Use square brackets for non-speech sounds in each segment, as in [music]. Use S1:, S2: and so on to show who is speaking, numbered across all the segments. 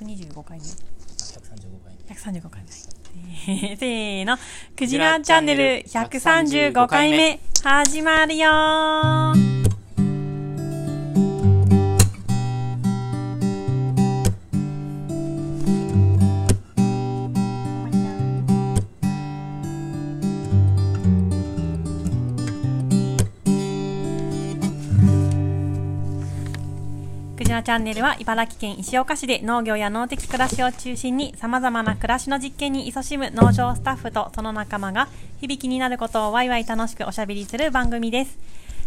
S1: 125回目
S2: 135回
S1: 135回目、はい、せーの「クジラチャンネル135回目」始まるよークジラチャンネルは茨城県石岡市で農業や農的暮らしを中心に様々な暮らしの実験に勤しむ農場スタッフとその仲間が響きになることをワイワイ楽しくおしゃべりする番組です。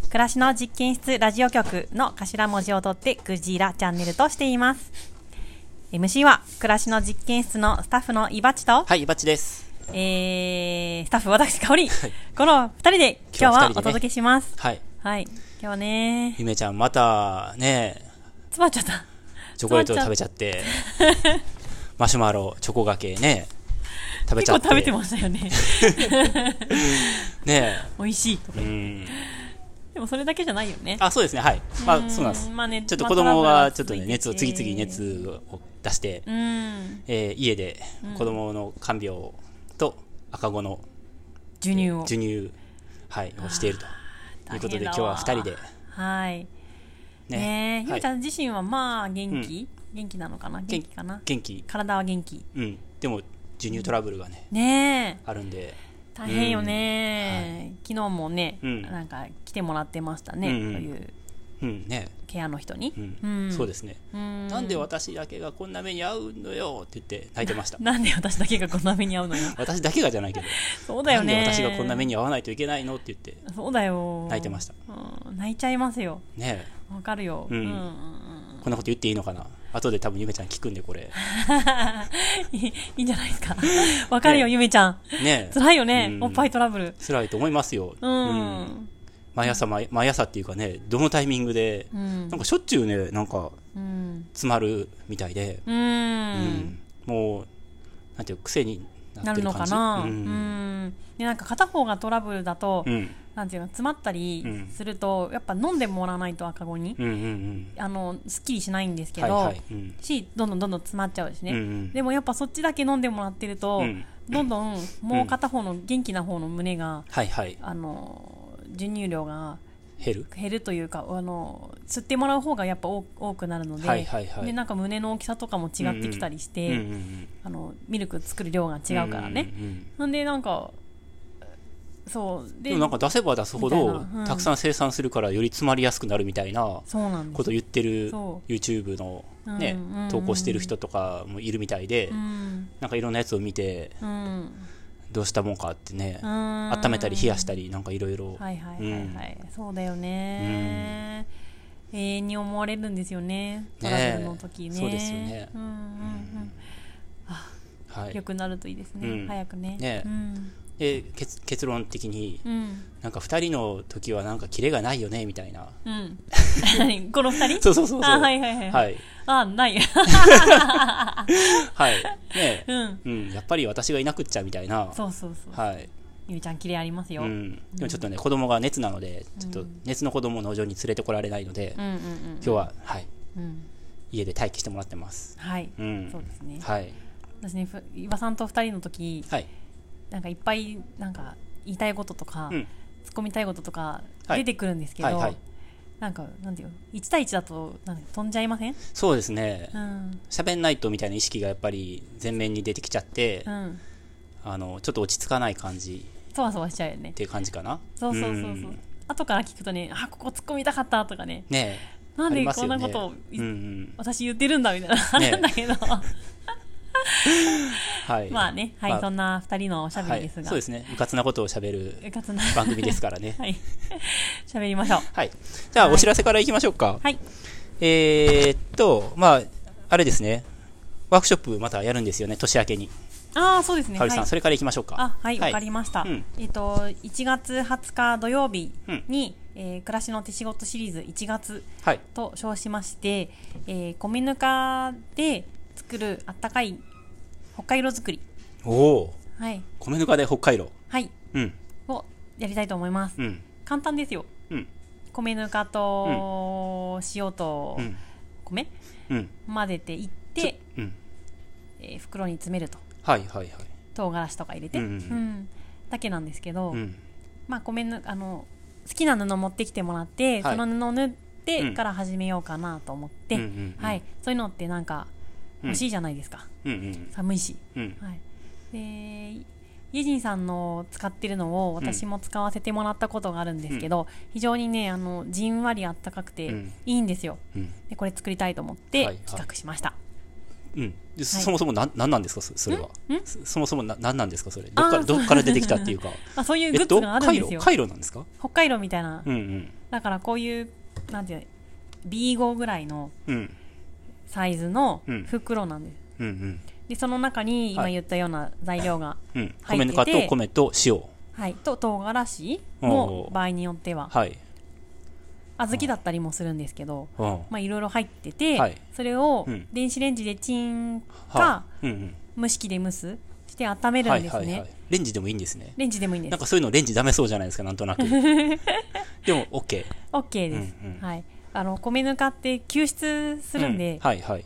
S1: 暮らしの実験室ラジオ局の頭文字を取ってクジラチャンネルとしています。MC は暮らしの実験室のスタッフのいばちと、
S2: はい、イバッチです。
S1: えー、スタッフ私香織、この二人で今日はお届けします。
S2: はい。
S1: はい。今日ね、
S2: ゆめちゃん、また、ね、
S1: つまっちゃった。
S2: チョコレートを食べちゃって、 [laughs] マシュマロ、チョコがけね、食べ
S1: 結
S2: ちゃ
S1: 構
S2: って。
S1: 食べてましたよね。
S2: ね
S1: 美味しいとか
S2: う。ん。
S1: でもそれだけじゃないよね。
S2: あ、そうですね、はい。
S1: う
S2: あ、
S1: ん
S2: そうなんです。
S1: まあね
S2: ちょっと子供
S1: まあ
S2: が、
S1: ト
S2: ちょっと
S1: ラブ
S2: ね、
S1: ルが
S2: 熱を、
S1: 続い
S2: 次
S1: て
S2: 々熱を出して、
S1: うん。
S2: えー家で、子供の看病と赤子の
S1: 授乳を。
S2: 授乳、はい、をしていると。ということで、今日は二人で、
S1: はい。ねえ、
S2: ね
S1: ゆ
S2: は
S1: め
S2: い
S1: ちゃん自身はまあ元気元気なのかな元気かな
S2: 元気。
S1: 体は元気。
S2: うん。でも、授乳トラブルがね、
S1: ねえ、
S2: あるんで、
S1: 大変よね。昨日もね、
S2: うん
S1: なんか来てもらってましたね。
S2: う
S1: そうん
S2: うん
S1: いう
S2: うん、ね
S1: ケアの人に
S2: う。ん、
S1: うん
S2: そうですね、
S1: うん
S2: なんで私だけがこんな目に遭うのよって言って泣いてました
S1: なんで私だけがこんな目に遭うの
S2: [laughs]
S1: よ。
S2: 私だけがじゃないけど、
S1: そうだ
S2: な
S1: よ
S2: んで
S1: ね。
S2: 私がこんな目に遭わないといけないのって言って
S1: そうだよ。
S2: 泣いてました
S1: うん。泣いちゃいますよ。
S2: ね
S1: わかるよ。
S2: うん
S1: うんうん [laughs] うん
S2: えこんなこと言っていいのかな後で多分ゆめちゃん聞くんでこ
S1: [laughs]
S2: れ
S1: いいいいんじゃないですか。わかるよ、
S2: ね
S1: ゆめちゃん。
S2: ねえ
S1: 辛いよね、
S2: うん
S1: おっぱいトラブル。
S2: 辛いと思いますよ、
S1: うん。
S2: 毎朝毎毎朝っていうかねどのタイミングで、
S1: うん
S2: なんかしょっちゅうねなんか
S1: うん。
S2: 詰まるみたいで、
S1: う。
S2: うんもうなんていうか癖にな
S1: な
S2: って
S1: るの
S2: る感
S1: か
S2: じ
S1: な。う
S2: うん
S1: ん。で、なんか片方がトラブルだと
S2: う、ん
S1: なんていうの、詰まった
S2: う
S1: り
S2: ん
S1: すると、やっぱ飲んでもらわないと赤子に、
S2: うんうんうん
S1: あの、すっきりしないんですけ
S2: はいは
S1: ど
S2: い、うん
S1: し、どんどんどんどん詰まっちゃうし
S2: うんう
S1: ね。
S2: ん
S1: でもやっぱそっちだけ飲んでもらってると
S2: うん、
S1: どんどんもう片方の元気な方の胸が、
S2: はいはい
S1: あの、授乳量が
S2: 減る
S1: 減るというかあの吸ってもらう方がやっぱ多多くなるので,、
S2: はいはいはい
S1: でなんか胸の大きさとかも違ってきたりして、
S2: うんうんうん
S1: あのミルク作る量が違うからね、
S2: うんうんうん
S1: なんでなんかそう
S2: で
S1: で
S2: もなんか出せば出す
S1: み
S2: ほど
S1: たいなうん
S2: たくさん生産するからより詰まりやすくなるみたいな
S1: そうなんです
S2: こと言ってる
S1: そ
S2: YouTube の
S1: うん
S2: ね
S1: うんうん
S2: 投稿してる人とかもいるみたいで
S1: うん
S2: なんかいろんなやつを見て
S1: うん
S2: どうしたもんかってね
S1: 温
S2: 温めたり冷やしたりなんかいろいろ
S1: はいはいはいはい、そうだよね、永遠に思われるんですよねトラブルの時ね
S2: そうですよね
S1: うんうんうん
S2: は
S1: 良
S2: い
S1: くなるといいですね、
S2: うん
S1: 早くね
S2: ね
S1: うん
S2: で結結論的に
S1: うん
S2: なんか2人の時はなんかキレがないよねみたいな
S1: うん。 [laughs] 何この二人
S2: そうそうそうそう
S1: あ、はいはいはい。
S2: はい
S1: あ、ない。 [laughs]
S2: はいね
S1: うん。
S2: うんやっぱり私がいなくっちゃみたいな
S1: そうそうそう。
S2: はい
S1: ゆうちゃん、キレありますよ。う
S2: うんん、でもちょっとね、子供が熱なので、ちょっと熱の子供を農場に連れてこられないので、
S1: うんうん
S2: 今日は、はい、
S1: うん。
S2: 家で待機してもらってます。
S1: はい。
S2: うん、
S1: そうですね。
S2: はい、
S1: 私ね、ふ伊庭さんと二人の時、
S2: はい、
S1: なんかいっぱい、なんか、言いたいこととか、
S2: うん
S1: 突っ込みたいこととか、
S2: はい
S1: 出てくるんですけ
S2: はい、
S1: ど
S2: はい、、
S1: なんか、なんていうの、一対一だと、なんか飛んじゃいません
S2: そうですね
S1: う。ん。
S2: 喋んないとみたいな意識がやっぱり前面に出てきちゃって
S1: う、ん。
S2: あの、ちょっと落ち着かない感じ
S1: そわそわしちゃうよね
S2: っ。ていう感じかな。
S1: そうそうそうそう。
S2: ん
S1: 後から聞くとね、あ、ここ突っ込みたかったとかね、
S2: ねえ、
S1: なん
S2: あり
S1: で
S2: ます
S1: こん
S2: よね
S1: なことを
S2: うんうん、
S1: 私言ってるんだみたい [laughs] な、あ
S2: ね
S1: るんだけ
S2: [laughs]
S1: ど
S2: はい。
S1: まあねはい、
S2: まあ
S1: そんな二人のおしゃべりです
S2: はい
S1: が、
S2: そうですね。うかつなことを喋る
S1: うかつな。
S2: 番組ですからね
S1: はい [laughs] 喋りましょう
S2: はい。じゃあ、お知らせからいきましょうか。
S1: はい
S2: えーっと、まあ、あれですね、ワークショップまたやるんですよね、年明けに。
S1: ああそうですね
S2: かおりさん、
S1: はい
S2: それから行きましょうか。
S1: あはいわ、かり
S2: ま
S1: ました、
S2: うん
S1: えっ、と1月20日土曜日に、えー暮らしの手仕事シリーズ1月
S2: す。はい。
S1: と称しまして、えー、米ぬかで作るあったかい北海道作り
S2: おおー、
S1: はい
S2: 米ぬかで北海道。
S1: はい
S2: うん、
S1: をやりたいと思います、
S2: うん、
S1: 簡単ですよ
S2: うん、
S1: 米ぬかと塩と
S2: うん、
S1: 米、
S2: うん、
S1: 混ぜていって
S2: うん。
S1: えー袋に詰めると
S2: はいはいはい。
S1: 唐辛子とか入れて、
S2: うんうんうん
S1: だけなんですけど、
S2: うん。
S1: まあ米ぬあの好きな布持ってきてもらって、
S2: はい
S1: その布を縫って
S2: うん
S1: から始めようかなと思って、
S2: うんうんうん
S1: はい、そういうのってなんか
S2: うん
S1: 欲しいじゃないですか、
S2: うんうん
S1: 寒いし、
S2: うん。
S1: はい、でイジンさんの使ってるのを私も使わせてもらったことがあるんですけど、非常にねあのじんわりあったかくて
S2: うん
S1: いいんですよ、
S2: うん。
S1: でこれ作りたいと思っ
S2: は
S1: て
S2: いはい
S1: 企画しました、
S2: うん。でそもそもなんなんなんですかそそれは
S1: んん。
S2: そそもそもななんなんですかそれ。どっか
S1: あ
S2: ら
S1: ー
S2: どっから出てきたっていうか。
S1: あ、そういう [laughs] グ
S2: え
S1: ッ
S2: っと
S1: ズがあるん
S2: カイ
S1: で
S2: ロ
S1: すよ、
S2: カイロなんですか。
S1: 北海道みたいな、
S2: うん
S1: だからこういうなんていうの B5 ぐらいの
S2: うんうん
S1: サイズの
S2: うん
S1: 袋なんです、
S2: うんうん
S1: でその中に今
S2: はい
S1: 言ったような材料が、
S2: うん。
S1: 入ってて
S2: 米ぬかと米と塩。
S1: はい、と唐辛子
S2: おうお
S1: も
S2: う
S1: 場合によっては
S2: はい。
S1: 小豆だったりもするんですけど
S2: うん。
S1: まあいろいろ入ってて、
S2: はい
S1: それを
S2: うん
S1: 電子レンジでチンか
S2: はうんうん。
S1: 蒸し器で蒸すして温める
S2: は
S1: ん
S2: い
S1: です
S2: はいは
S1: ね
S2: い。レンジでもいいんですね。
S1: レンジでもいいんで
S2: なん
S1: す
S2: かそういうのレンジダメそうじゃないですかな
S1: [laughs]
S2: んとなく。でも OK。
S1: OK です、
S2: うんうん
S1: はいあの米ぬかって吸湿するんで、
S2: うはいはい。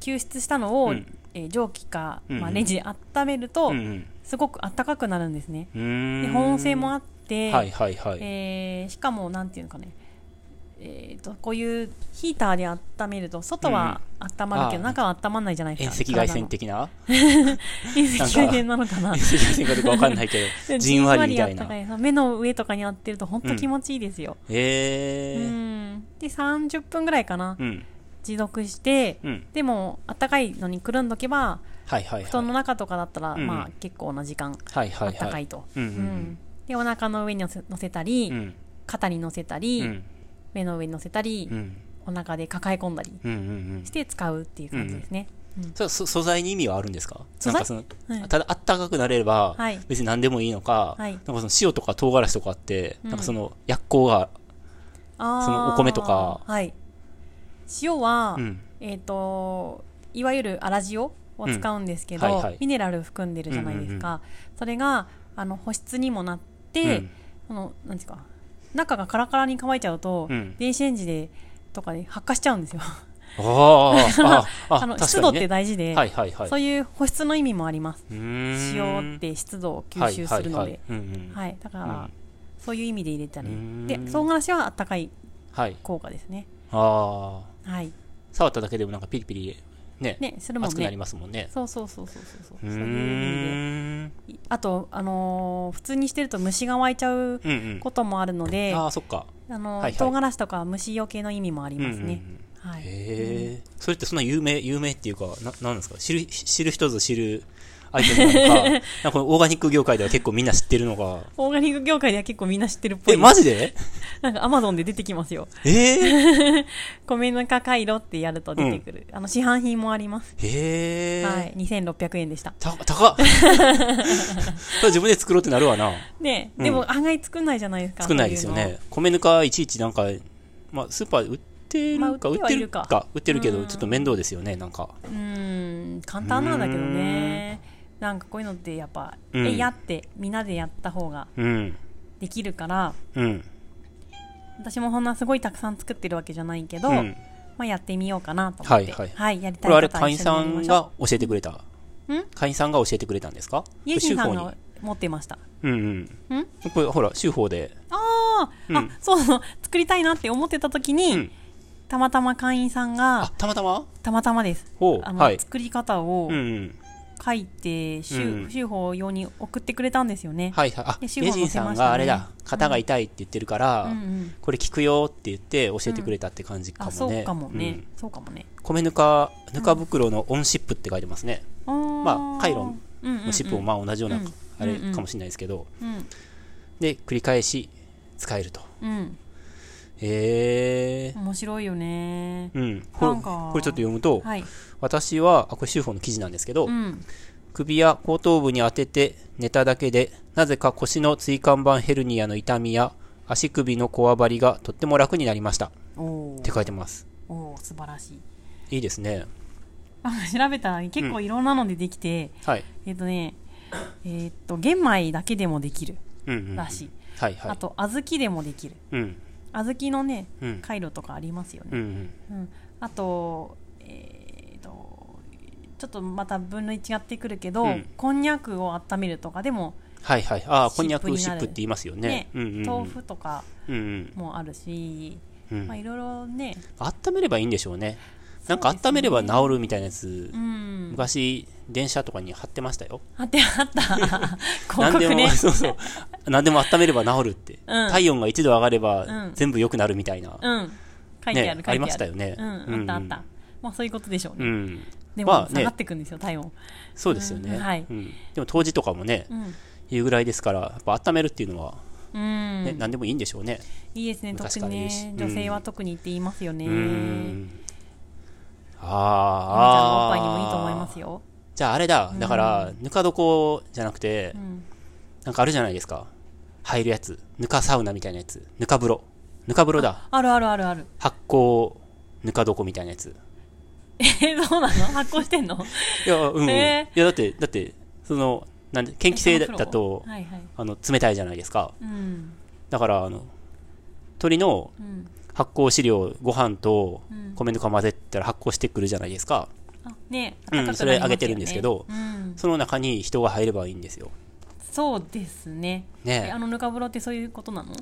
S1: 吸湿したのを、
S2: うん
S1: えー蒸気か、
S2: うんうん
S1: まあ、レンジで温めると、
S2: うんうん
S1: すごく温かくなるんですね
S2: うーん。
S1: で保温性も
S2: あっ
S1: あって、
S2: はいはいはい。
S1: えーしかもなんていうのかねえー、とこういうヒーターで温めると外は温まるけど、
S2: あー
S1: 中は温まらないじゃないで
S2: 遠
S1: す
S2: 赤
S1: か
S2: 外線的な
S1: 体 [laughs] の遠赤外線なのかな [laughs]
S2: 遠赤外線かどうかわかんないけど、じんわりみたい
S1: じん
S2: な
S1: わ。りあったかい目の上とかに当てると本当気持ちいいですよ、
S2: え
S1: うん
S2: ー。
S1: で30分ぐらいかな、
S2: うん。
S1: 持続して、
S2: うん。
S1: でも暖かいのにくるんどけば
S2: はいはい
S1: 布
S2: は
S1: 団
S2: い。
S1: の中とかだったら、
S2: うん
S1: まあ、結構な時間
S2: はいはい
S1: 暖か
S2: はいい。
S1: と、
S2: うんうんうん
S1: でお腹の上に乗せ乗せたり、
S2: うん。
S1: 肩に乗せた
S2: う
S1: り、
S2: ん。
S1: 目の上に乗せたり、
S2: うん。
S1: お腹で抱え込んだり
S2: うんうんうん
S1: し。て使うっていう感じですね、うん
S2: そそ素材に意味はあるんですか
S1: 素材
S2: なんかその、
S1: はい
S2: ただあったかくなれれば
S1: はい、
S2: 別に何でもいいのか、
S1: はい
S2: なんかその塩とか唐辛子とかって、
S1: うん
S2: なんかその薬効が、
S1: あー
S2: そのお米とか
S1: はい塩は、
S2: うん。
S1: えっ、といわゆる粗塩を使うんですけど、
S2: うんはいはい
S1: ミネラル含んでるじゃないですか、それがあの保湿にもなっ
S2: う
S1: て、
S2: ん
S1: あのなんていうか中がカラカラに乾いちゃうと、
S2: うん
S1: 電子レンジでとかで発火しちゃうんですよ [laughs]
S2: あーあ、あ、
S1: あの
S2: 確
S1: 湿
S2: か
S1: 度っ
S2: に
S1: て
S2: ね。
S1: 大事で、
S2: はいはいはい。
S1: そういう保湿の意味もあります塩
S2: 塩
S1: って湿度を吸収するので、
S2: はいはいはいうんうん
S1: はいだから、
S2: うん
S1: そういう意味で入れたり、
S2: うーん
S1: で唐辛子はあったかい
S2: はい
S1: 効果ですね
S2: ああ
S1: はい
S2: 触っただけでもなんかピリピリね
S1: ねするもん
S2: 熱くな
S1: ね
S2: りますもんね
S1: そうそうそうそうそうそう
S2: うー
S1: そういう意味で
S2: ん
S1: あと、あのー普通にしてると虫が湧いちゃう
S2: うんうん
S1: こともあるので、
S2: ああそっか
S1: あのー
S2: はいはい
S1: 唐辛子とか虫よけの意味もあり
S2: うんう
S1: ま
S2: ん
S1: す
S2: う
S1: ね。
S2: ん
S1: はい、
S2: へえそれってそんな有名有名っていうかななんですか知る知る人ぞ
S1: [laughs]
S2: 知るアイテムなのかなんかこのオーガニック業界では結構みんな知ってるのが
S1: オーガニック業界では結構みんな知ってるっぽい
S2: えマジで
S1: なんかアマゾンで出てきますよ。 [laughs]
S2: ええ
S1: 米ぬか回路ってやると出てくる。あの市販品もあります。
S2: へえ
S1: はい、2600円でした。
S2: た高っ [laughs] それ自分で作ろうってな
S1: [laughs]
S2: るわな
S1: ね、
S2: うん
S1: でも案外作んないじゃないですか。
S2: 作んないですよね。米ぬかいちいちなんか、まあ、スーパーで売って
S1: まあ
S2: るか、
S1: 売
S2: 売
S1: って
S2: っ
S1: はい
S2: て
S1: る
S2: る
S1: か
S2: か、売ってるけ
S1: う
S2: ど、
S1: ん
S2: ちょっと面倒ですよね、なんか。
S1: そういうのうーん、簡単なんだけどね。なんかこういうのってやっぱ、
S2: うん
S1: え、やって、みんなでやった方が
S2: うん。
S1: できるから、
S2: うん。
S1: 私もそんなすごいたくさん作ってるわけじゃないけど、
S2: うん
S1: まあやってみようかなと思って。
S2: はいはい
S1: やりた
S2: こ
S1: い
S2: れあ
S1: こ
S2: れ、
S1: とは
S2: 会員
S1: 一緒に
S2: さ
S1: やりま
S2: ん
S1: しょ
S2: が教えてくれた。
S1: ん
S2: 会員さんが教えてくれたんですか
S1: う。イエジンさん
S2: これ
S1: が持ってました。
S2: 州法に。うん
S1: ん
S2: うん。これ、ほら、州法で。
S1: あー、
S2: うん
S1: あ、そうそう、作りたいなって思ってた時に、
S2: うん
S1: たまたま会員さん
S2: あ
S1: が、、
S2: たまたま
S1: たまたまです。
S2: ほう。
S1: あの、
S2: はい。
S1: 作り方を
S2: うんうん。
S1: 書いて、し
S2: うんう
S1: ゅ
S2: ん
S1: 州法用に送ってくれたんですよね。
S2: はいはい。あ、
S1: で
S2: エ
S1: 州法載せ
S2: ジンさ
S1: ま
S2: ん
S1: したね
S2: があれだ、肩が痛いって言ってるから
S1: うん、うん。
S2: これ聞くよって言って教えてくれたって感じか
S1: あ、
S2: もね。
S1: そうかも
S2: う
S1: ね
S2: ん。。
S1: そうかもね。
S2: 米ぬか、ぬか袋のオンシップって書いてますね。
S1: あー
S2: まあカイロン
S1: うんうんうん
S2: まあシップもまあ同じような
S1: うん
S2: あれかもしれないですけど、
S1: うん。
S2: で繰り返し使えると
S1: うん。
S2: へえ
S1: 面白いよね。
S2: うんこれ
S1: なんか
S2: これちょっと読むと、
S1: はい。
S2: 私はあこれ修法の記事なんですけど、
S1: うん。
S2: 首や後頭部に当てて寝ただけでなぜか腰の椎間板ヘルニアの痛みや足首のこわばりがとっても楽になりましたっ
S1: おー
S2: て書いてます
S1: おー素晴らしい
S2: いいですね
S1: あ調べたら結構いろんなのでできて、
S2: はい
S1: えっ、とねえーっと玄米だけでもできる
S2: うんうん
S1: らしい、
S2: はい
S1: あ
S2: はい
S1: と小豆でもできる
S2: うん
S1: 小豆のね
S2: うん
S1: 回路とかありますよ
S2: う
S1: ね、
S2: ん
S1: うんあとえーっとちょっとまた分類違ってくるけど、
S2: うん
S1: こんにゃくを温めるとかでも、
S2: はいはいああこんにゃ
S1: シップに
S2: く
S1: なる
S2: シップって言いますよね
S1: ね
S2: うんうんうん
S1: 豆腐とか
S2: うんうん
S1: もあるし、
S2: うん
S1: まあいろいろね、
S2: 温めればいいんでしょうねなんか温めれば治るみたいなやつ、
S1: うん、
S2: 昔電車とかに貼ってましたよ
S1: あってあ
S2: [laughs]
S1: った。広
S2: 何で
S1: 告
S2: も、
S1: ね。
S2: そうそう何でも温めれば治るって、
S1: うん
S2: 体温が一度上がれ
S1: う
S2: ば
S1: ん
S2: 全部良くなるみたいな、
S1: うん。書いてある、
S2: ね
S1: 書いてある。
S2: ありましたよね
S1: うん、あったあった。まあそういうことでしょうね。
S2: うん
S1: でも
S2: まあね
S1: 下がってくんですよ、体温。
S2: そうですよね、
S1: うんはい
S2: うんでも当時とかもね、
S1: うん。
S2: いうぐらいですからやっぱ温めるっていうのは、
S1: うん。
S2: ね何でもいいんでしょうね
S1: いいですね、特
S2: 昔
S1: に
S2: から言うし
S1: ね
S2: う。ん
S1: 女性は特にって言いますよね。
S2: う
S1: うん。
S2: ん
S1: ちゃんのおっ
S2: あーあ
S1: ぱいにもいいと思い
S2: ー
S1: ますよ。
S2: じゃああれだだから、ぬか床じゃなくて、
S1: うん。
S2: なんかあるじゃないですか入るやつぬかサウナみたいなやつぬか風呂ぬか風呂だ
S1: あるあるあるある。 [laughs]
S2: 発酵ぬか床みたいなやつ
S1: え、そうなの発酵してんの
S2: いやうん、
S1: え
S2: いやだってだってそのなんで研気性だ
S1: えその
S2: だと
S1: 黒はいはい。
S2: あの冷たいじゃないですか
S1: うん。
S2: だからあの鳥の
S1: うん。
S2: 発酵飼料ご飯と
S1: うん
S2: 米ぬか混ぜたら発酵してくるじゃないですか、
S1: あ、ね
S2: うん
S1: 暖かくなりますよね
S2: それあげてるんですけど
S1: うん。
S2: その中に人が入ればいいんですよ
S1: そうですね。え
S2: ね
S1: あのぬか風呂ってそういうことなの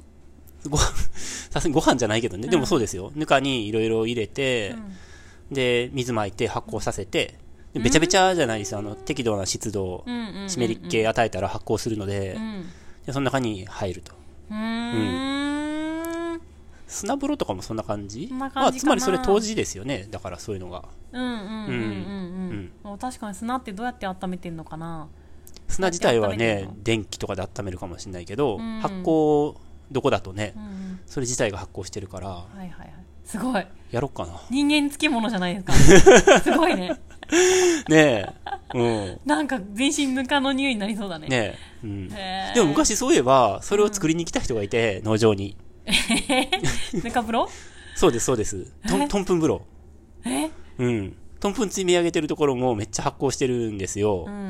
S2: ごさすがにご飯じゃないけどね、でもそうですよぬかにいろいろ入れて、で水撒いて発酵させてでべちゃべちゃじゃないですよあの適度な湿度、
S1: うんうんうんうん。
S2: 湿り気与えたら発酵するので,、
S1: うん。
S2: でその中に入ると
S1: うーん。
S2: 砂風呂とかもそんな感じ
S1: そんな感じかな
S2: まあ、つまりそれ当時ですよねだからそういうのが
S1: うんうんうんうんうん、もう確かに砂ってどうやって温めてんのかな
S2: 砂自体は
S1: だって温めて
S2: ね
S1: るの
S2: 電気とかで温めるかもしれないけど、
S1: うん
S2: 発酵どこだとね
S1: うんうん
S2: それ自体が発酵してるから
S1: はいはいはいすごい
S2: やろ
S1: [laughs]
S2: っかな
S1: 人間つきものじゃないです
S2: [laughs]
S1: かすごいね
S2: ねえうん
S1: なんか全身ぬかの匂いになりそうだね
S2: ねえ、うん、
S1: へー
S2: でも昔そういえばそれを作りに来た人がいて、農場に
S1: ぬか風呂
S2: そうですそうですとんとんぷん風呂
S1: え
S2: うんとんぷん積み上げてるところもめっちゃ発酵してるんですよ、
S1: うん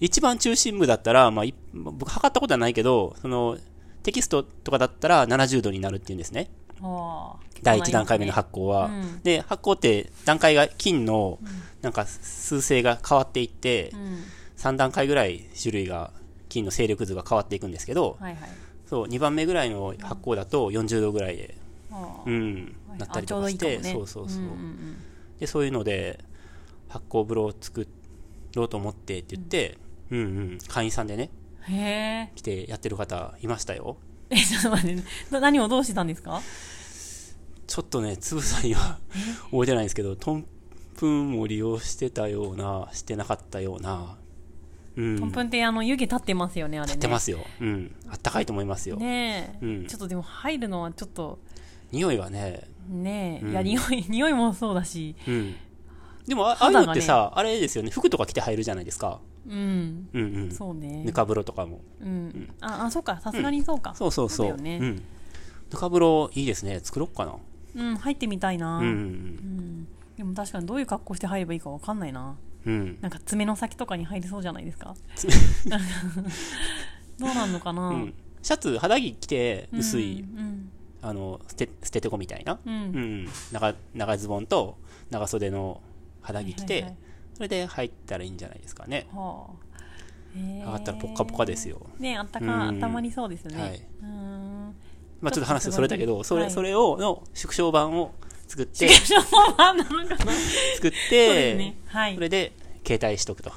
S2: 一番中心部だったら、まあ、い僕測ったことはないけどそのテキストとかだったら70度になるっていうんですね
S1: あー
S2: 第1段階目の
S1: 結
S2: 発酵は、
S1: うん
S2: で発酵って段階が菌のなんか数性が変わっていって、
S1: 構ないですね
S2: 3段階ぐらい種類が菌の勢力図が変わっていくんですけど、
S1: うんはいはい
S2: そう2番目ぐらいの発酵だと40度ぐらいで、
S1: あ
S2: う
S1: ー
S2: ん、なったりとかして
S1: あちょうどいいかもね
S2: そうそうそう、
S1: んんん
S2: でそういうので発酵風呂を作ろうと思ってって言って、うんうん、会員さんでね
S1: へー
S2: 来てやってる方いましたよ
S1: えちょっと待ってな何をどうしてたんですか
S2: ちょっとねつぶさには覚えてないんですけどトンプンも利用してたようなしてなかったようなうん
S1: トンプンってあの湯気立ってますよねあれね
S2: 立ってますよ、うんあったかいと思いますよ、
S1: ねえ、
S2: うん
S1: ちょっとでも入るのはちょっと
S2: 匂いはね
S1: ねえ、
S2: うん
S1: いや匂い [laughs] 匂いもそうだし
S2: うんでもあ,、ああいう
S1: 肌がね
S2: のってさあれですよね服とか着て入るじゃないですか
S1: うん
S2: うんうん
S1: そうね
S2: ぬか風呂とかも
S1: うん、ああそうかさすがにそうか、
S2: そうそうそう
S1: そうだよね
S2: ん、ぬか風呂いいですね作ろっかな
S1: うん入ってみたいな、
S2: うん
S1: うんでも確かにどういう格好して入ればいいかわかんないな
S2: うんうん
S1: なんか爪の先とかに入りそうじゃないです
S2: [laughs]
S1: かどうなんのかな、
S2: う
S1: うん
S2: んシャツ肌着着て薄い、
S1: うん
S2: あの捨て捨ててこみたいな
S1: うん、うん
S2: うん、長長ズボンと長袖の肌着着て、
S1: はいはい
S2: それで入ったらいいんじゃないですかね、
S1: はあへえ
S2: 上がったらポッカポカですよ、
S1: ねあったか、
S2: うん
S1: 温まりそうですね、
S2: はい、
S1: うん
S2: まあ、ちょっと話がそれたけど
S1: ちょ
S2: そ
S1: っとすごい
S2: れ,、
S1: はい
S2: それをの縮小版を
S1: [laughs]
S2: 作って
S1: 中小版なのかな
S2: 作っ
S1: そうで
S2: て
S1: すね。はい。
S2: それで携帯しとくと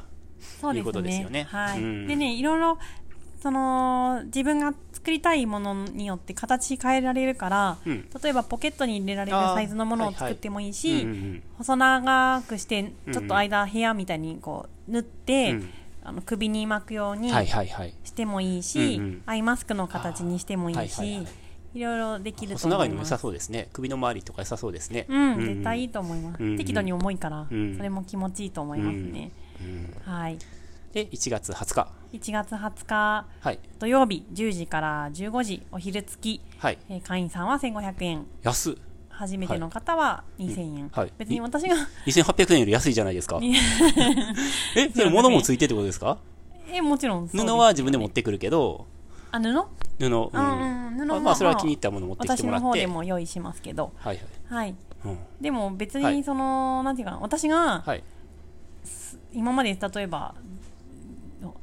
S1: そう
S2: いうことですよね
S1: はい。
S2: うん
S1: でね、いろいろ、その、自分が作りたいものによって形変えられるから、
S2: うん
S1: 例えばポケットに入れられる
S2: あー
S1: サイズのものを
S2: はいはい
S1: 作ってもいいし、
S2: うんうん
S1: 細長くして、ちょっ
S2: うん
S1: と間、部屋みたいにこう、縫っ
S2: う
S1: て、
S2: ん
S1: あの首に巻くよう
S2: う
S1: に
S2: ん、はいはいはい
S1: してもいいし、
S2: うんうん
S1: アイマスクの形にしてもいいし、
S2: あー
S1: い
S2: はいはいは
S1: ろいろできると
S2: 細
S1: 思
S2: 長い
S1: い
S2: の
S1: ま
S2: も良
S1: す
S2: さ。そうですね首の周りとか良さそうですね
S1: うん、絶対いいと思います。
S2: うんうん
S1: 適度に重いから、
S2: うん
S1: それも気持ちいいと思いますね。
S2: うん
S1: はい。
S2: で1月20日
S1: 1月20日
S2: はい
S1: 土曜日10時から15時お昼付き、
S2: はい
S1: えー会員さんは1500円
S2: 安っ
S1: 初めての方は2000円、
S2: はい
S1: 別に私が [laughs]
S2: 2800円より安いじゃないですか [laughs] えそれ物もついてってことですか
S1: えもちろんそうです
S2: 布は自分で持ってくるけど
S1: あ布、うん
S2: 布、
S1: う
S2: うん
S1: ん、布
S2: まあ
S1: は
S2: まあそれは気に入ったもの持ってきて
S1: 私
S2: もら
S1: の
S2: って
S1: 方でも用意しますけど
S2: はいは
S1: は
S2: い、
S1: い
S2: うん
S1: でも別
S2: はい
S1: にその、なんていうかな私が
S2: はい
S1: す今まで例えばの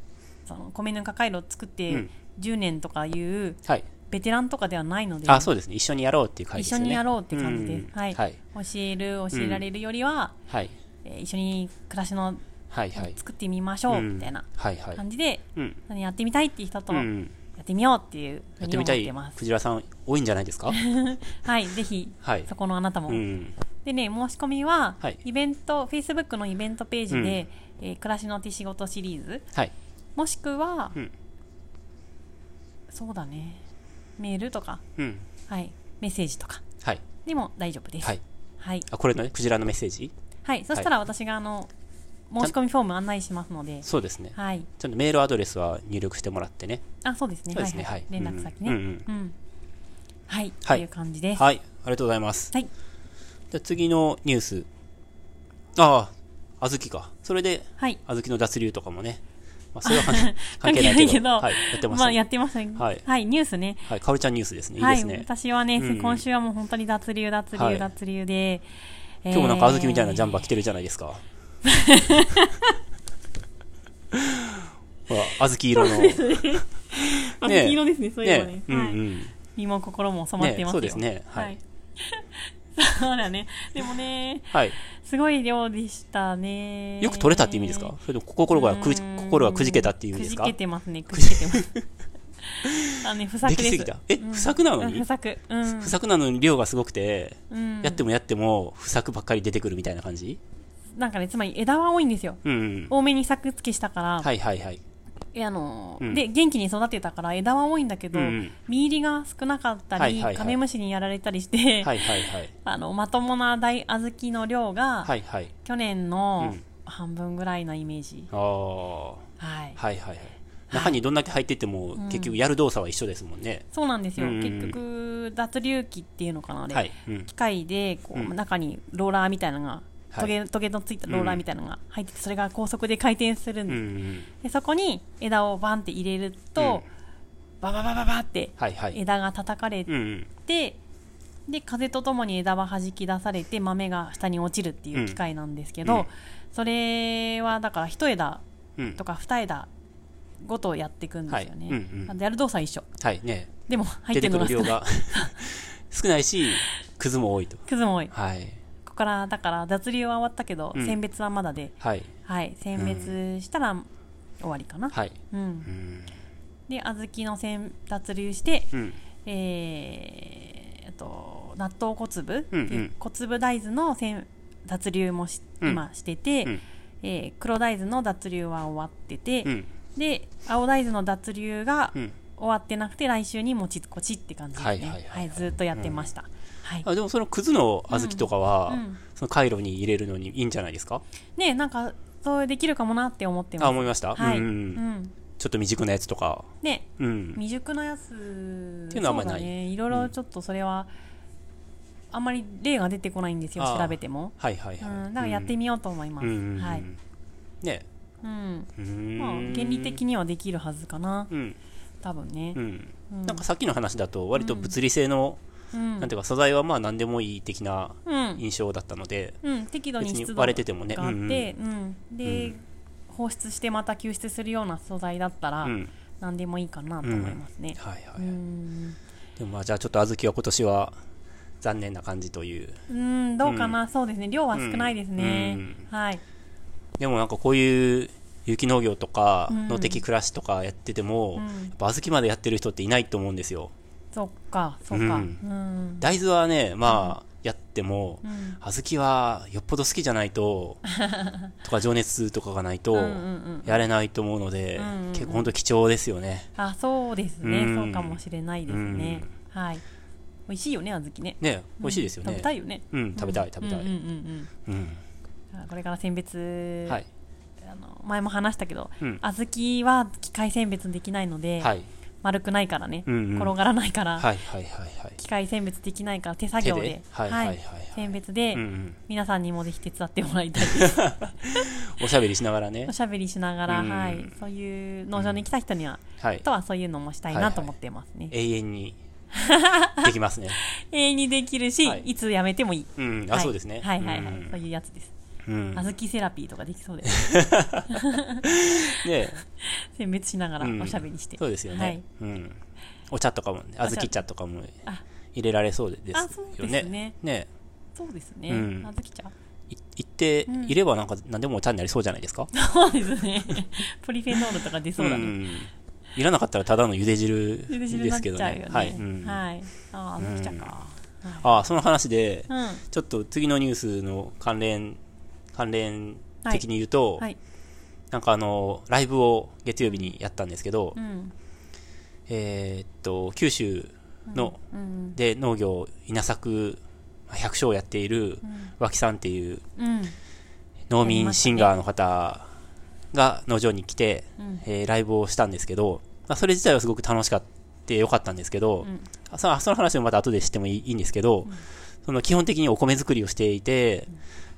S1: その米ぬか回路を作っ
S2: う
S1: て
S2: ん
S1: 10年とかいう
S2: はい。
S1: ベテランとかではないので、
S2: あ、そうですね。一緒にやろうっていう会です
S1: 一緒
S2: よね。
S1: にやろうって感じで、
S2: うん
S1: はい
S2: はい。
S1: 教える教えられるよりは、
S2: はい。
S1: えー一緒に暮らしの
S2: はい。はい。
S1: 作ってみましょう、
S2: うん
S1: みたいな
S2: はい。はい。
S1: 感じで、
S2: うん。
S1: 何やってみたいっていう人と
S2: う
S1: や
S2: ん。
S1: ってみようっていうふう
S2: やっ
S1: に
S2: てみ
S1: 思った
S2: い
S1: てます。
S2: クジラさん多いんじゃないで
S1: [laughs]
S2: すか
S1: はい、ぜひ
S2: はい
S1: そ。このあなたも、
S2: うん。
S1: でね、申し込みは、
S2: はい
S1: イベント、Facebook のイベントページで、えー暮らしの手仕事シリーズ、
S2: はい。
S1: もしくは、
S2: うん
S1: そうだね、メールとか、
S2: うん。
S1: はい、メッセージとか
S2: はい。
S1: でも大丈夫です。
S2: はい。
S1: はい。
S2: あ、これのね、クジラのメッセージ
S1: はいそしたら私が、あの、申し込みフォーム案内しますので、
S2: そうですね。
S1: はい。
S2: ちょっとメールアドレスは入力してもらってね。
S1: あ、そうですね。
S2: そうですね
S1: はい、
S2: はい
S1: 連絡先ね。
S2: う
S1: うんん、
S2: うん
S1: はい、
S2: はい
S1: という感じです。
S2: はい。ありがとうございます。
S1: はい。
S2: じゃあ次のニュース。ああ、小豆か。それで、
S1: はい。
S2: 小豆の脱流とかもね。
S1: [laughs]
S2: まあ、それは関関係ないけど。はい。やってました、
S1: あやってましたね。
S2: はい
S1: ニュースね。
S2: はい。かおりちゃんニュースですね。いいですね。
S1: はい、私はね、
S2: うん
S1: 今週はもう本当に脱流、脱流、
S2: はい
S1: 脱流で、
S2: 今日もなんか小豆みたいなジャン
S1: バ
S2: バー着てるじゃないで
S1: [laughs]
S2: すか。ほら、小豆色の。ね
S1: ー。 [laughs]
S2: ね
S1: ね、黄色ですね、そういうのね。
S2: うんう
S1: はい
S2: ん。
S1: 身も心も染まって
S2: ね
S1: ますよ。
S2: そうですね。は
S1: はい [laughs]
S2: い。。
S1: そうだね。でもね、
S2: はい。
S1: すごい量でしたね。
S2: よく取れたって意味ですかそれとも心がくじ、
S1: うん
S2: 心がくじけたっていう意味ですか
S1: くじけてますね、くじけて
S2: [laughs]
S1: ます。あのね、不作
S2: で
S1: で
S2: き
S1: す。
S2: すぎた。え、
S1: うん
S2: 不作なの
S1: うん
S2: に
S1: 不作。うん
S2: 不。作なのに量がすごくて、
S1: うん
S2: やってもやっても不作ばっかり出てくるみたいな感じ
S1: なんかね、つまり枝は多いんですよ。
S2: うん。
S1: 多めに作付けしたから、
S2: はいはいはい。
S1: えあのー
S2: うん
S1: で、元気に育てたから枝は多いんだけど、
S2: うんうん
S1: 実入りが少なかったり、
S2: はいはいはい
S1: カメムシにやられたりして、
S2: はいはいはい。
S1: あの、まともな大小豆の量が、
S2: はいはい。
S1: 去年の
S2: うん
S1: 半分ぐらいのイメージ。
S2: ああ。は
S1: はい
S2: い。はいはい。中にどんだけ入ってても、結局やる動作は一緒ですもんね。
S1: そうなんですよ。
S2: うんうん
S1: 結局、脱流器っていうのかな、あれ。
S2: はい。うん
S1: 機。械でこう、
S2: うん
S1: 中にローラーみたいなのが、
S2: はい
S1: トゲトゲのついたローラーみたいなのが入ってて、それが高速で回転するん
S2: う
S1: です、
S2: ん。
S1: でそこに枝をバンって入れると、バババババって
S2: はいはい。
S1: 枝が叩かれ
S2: う
S1: て、
S2: ん。
S1: で風とともに枝は弾き出されて豆が下に落ちるっていう機械なんですけど、
S2: うんうん
S1: それはだから一枝
S2: うん
S1: と。か二枝ごとやっていくんですよね、
S2: はいうんうん
S1: なんでやる動作は一緒
S2: はいね。
S1: でも入っ
S2: 出
S1: て
S2: て
S1: る
S2: く
S1: の
S2: る
S1: が少
S2: 量
S1: ない
S2: が [laughs] 少ないし、クズも多いと。
S1: クズも多いこ
S2: はい。
S1: こからだから脱流は終わったけど、
S2: うん
S1: 選別はまだで
S2: はい。
S1: はい、選別したら終わりかな。
S2: はい。
S1: うん
S2: う、ん。
S1: で、小豆の選脱流して、
S2: うん。
S1: えー、あと納豆小粒、
S2: うんうん
S1: っていう小粒大豆の選脱流もし、
S2: うん
S1: 今してて、
S2: うん
S1: えー黒大豆の脱流は終わってて、
S2: うん。
S1: で、青大豆の脱流が
S2: うん。
S1: 終わってなくて、来週にもちこちって感じですね。
S2: はいはいはいはい
S1: ずっとやってました。はい。
S2: あでもそのクズの小豆とかは、
S1: うんうん
S2: その回路に入れるのにいいんじゃないですか
S1: ねえなんか、そうできるかもなって思ってます。
S2: あ思いました、
S1: はい。
S2: う
S1: うんん、
S2: うんうんちょっと未熟なやつとか、
S1: ね
S2: うん、
S1: 未熟のやつ
S2: ていうのはあんまりない
S1: そうだね、いろいろちょっとそれは、あんまり例が出てこないんですよ
S2: あー
S1: 調べても、
S2: はいはい
S1: うん、だ
S2: はい、
S1: からやってみようと思います、
S2: うんうん
S1: はい、
S2: ね
S1: うん
S2: うん
S1: まあ、原理的にはできるはずかな
S2: うん
S1: 多分ね
S2: う、ん
S1: うん
S2: なんかさっきの話だと割と物理性の、
S1: うん
S2: なんていうか素材はまあ何でもいい的な
S1: うん
S2: 印象だったので、
S1: うん、適度に
S2: 別に
S1: 湿度があ
S2: 割
S1: っ
S2: れて
S1: て
S2: てもね
S1: うんで、放出してまた救出するような素材だったら、
S2: うん
S1: 何でもいいかなと思いますね、
S2: はいはい、
S1: うん
S2: でもまあじゃあちょっと小豆は今年は残念な感じという
S1: うんどうかな、そうですね量は少ないですね、
S2: うん
S1: はい
S2: でもなんかこういう有機農業とか農的暮らしとかやってても、
S1: うん
S2: やっぱ小豆までやってる人っていないと思うんですよ
S1: そっか、そっか。
S2: う
S1: うんん。
S2: 大豆はねまあやっても、
S1: うん
S2: 小豆はよっぽど好きじゃないととか情熱とかがないと
S1: うんうんうん
S2: やれないと思うので、
S1: うんうんうん
S2: 結構本当貴重ですよね
S1: あ、そうですね、
S2: うん
S1: そうかもしれないですね。はい。美味しいよね、小豆ね。
S2: ね美味しいですよ
S1: 食
S2: ね
S1: べたいよね。
S2: うん食べたい食べたい、
S1: うんうんうん
S2: うん
S1: うん。これから選別、
S2: はい
S1: あの前も話したけど、
S2: うん
S1: 小豆は機械選別できないので、
S2: はい
S1: 丸くないからね、
S2: うんうん
S1: 転がらないから、
S2: はいはいはいはい
S1: 機械選別できないから手作業で
S2: 手ではいはいはいはい
S1: 選別で、
S2: うんうん
S1: 皆さんにもぜひ手伝ってもらいたい
S2: [laughs] おしゃべりしながらね
S1: おしゃべりしながら、
S2: うん
S1: はい、そういう農場に来た人には、
S2: はい
S1: とはそういうのもしたいなと思ってますね、
S2: 永遠
S1: [laughs]
S2: にできますね
S1: 永遠にできるし、
S2: はい
S1: い、つやめてもいい、
S2: うんあ、
S1: はい
S2: そうですね
S1: はいはいはい、
S2: うん
S1: そういうやつです
S2: うん
S1: 小。豆セラピーとかできそう
S2: [laughs]
S1: です。
S2: で、
S1: 選別しながら
S2: うん
S1: おしゃべりして。
S2: そうですよね。
S1: はい
S2: うん。お茶とかもね、
S1: 茶
S2: 小豆茶とかも
S1: あ
S2: 入れられそうですよね。
S1: あそうですね
S2: ね
S1: そうですね。
S2: うん
S1: あずきちゃん。
S2: い行って、いればなんか何でもお茶になりそうじゃないですか。
S1: そうですね。 [laughs] ポリフェノールとか出そうだね。
S2: ん。いらなかったらただの茹で汁
S1: ゆで汁に
S2: で
S1: なっ
S2: す
S1: ち
S2: け
S1: ゃ
S2: ど
S1: うよ
S2: ね
S1: ね。。
S2: はい。うん
S1: はい。ああ、あずきちゃんか。
S2: ああ、その話で、
S1: うん。
S2: ちょっと次のニュースの関連、関連的に言うと、
S1: はい。
S2: なんかあの、ライブを月曜日にやったんですけど、
S1: うん。
S2: えーっと、九州の、
S1: うん。
S2: で農業稲作百姓をやっている脇さんっていう
S1: うん。
S2: 農民シンガーの方が農場に来て、
S1: うん
S2: えーライブをしたんですけど、まあ、それ自体はすごく楽しかった。よかったんですけど、
S1: ん
S2: あそその話もまた後で知ってもいいいいんですけど、その基本的にお米作りをしていて、で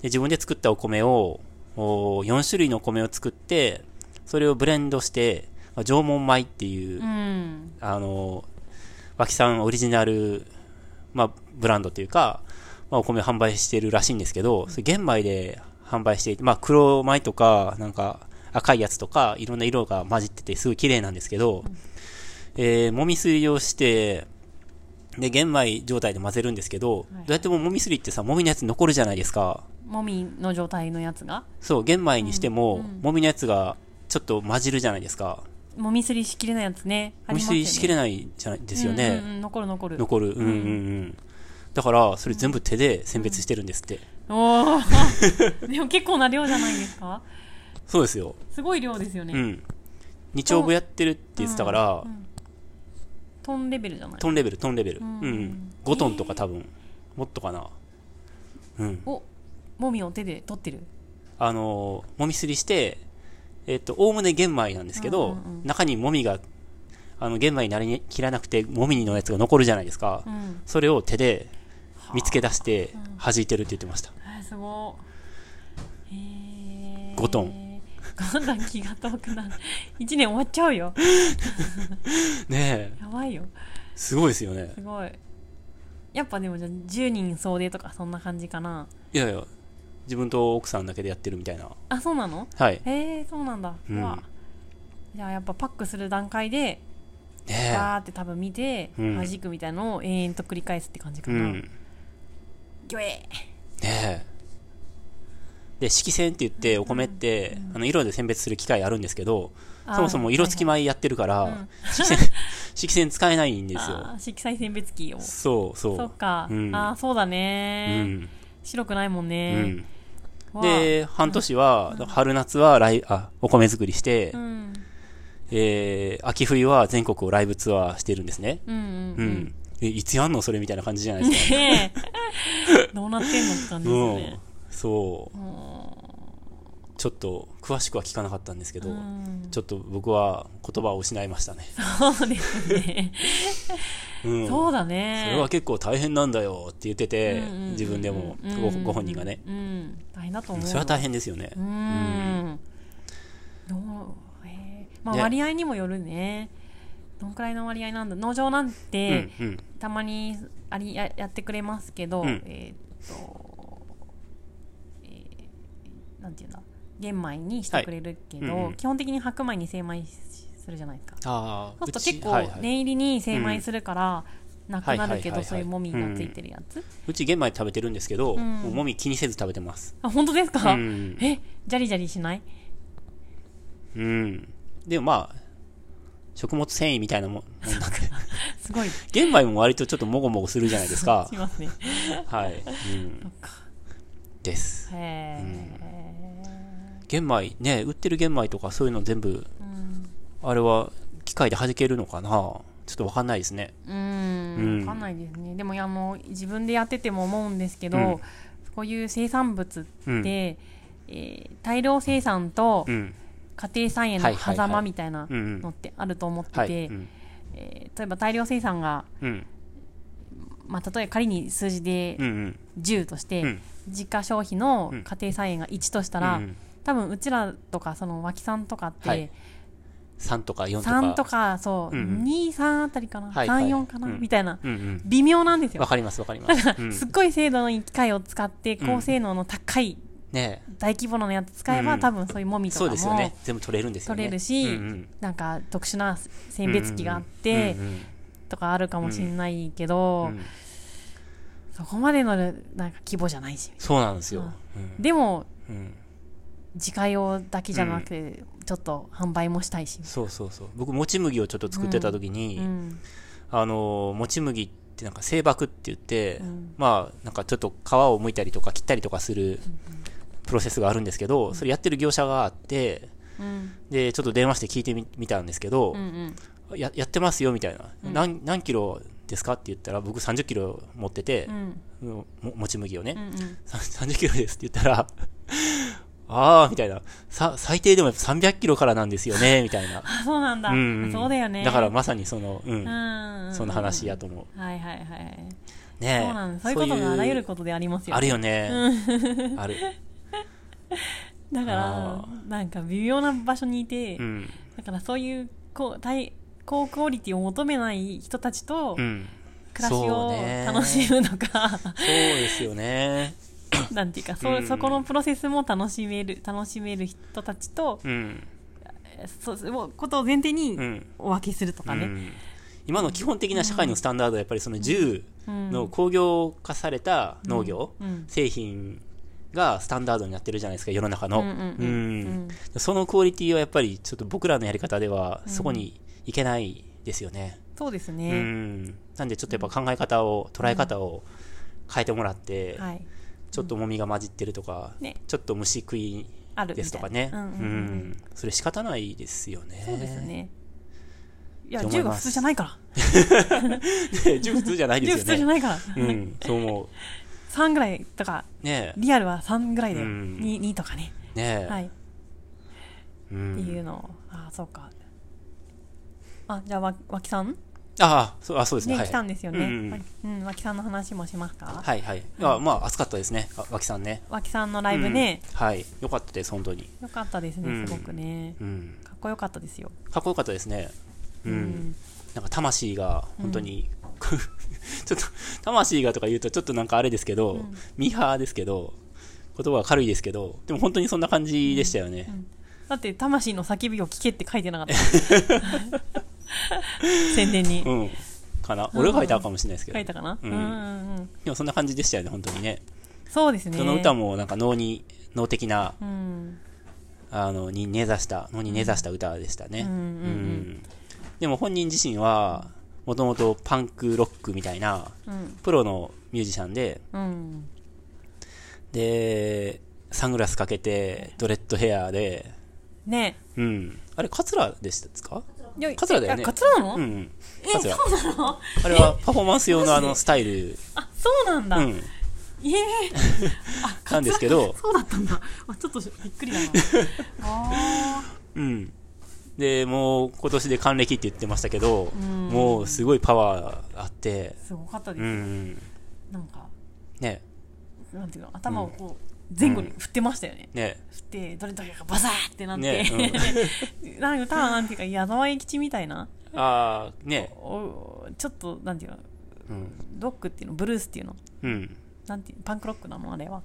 S2: 自分で作ったお米をお4種類のお米を作ってそれをブレンドして、まあ、縄文米っていう、
S1: うん。
S2: あの、脇さんオリジナル、まあ、ブランドというか、まあ、お米を販売してるらしいんですけど、それ玄米で販売していて、まあ、黒米とか、なんか、赤いやつとか、いろんな色が混じってて、すごい綺麗なんですけど、えー、もみすりをして、で、玄米状態で混ぜるんですけど、
S1: いはい
S2: どうやってももみすりってさ、もみのやつ残るじゃないですか。
S1: もみの状態のやつが、
S2: そう、玄米にしても、もみのやつが、ちょっと混じるじゃないですか。
S1: もみすりしきれないやつね。あ
S2: もみ
S1: ますすよね
S2: りしきれないじゃないですよね。
S1: うんうんうん残る残る。
S2: 残るうんうんうんだからそれ全部手で選別してるんですって、
S1: おー [laughs] でも結構な量じゃないですか
S2: そうですよ、
S1: すごい量ですよね。
S2: うん2丁分やってるって言ってたから、
S1: トンレベルじゃない
S2: トンレベルトンレベルうん、
S1: うん
S2: 5トンとか多分、もっとかなうん
S1: おもみを手で取ってる。
S2: あのーもみすりしてえっ、とおおむね玄米なんですけ
S1: うん
S2: ど、
S1: うんうん
S2: 中にもみがあの玄米になりに切らなくてもみのやつが残るじゃないですか、
S1: うん。
S2: それを手で見つけ出して弾いてるって言ってました、
S1: あーすごい。へー
S2: 五ト。
S1: 5トン気が遠くなる。1年終わっちゃうよ。
S2: ね
S1: やばいよ。
S2: えすごいですよね
S1: すごい。やっぱでもじゃあ10人総出とかそんな感じかな。
S2: いやいや自分と奥さんだけでやってるみたいな
S1: あ、そうなの
S2: はい
S1: へえ、そうなんだ。
S2: うん
S1: うわじゃあやっぱパックする段階で、
S2: ね
S1: バーって多分見て、
S2: うん
S1: 弾くみたいのを永遠と繰り返すって感じ
S2: え。
S1: か
S2: う
S1: な。
S2: ん。ね
S1: ギョエ
S2: え。で、色線って言って、お米って、あの、色で選別する機械あるんですけど、
S1: あー
S2: そもそも色付き米やってるから、
S1: いはいうん [laughs]
S2: 色線、色線使えないんです
S1: あ
S2: よ。
S1: ー色彩選別機を。そ
S2: そうそう。
S1: っか。
S2: うん
S1: ああ、そうだ
S2: う
S1: ね、
S2: ん。
S1: 白くないもん
S2: う
S1: ね。
S2: ん。
S1: わあ
S2: で、半年は、春夏はライ、あ、お米作りして、
S1: うん。
S2: えー、秋冬は全国をライブツアーしてるんですね。
S1: うんうん
S2: う。
S1: うんん。
S2: え、いつやんのそれみたいな感じじゃないですか。
S1: ねえ。どうなってんのって感じですよ
S2: う
S1: [laughs]
S2: ん
S1: ね。。
S2: そう。
S1: も
S2: ちょっと、詳しくは聞かなかったんですけ
S1: う
S2: ど、
S1: うん
S2: ちょっと僕は言葉を失い
S1: [laughs]
S2: ましたね。
S1: そうですね。
S2: うん。そ
S1: そうだね。
S2: れは結構大変なんだよって言ってて、
S1: うんうんうん
S2: 自分でも
S1: うんうん
S2: ご、
S1: うん
S2: ご本人がね。
S1: うん。大変だと思うよ。
S2: それは大変ですよね。
S1: うん。どうへえまあ
S2: ね
S1: 割合にもよるね。どんくらいの割合なんだ農場なん
S2: う
S1: て、
S2: ん、うん。
S1: たまにありややってくれますけど、
S2: うん
S1: えーっと、えーなんていうんだ玄米にしてくれるけど、
S2: はいうんうん
S1: 基本的に白米に精米するじゃないですか
S2: ああ、
S1: そう
S2: う
S1: す
S2: ち
S1: ると
S2: はい
S1: 結
S2: は
S1: 構
S2: い
S1: 念入りに精米するから、なくなるけど、
S2: はいはいはいはい
S1: そういうもみがついてるやつ、
S2: うち玄米食べてるんですけど、
S1: ん
S2: もうもみ気にせず食べてます。
S1: あ本当です
S2: う
S1: か、
S2: ん。
S1: えじゃりじゃりしない
S2: うん。でもまあ、食物繊維みたい
S1: [laughs]
S2: なもんもんなんで、
S1: すごい
S2: 玄米も割とちょっともごもごするじゃないです
S1: [laughs]
S2: か
S1: し。ます
S2: [laughs]
S1: ね
S2: はい。うん。です。
S1: へえ、
S2: 玄米、ね、売ってる玄米とかそういうの全部、
S1: うん
S2: あれは機械で弾けるのかなちょっとわかんないですね。
S1: うー
S2: う
S1: ん、
S2: ん
S1: わかんないですね。でもいやあの自分でやってても思うんですけど、
S2: うん
S1: こういう生産物って、
S2: うん
S1: えー大量生産と
S2: うん。
S1: 家庭菜園の
S2: はいはいはい
S1: 狭間みたいな
S2: うんうん
S1: のってあると思ってて、
S2: はい。うん。
S1: えー例えば大量生産が、
S2: うん。
S1: まあ、例えば仮に数字で
S2: うんうん。
S1: 10として、
S2: うん
S1: 自家消費の
S2: うん
S1: 家庭菜園が1としたら、
S2: うんうん
S1: 多分うちらとかその脇さんとかって、
S2: はい3とか4とか。
S1: 3とかそう、
S2: うんうん
S1: 2、3あたりかな、
S2: はいはい
S1: 3、4かな、
S2: うん
S1: みたいな、
S2: うんうん。
S1: 微妙なんですよ
S2: わ。かりますわかります。うん
S1: すっごい精度のいい機械を使って
S2: うん
S1: 高性能の高い
S2: ね
S1: 大規模なやつ使えば、
S2: うん
S1: 多分そういうもみと
S2: そう
S1: か
S2: ですよ
S1: も
S2: ね全部取れるんですよ
S1: 取
S2: ね
S1: れるし、
S2: うんうん
S1: なんか特殊な選別機があって、
S2: うんうん
S1: とかあるかもしれないけ
S2: う
S1: ど、
S2: んうん
S1: そこまでのなんか規模じゃないし
S2: そうなんですよ、うん
S1: でも
S2: うん
S1: 自家用だけじゃなくて、ちょっと販売もしたいし、
S2: そうそうそう僕もち麦をちょっと作ってた時に、
S1: うん
S2: あのもち麦ってなんか製箔って言って、
S1: うん
S2: まあなんかちょっと皮を剥いたりとか切ったりとかするプロセスがあるんですけど、それやってる業者があって
S1: うん
S2: でちょっと電話して聞いてみみたんですけど、
S1: うんうん
S2: ややってますよみたいな、何何キロですかって言ったら僕3 0キロ持ってて
S1: う、ん
S2: ももち麦をね、
S1: うんうん
S2: 3 0キロですって言ったら [laughs] ああみたいなさ最低でもやっぱ300キロからなんですよねみたいな、
S1: あそうなんだ、
S2: うん
S1: [laughs]
S2: ん
S1: そうだよね
S2: だからまさにその、うん
S1: うんうん
S2: その話やと思う
S1: はいはいはい
S2: ねえ
S1: そうなんですそういうことがあらゆることでありますよね
S2: あるよね、あ
S1: [laughs]
S2: る
S1: だか
S2: あ
S1: らなんか微妙な場所にいて、
S2: うん
S1: だからそういうこう大高クオリティを求めない人たちと
S2: うん
S1: 暮らし
S2: そう
S1: を
S2: ね
S1: 楽しむのか、
S2: そうですよね
S1: なんていうか
S2: うん
S1: そ,、
S2: うん
S1: そこのプロセスも楽しめる楽しめる人たちと
S2: うん
S1: そうそうことを前提に
S2: うん
S1: お分けするとか
S2: う
S1: ね。
S2: ん今の基本的な社会のスタンダードはやっぱりその銃
S1: うん
S2: の工業化された農業、
S1: うん
S2: 製品がスタンダードになってるじゃないですか世の中の、
S1: うんうんうん
S2: うんそのクオリティはやっぱりちょっと僕らのやり方ではそこにいけないですよね、
S1: そうです
S2: うん
S1: ね、
S2: なんでちょっとやっぱ考え方を捉え方を変えてもらって、
S1: はい、
S2: ちょっともみが混じってるとか、
S1: ね
S2: ちょっと虫食い
S1: あるみたいな
S2: ですとかね、
S1: うんうんうん
S2: うんそれ仕方ないですよね。
S1: そうですねいや
S2: って思い
S1: 銃が
S2: ます
S1: 普通じゃないから
S2: ね。銃普通 [laughs] じゃないで
S1: 銃普
S2: す
S1: 通 [laughs] じゃ
S2: よね。
S1: ないから
S2: うん、そう思
S1: 3ぐらいとか
S2: う。ね
S1: リアルは3ぐらいだよ、
S2: うん
S1: 二2とかね、
S2: え、ねえ、
S1: はい、っ
S2: う
S1: て
S2: ん、
S1: いうのをああそうかあじゃあわ脇さん
S2: ああ、そう、あ、そうですね。
S1: ね、
S2: はい、
S1: 来たんですよ
S2: うん
S1: ね、
S2: う
S1: わ
S2: ん
S1: うん、脇さんの話もしますか、
S2: はい、はい、あ、まあ、暑かったですね。あ、脇さんね。
S1: 脇さんのライブね、
S2: うんはい、よかったです、本当に。
S1: よかったです
S2: うん
S1: ねすごくね、
S2: うん、
S1: かっこよかったですよ、
S2: かっこよかったですね。うん、
S1: うん
S2: なんか魂が本当に、 [laughs] ちょっと魂がとか言うとちょっとなんかあれですけど、
S1: うん
S2: ミーハーですけど言葉は軽いですけどでも本当にそんな感じでしたよね、
S1: だって「魂の叫びを聞け」って書いてなかった
S2: [laughs]
S1: 宣伝に、
S2: うんかな俺が書いたかもしれないですけど、
S1: 書いたかな、
S2: う
S1: うんん、うんうん
S2: でもそんな感じでしたよね本当にね
S1: そうですね
S2: その歌もなんか脳に脳的な
S1: うん
S2: あのに根ざした脳に根ざした歌でしたね、
S1: うんうんうん
S2: うんでも本人自身はもともとパンクロックみたいな
S1: うん
S2: プロのミュージシャンで
S1: うん
S2: でサングラスかけてドレッドヘアで
S1: ね
S2: うんあれカツラでしたですか
S1: いや
S2: カツラだよね
S1: あカツラなの、
S2: うんうんカツラ
S1: そうなの
S2: あれはパフォーマンス用のあのスタイル
S1: あそうなんだ、
S2: うん [laughs]
S1: いえ
S2: なんですけど
S1: そうだったんだあちょっとびっく
S2: [laughs]
S1: りだなあ
S2: うんでもう今年で還暦って言ってましたけど
S1: ん
S2: もうすごいパワーあって
S1: ーすごかったで
S2: う
S1: す、
S2: ん
S1: なんか
S2: ね
S1: なんていうの頭をこう前後に振ってましたよね、
S2: ね
S1: 振ってどれどれがバサーってなって、
S2: ね
S1: [laughs] なんか歌はなんていうか矢沢永吉みたいな
S2: ああね
S1: おちょっとなんていうの
S2: うん
S1: ロックっていうのブルースっていうの
S2: うん
S1: なんていうパンクロックなのあれは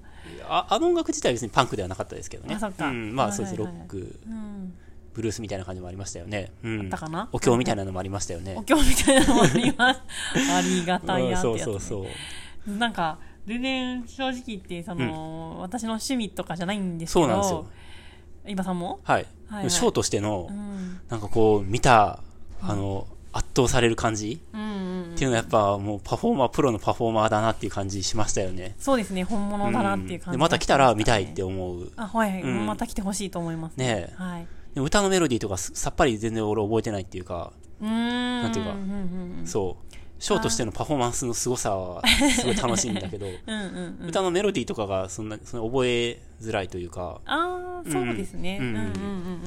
S2: ああの音楽自体は別にパンクではなかったですけどね
S1: あそっか
S2: うんまあそうです
S1: は
S2: ロ
S1: いはいはい
S2: ック
S1: うん
S2: ブルースみたいな感じもありましたよねうん
S1: だかな
S2: お経みたいなのもありましたよね
S1: お経みたいなのもあります
S2: [laughs]
S1: ありがたいやってや
S2: そう
S1: つ、ね、
S2: そうそう
S1: なんか全然正直言ってその、私の趣味とかじゃないんですけ
S2: そ
S1: ど
S2: うなんですよ
S1: 伊庭さんも、
S2: はい、
S1: はいはい
S2: ショーとしての、
S1: うん、
S2: なんかこう見たあの圧倒される感じ
S1: うんうん
S2: っていうのはやっぱもうパフォーマープロのパフォーマーだなっていう感じしましたよね
S1: そうですね本物だなっていう感じがしすね、
S2: うんでまた来たら見たいって思う
S1: あはいはい、
S2: うん
S1: また来てほしいと思います
S2: ねえ
S1: はい、
S2: でも歌のメロディーとかすさっぱり全然俺覚えてないっていうか、
S1: うーん
S2: なんていうか
S1: うんうんうん
S2: そうショーとしてのパフォーマンスの凄さはすごい楽しいんだけど
S1: [laughs] うんうんうん
S2: 歌のメロディーとかがそんなそんな覚えづらいというか
S1: ああそうですね、
S2: う
S1: うんん、うんうん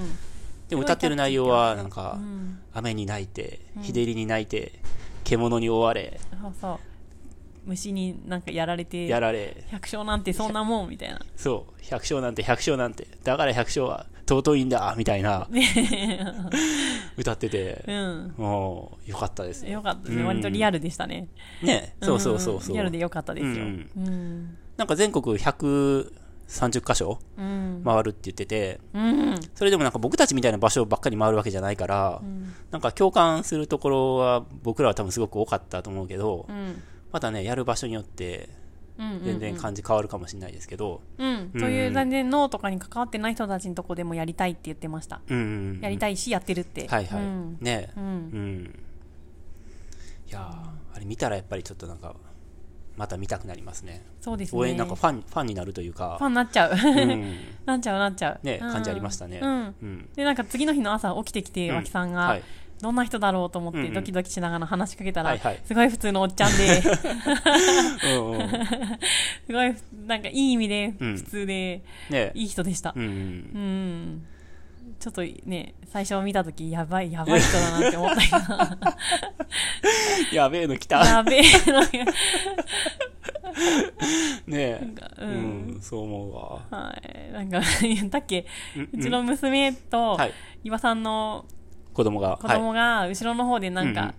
S2: でも歌ってる内容はなんか
S1: うんうんうん
S2: 雨に泣いて日照りに泣いて獣に追われ
S1: そうそう虫になんかやられて
S2: やられ
S1: 百姓なんてそんなもんみたいな
S2: そう百姓なんて百姓なんてだから百姓は尊いんだみたいな歌ってて、
S1: [laughs] うん
S2: もうよかったですね
S1: よかったですね、割とリアルでしたね
S2: ねそうそうそうそう、
S1: んリアルでよかったですよ、
S2: うん
S1: うん
S2: なんか全国100 30箇所
S1: うん
S2: 回るって言ってて、
S1: うん
S2: それでもなんか僕たちみたいな場所ばっかり回るわけじゃないから、なんか共感するところは僕らは多分すごく多かったと思うけど、
S1: うん
S2: またね、やる場所によって
S1: うん
S2: 全然感じ変わるかもしれないですけど、
S1: うん、
S2: うん
S1: そういう全然脳とかに関わってない人たちのとこでもやりたいって言ってました
S2: うんうんうん。
S1: やりたいしやってるって
S2: はいはい。
S1: うん
S2: ね
S1: う
S2: うんん。いやーあれ見たらやっぱりちょっとなんか、また見たくなりますね。
S1: そうですね
S2: 応援なんか
S1: フ
S2: ファン、ファンになるという
S1: ァン
S2: か、
S1: になっちゃう
S2: うん、
S1: [laughs] なっちゃうなっちゃう
S2: ね、
S1: うん
S2: 感じありましたね。
S1: うん
S2: うん。
S1: でなんか次の日の朝起きてきて
S2: うん
S1: 脇さん
S2: は
S1: が
S2: い。
S1: どんな人だろうと思っ
S2: うん
S1: て
S2: うん
S1: ドキドキしながら話しかけた
S2: は
S1: ら
S2: いはい。
S1: すごい普通のおっちゃん [laughs] です
S2: うんうん。ね
S1: ごいなんかいい意味で
S2: うん
S1: 普通でいい人でした
S2: うんう。
S1: うんんちょっとね最初見た時やばいやばい人だなって思
S2: [laughs]
S1: ったけど
S2: やべえの来た。
S1: やべえなんか
S2: ね
S1: う
S2: うんん、そう思うわ。
S1: はい、なんか [laughs] 言ったっけ、うちの
S2: ん
S1: 娘と
S2: はい。
S1: 岩さんの
S2: 子供が。
S1: 子
S2: はい。
S1: 供が後ろの方でなん
S2: うんう
S1: か
S2: ん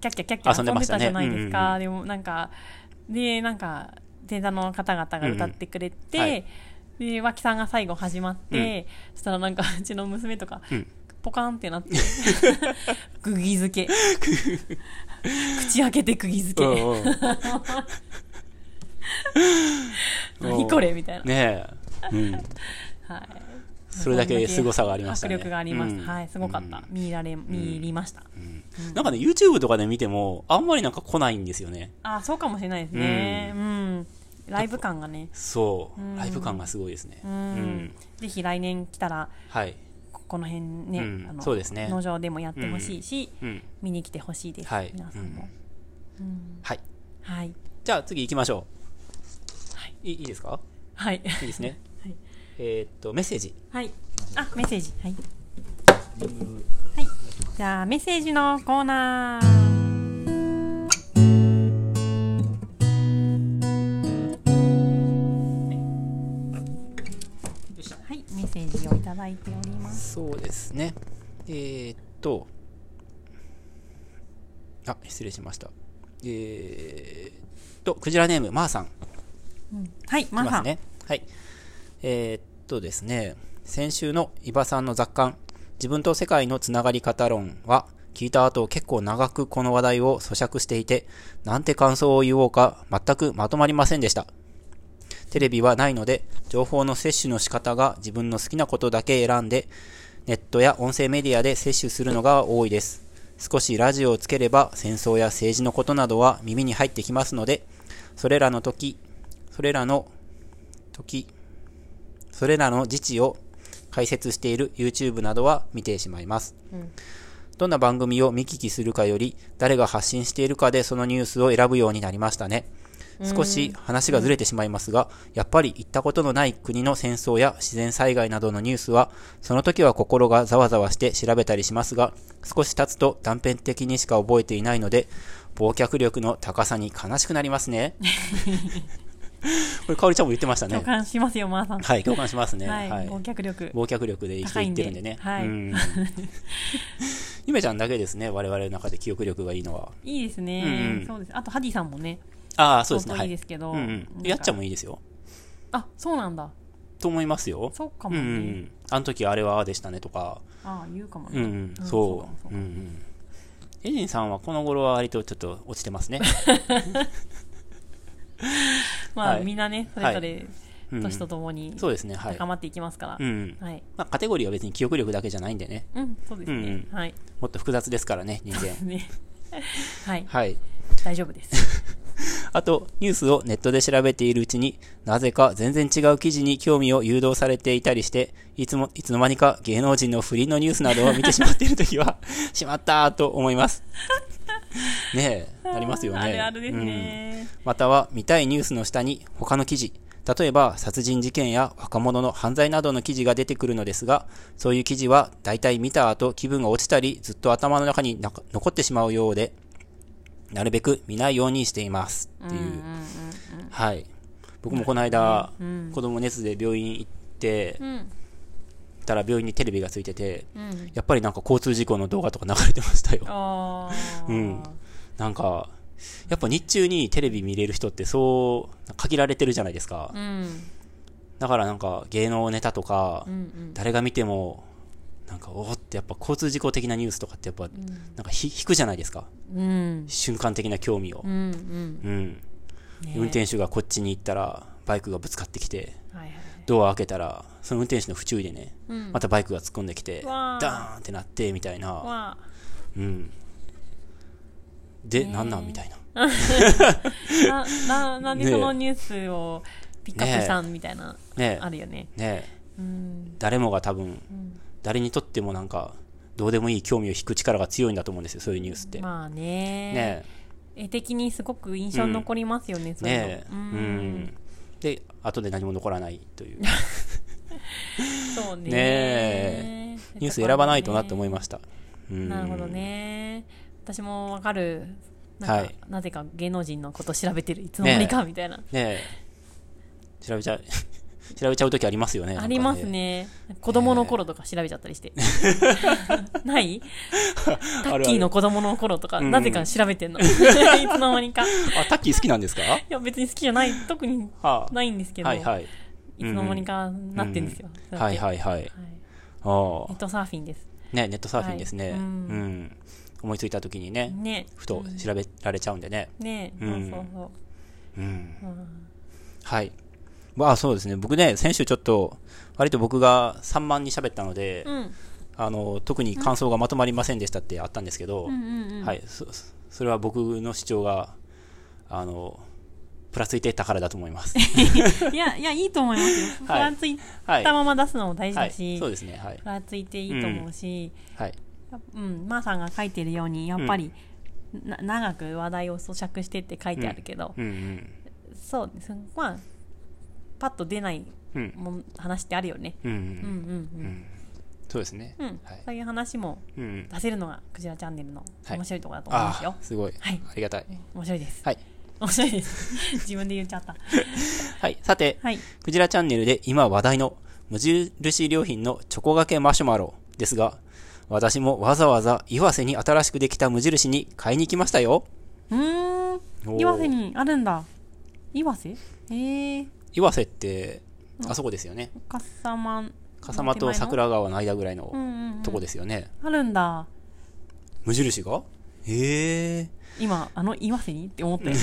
S1: キャッキャキャッキャ
S2: 遊
S1: 遊んで
S2: んでま
S1: た
S2: した
S1: じ
S2: ね
S1: ゃないです
S2: うんうん
S1: か。でもなんかでなんか前座の方々が歌ってくれて、
S2: うんうんはい
S1: で脇さんが最後始まって、そしたらなんか [laughs] うちの娘とか
S2: うん。
S1: ポカンって
S2: [laughs]
S1: なって釘付け口開けて釘付
S2: う
S1: け、
S2: んうん。
S1: [laughs] 何これみたいな、
S2: ねえ。うん。
S1: はい、
S2: それだけ凄さがありました
S1: 迫
S2: ね。
S1: 力がありました、
S2: うん
S1: はいすごかった、
S2: うん
S1: 見入られ見入りました、
S2: なんかね、YouTube とかで見ても、あんまりなんか来ないんですよね。
S1: あそうかもしれないですね。うん。ライブ感がね。
S2: そう
S1: うん。
S2: ライブ感がすごいですね。
S1: う。
S2: うんん。
S1: ぜひ来年来たら、
S2: はい。
S1: ここの辺ね、
S2: うん
S1: あの
S2: そうですね
S1: 農場でもやってほしいし、
S2: うん。
S1: 見に来てほしいです。
S2: はい。
S1: 皆さんも。うん
S2: はい。
S1: はい。
S2: じゃあ次行きましょ。
S1: はいう
S2: いいいですか [laughs]
S1: はい。。
S2: いいですね
S1: はい
S2: えーっと、メッセージ。
S1: はい。あ、メッセージ。はい。はい。じゃあ、メッセージのコーナー。はい、メッセージをいただいております。
S2: そうですね。えーっと、あ、失礼しました。えーっと、クジラネーム、まーさん。
S1: はい、マ
S2: き
S1: ハ
S2: ま
S1: さ
S2: す
S1: ん。
S2: ね。はい。えーっとですね、先週の伊庭さんの雑感、自分と世界のつながり方論は、聞いた後結構長くこの話題を咀嚼していて、なんて感想を言おうか全くまとまりませんでした。テレビはないので、情報の摂取の仕方が自分の好きなことだけ選んで、ネットや音声メディアで摂取するのが多いです。少しラジオをつければ戦争や政治のことなどは耳に入ってきますので、それらの時、それらの時、それらの自治を解説している YouTube などは見てしまいます。
S1: うん
S2: どんな番組を見聞きするかより、誰が発信しているかでそのニュースを選ぶようになりましたね。少し話がずれてしまいますが、やっぱり行ったことのない国の戦争や自然災害などのニュースは、その時は心がざわざわして調べたりしますが、少し経つと断片的にしか覚えていないので、忘却力の高さに悲しくなりま
S1: [laughs]
S2: すね。これ、かおりちゃんも言ってました
S1: 共
S2: ね。
S1: 感しますよ、マハさん。
S2: はい、共感しますね。
S1: は、
S2: はいい。
S1: 忘却力。
S2: 忘却力で生きていってるんでね。
S1: 高い
S2: うんん。 [laughs] ゆめちゃんだけですね、我々の中で記憶力がいいのは。
S1: いいですね、
S2: うんうん
S1: そうです。あと、ハディさんもね、
S2: ああ、そうですね。
S1: 相
S2: は
S1: 当いい
S2: い。
S1: ですけど、
S2: うん
S1: な
S2: うんん。
S1: か
S2: やっちゃんもいいですよ。
S1: あ、そうなんだ。
S2: と思いますよ。
S1: そうか
S2: うん
S1: もね。
S2: うん、あの時あれはああでしたねとか、
S1: ああ、言うかも
S2: う
S1: ね。
S2: ん
S1: う
S2: うんん、
S1: そ
S2: そうう、
S1: そう
S2: うんうん、エジンさんはこの頃は割とちょっと落ちてますね。
S1: まあ、
S2: はい
S1: みんなね、それぞれ、
S2: うん
S1: 年とともに
S2: そうですね、はい
S1: 高。まっていきますから。
S2: うんうん
S1: はい。
S2: まあ、カテゴリーは別に記憶力だけじゃないんでね、
S1: うん、そうですね
S2: う。ん [laughs]
S1: はい。。
S2: もっと複雑ですからね、人 [laughs] 間
S1: ねはい。
S2: はい。
S1: 大丈夫です。
S2: あと、ニュースをネットで調べているうちに、なぜか全然違う記事に興味を誘導されていたりして、いつも、いつの間にか芸能人の不倫のニュースなどを見てしまっていると
S1: [laughs]
S2: きは、しまったーと思います。ねえ、なりますよね。
S1: あるあるですね。
S2: または見たいニュースの下に他の記事例えば殺人事件や若者の犯罪などの記事が出てくるのですがそういう記事は大体見た後気分が落ちたりずっと頭の中になか残ってしまうようでなるべく見ないようにしていますっていう、はい僕もこの間、子供熱で病院行って
S1: うん。
S2: たら病院にテレビがついてて
S1: うん。
S2: やっぱりなんか交通事故の動画とか流れてましたよ
S1: ああ。
S2: うんなんか、やっぱ日中にテレビ見れる人ってそう、限られてるじゃないですか
S1: う。ん。
S2: だからなんか芸能ネタとか
S1: う、んうん
S2: 誰が見ても、なんか、おおってやっぱ交通事故的なニュースとかってやっぱ、なんかひ引くじゃないですか。
S1: うん
S2: 瞬間的な興味を
S1: うんう。ん
S2: うん。
S1: ね
S2: 運転手がこっちに行ったら、バイクがぶつかってきて、
S1: はいはい
S2: ドア開けたら、その運転手の不注意でね、
S1: うん
S2: またバイクが突っ込んできて、
S1: わー
S2: ダーンってなって、みたいな。
S1: わ
S2: うん。で、なんなんみたいな。
S1: あなななんで
S2: ねえ
S1: そのニュースをピックアップしたんみたいな
S2: ね
S1: あるよね
S2: え、ねえ、
S1: うん
S2: 誰もが多分、
S1: うん
S2: 誰にとってもなんか、どうでもいい興味を引く力が強いんだと思うんですよ、そういうニュースって。ね
S1: まあね
S2: え。
S1: 絵的にすごく印象に残りますよねそういうの
S2: ねえ、う
S1: うん
S2: ん。で、後で何も残らない
S1: [laughs]
S2: という、
S1: そうね
S2: ねえニュース選ばないとなって思いま
S1: [laughs]
S2: した。うん
S1: なるほど。ね。私もわかる。なんか、
S2: はい
S1: なぜか芸能人のこと調べてる。いつの間にかみたいな。
S2: ねえ、調べちゃう、 [laughs] 調べちゃうときありますよね。なんか
S1: あります。ね。子供の頃とか調べちゃったりして。 [laughs] ないタ
S2: [laughs] あ
S1: ッ
S2: る
S1: キーの子供の頃とか、
S2: うんうん
S1: なぜか調べてん
S2: [laughs]
S1: の。い [laughs] つの間にか。い
S2: あ、タッキー好きなん
S1: [laughs]
S2: ですか
S1: や、別に好きじゃない。特に
S2: はあ
S1: ないんですけど、
S2: はい
S1: い
S2: はい。
S1: つの間にかなってんですよ。そうやっ
S2: はい
S1: て
S2: はいはい。
S1: はい
S2: あ
S1: ネットサーフィンです。
S2: あ。ねネットサーフィンですね。
S1: はい
S2: うん
S1: うん。
S2: 思いついたときにね、
S1: ね。
S2: ふと調べられちゃうんでね。
S1: ねえ、
S2: うん
S1: そうそう
S2: うん。
S1: そう。
S2: はい。まあそうですね。僕ね、先週ちょっと、割と僕が散漫に喋ったので、
S1: うん。うん
S2: あの特に感想がまとまりませんでしたってあったんですけど、
S1: うんうん。
S2: はい、そそれは僕の主張があのプラスついていったからだと思
S1: [laughs]
S2: います。
S1: いや、いや、いいと思いますよ。ふ
S2: はい
S1: らつい
S2: はい
S1: た、まま出すのも大事
S2: は
S1: だ
S2: い、
S1: し、
S2: そう
S1: ふ
S2: ですね、はい、
S1: らついていいと思うし、
S2: はい、
S1: うん、まーさんが書いてるように、やっぱり、な長く話題を咀嚼してって書いてあるけど、
S2: うんうん、
S1: そうです。まあ、パッと出ない
S2: うん、
S1: もん話ってあるよね。
S2: うん、う
S1: うん
S2: ん、
S1: うんうん。
S2: そうですね、
S1: うん
S2: はい、
S1: そういう話も
S2: うんうん、
S1: 出せるのが、クジラチャンネルの
S2: はい
S1: 面白いところだと思いま
S2: あ
S1: すよ
S2: あ。すごい、
S1: はい
S2: ありがたい。
S1: 面白いです。
S2: はい、
S1: 面白いです。 [laughs] 自分で言っちゃった。
S2: はい、さて、 [laughs]
S1: はい。
S2: クジラチャンネルで今話題の無印良品のチョコがけマシュマロですが、私もわざわざ岩瀬に新しくできた無印に買いに来ましたよ。
S1: うーん。
S2: おー
S1: 岩瀬にあるんだ。岩瀬ええー。
S2: 岩瀬って、あそこですよね。
S1: 笠間
S2: 笠間と桜川の間ぐらいの
S1: うんうんうん
S2: とこですよね。
S1: あるんだ
S2: 無印がへえ。
S1: 今あの岩瀬にって思ったよ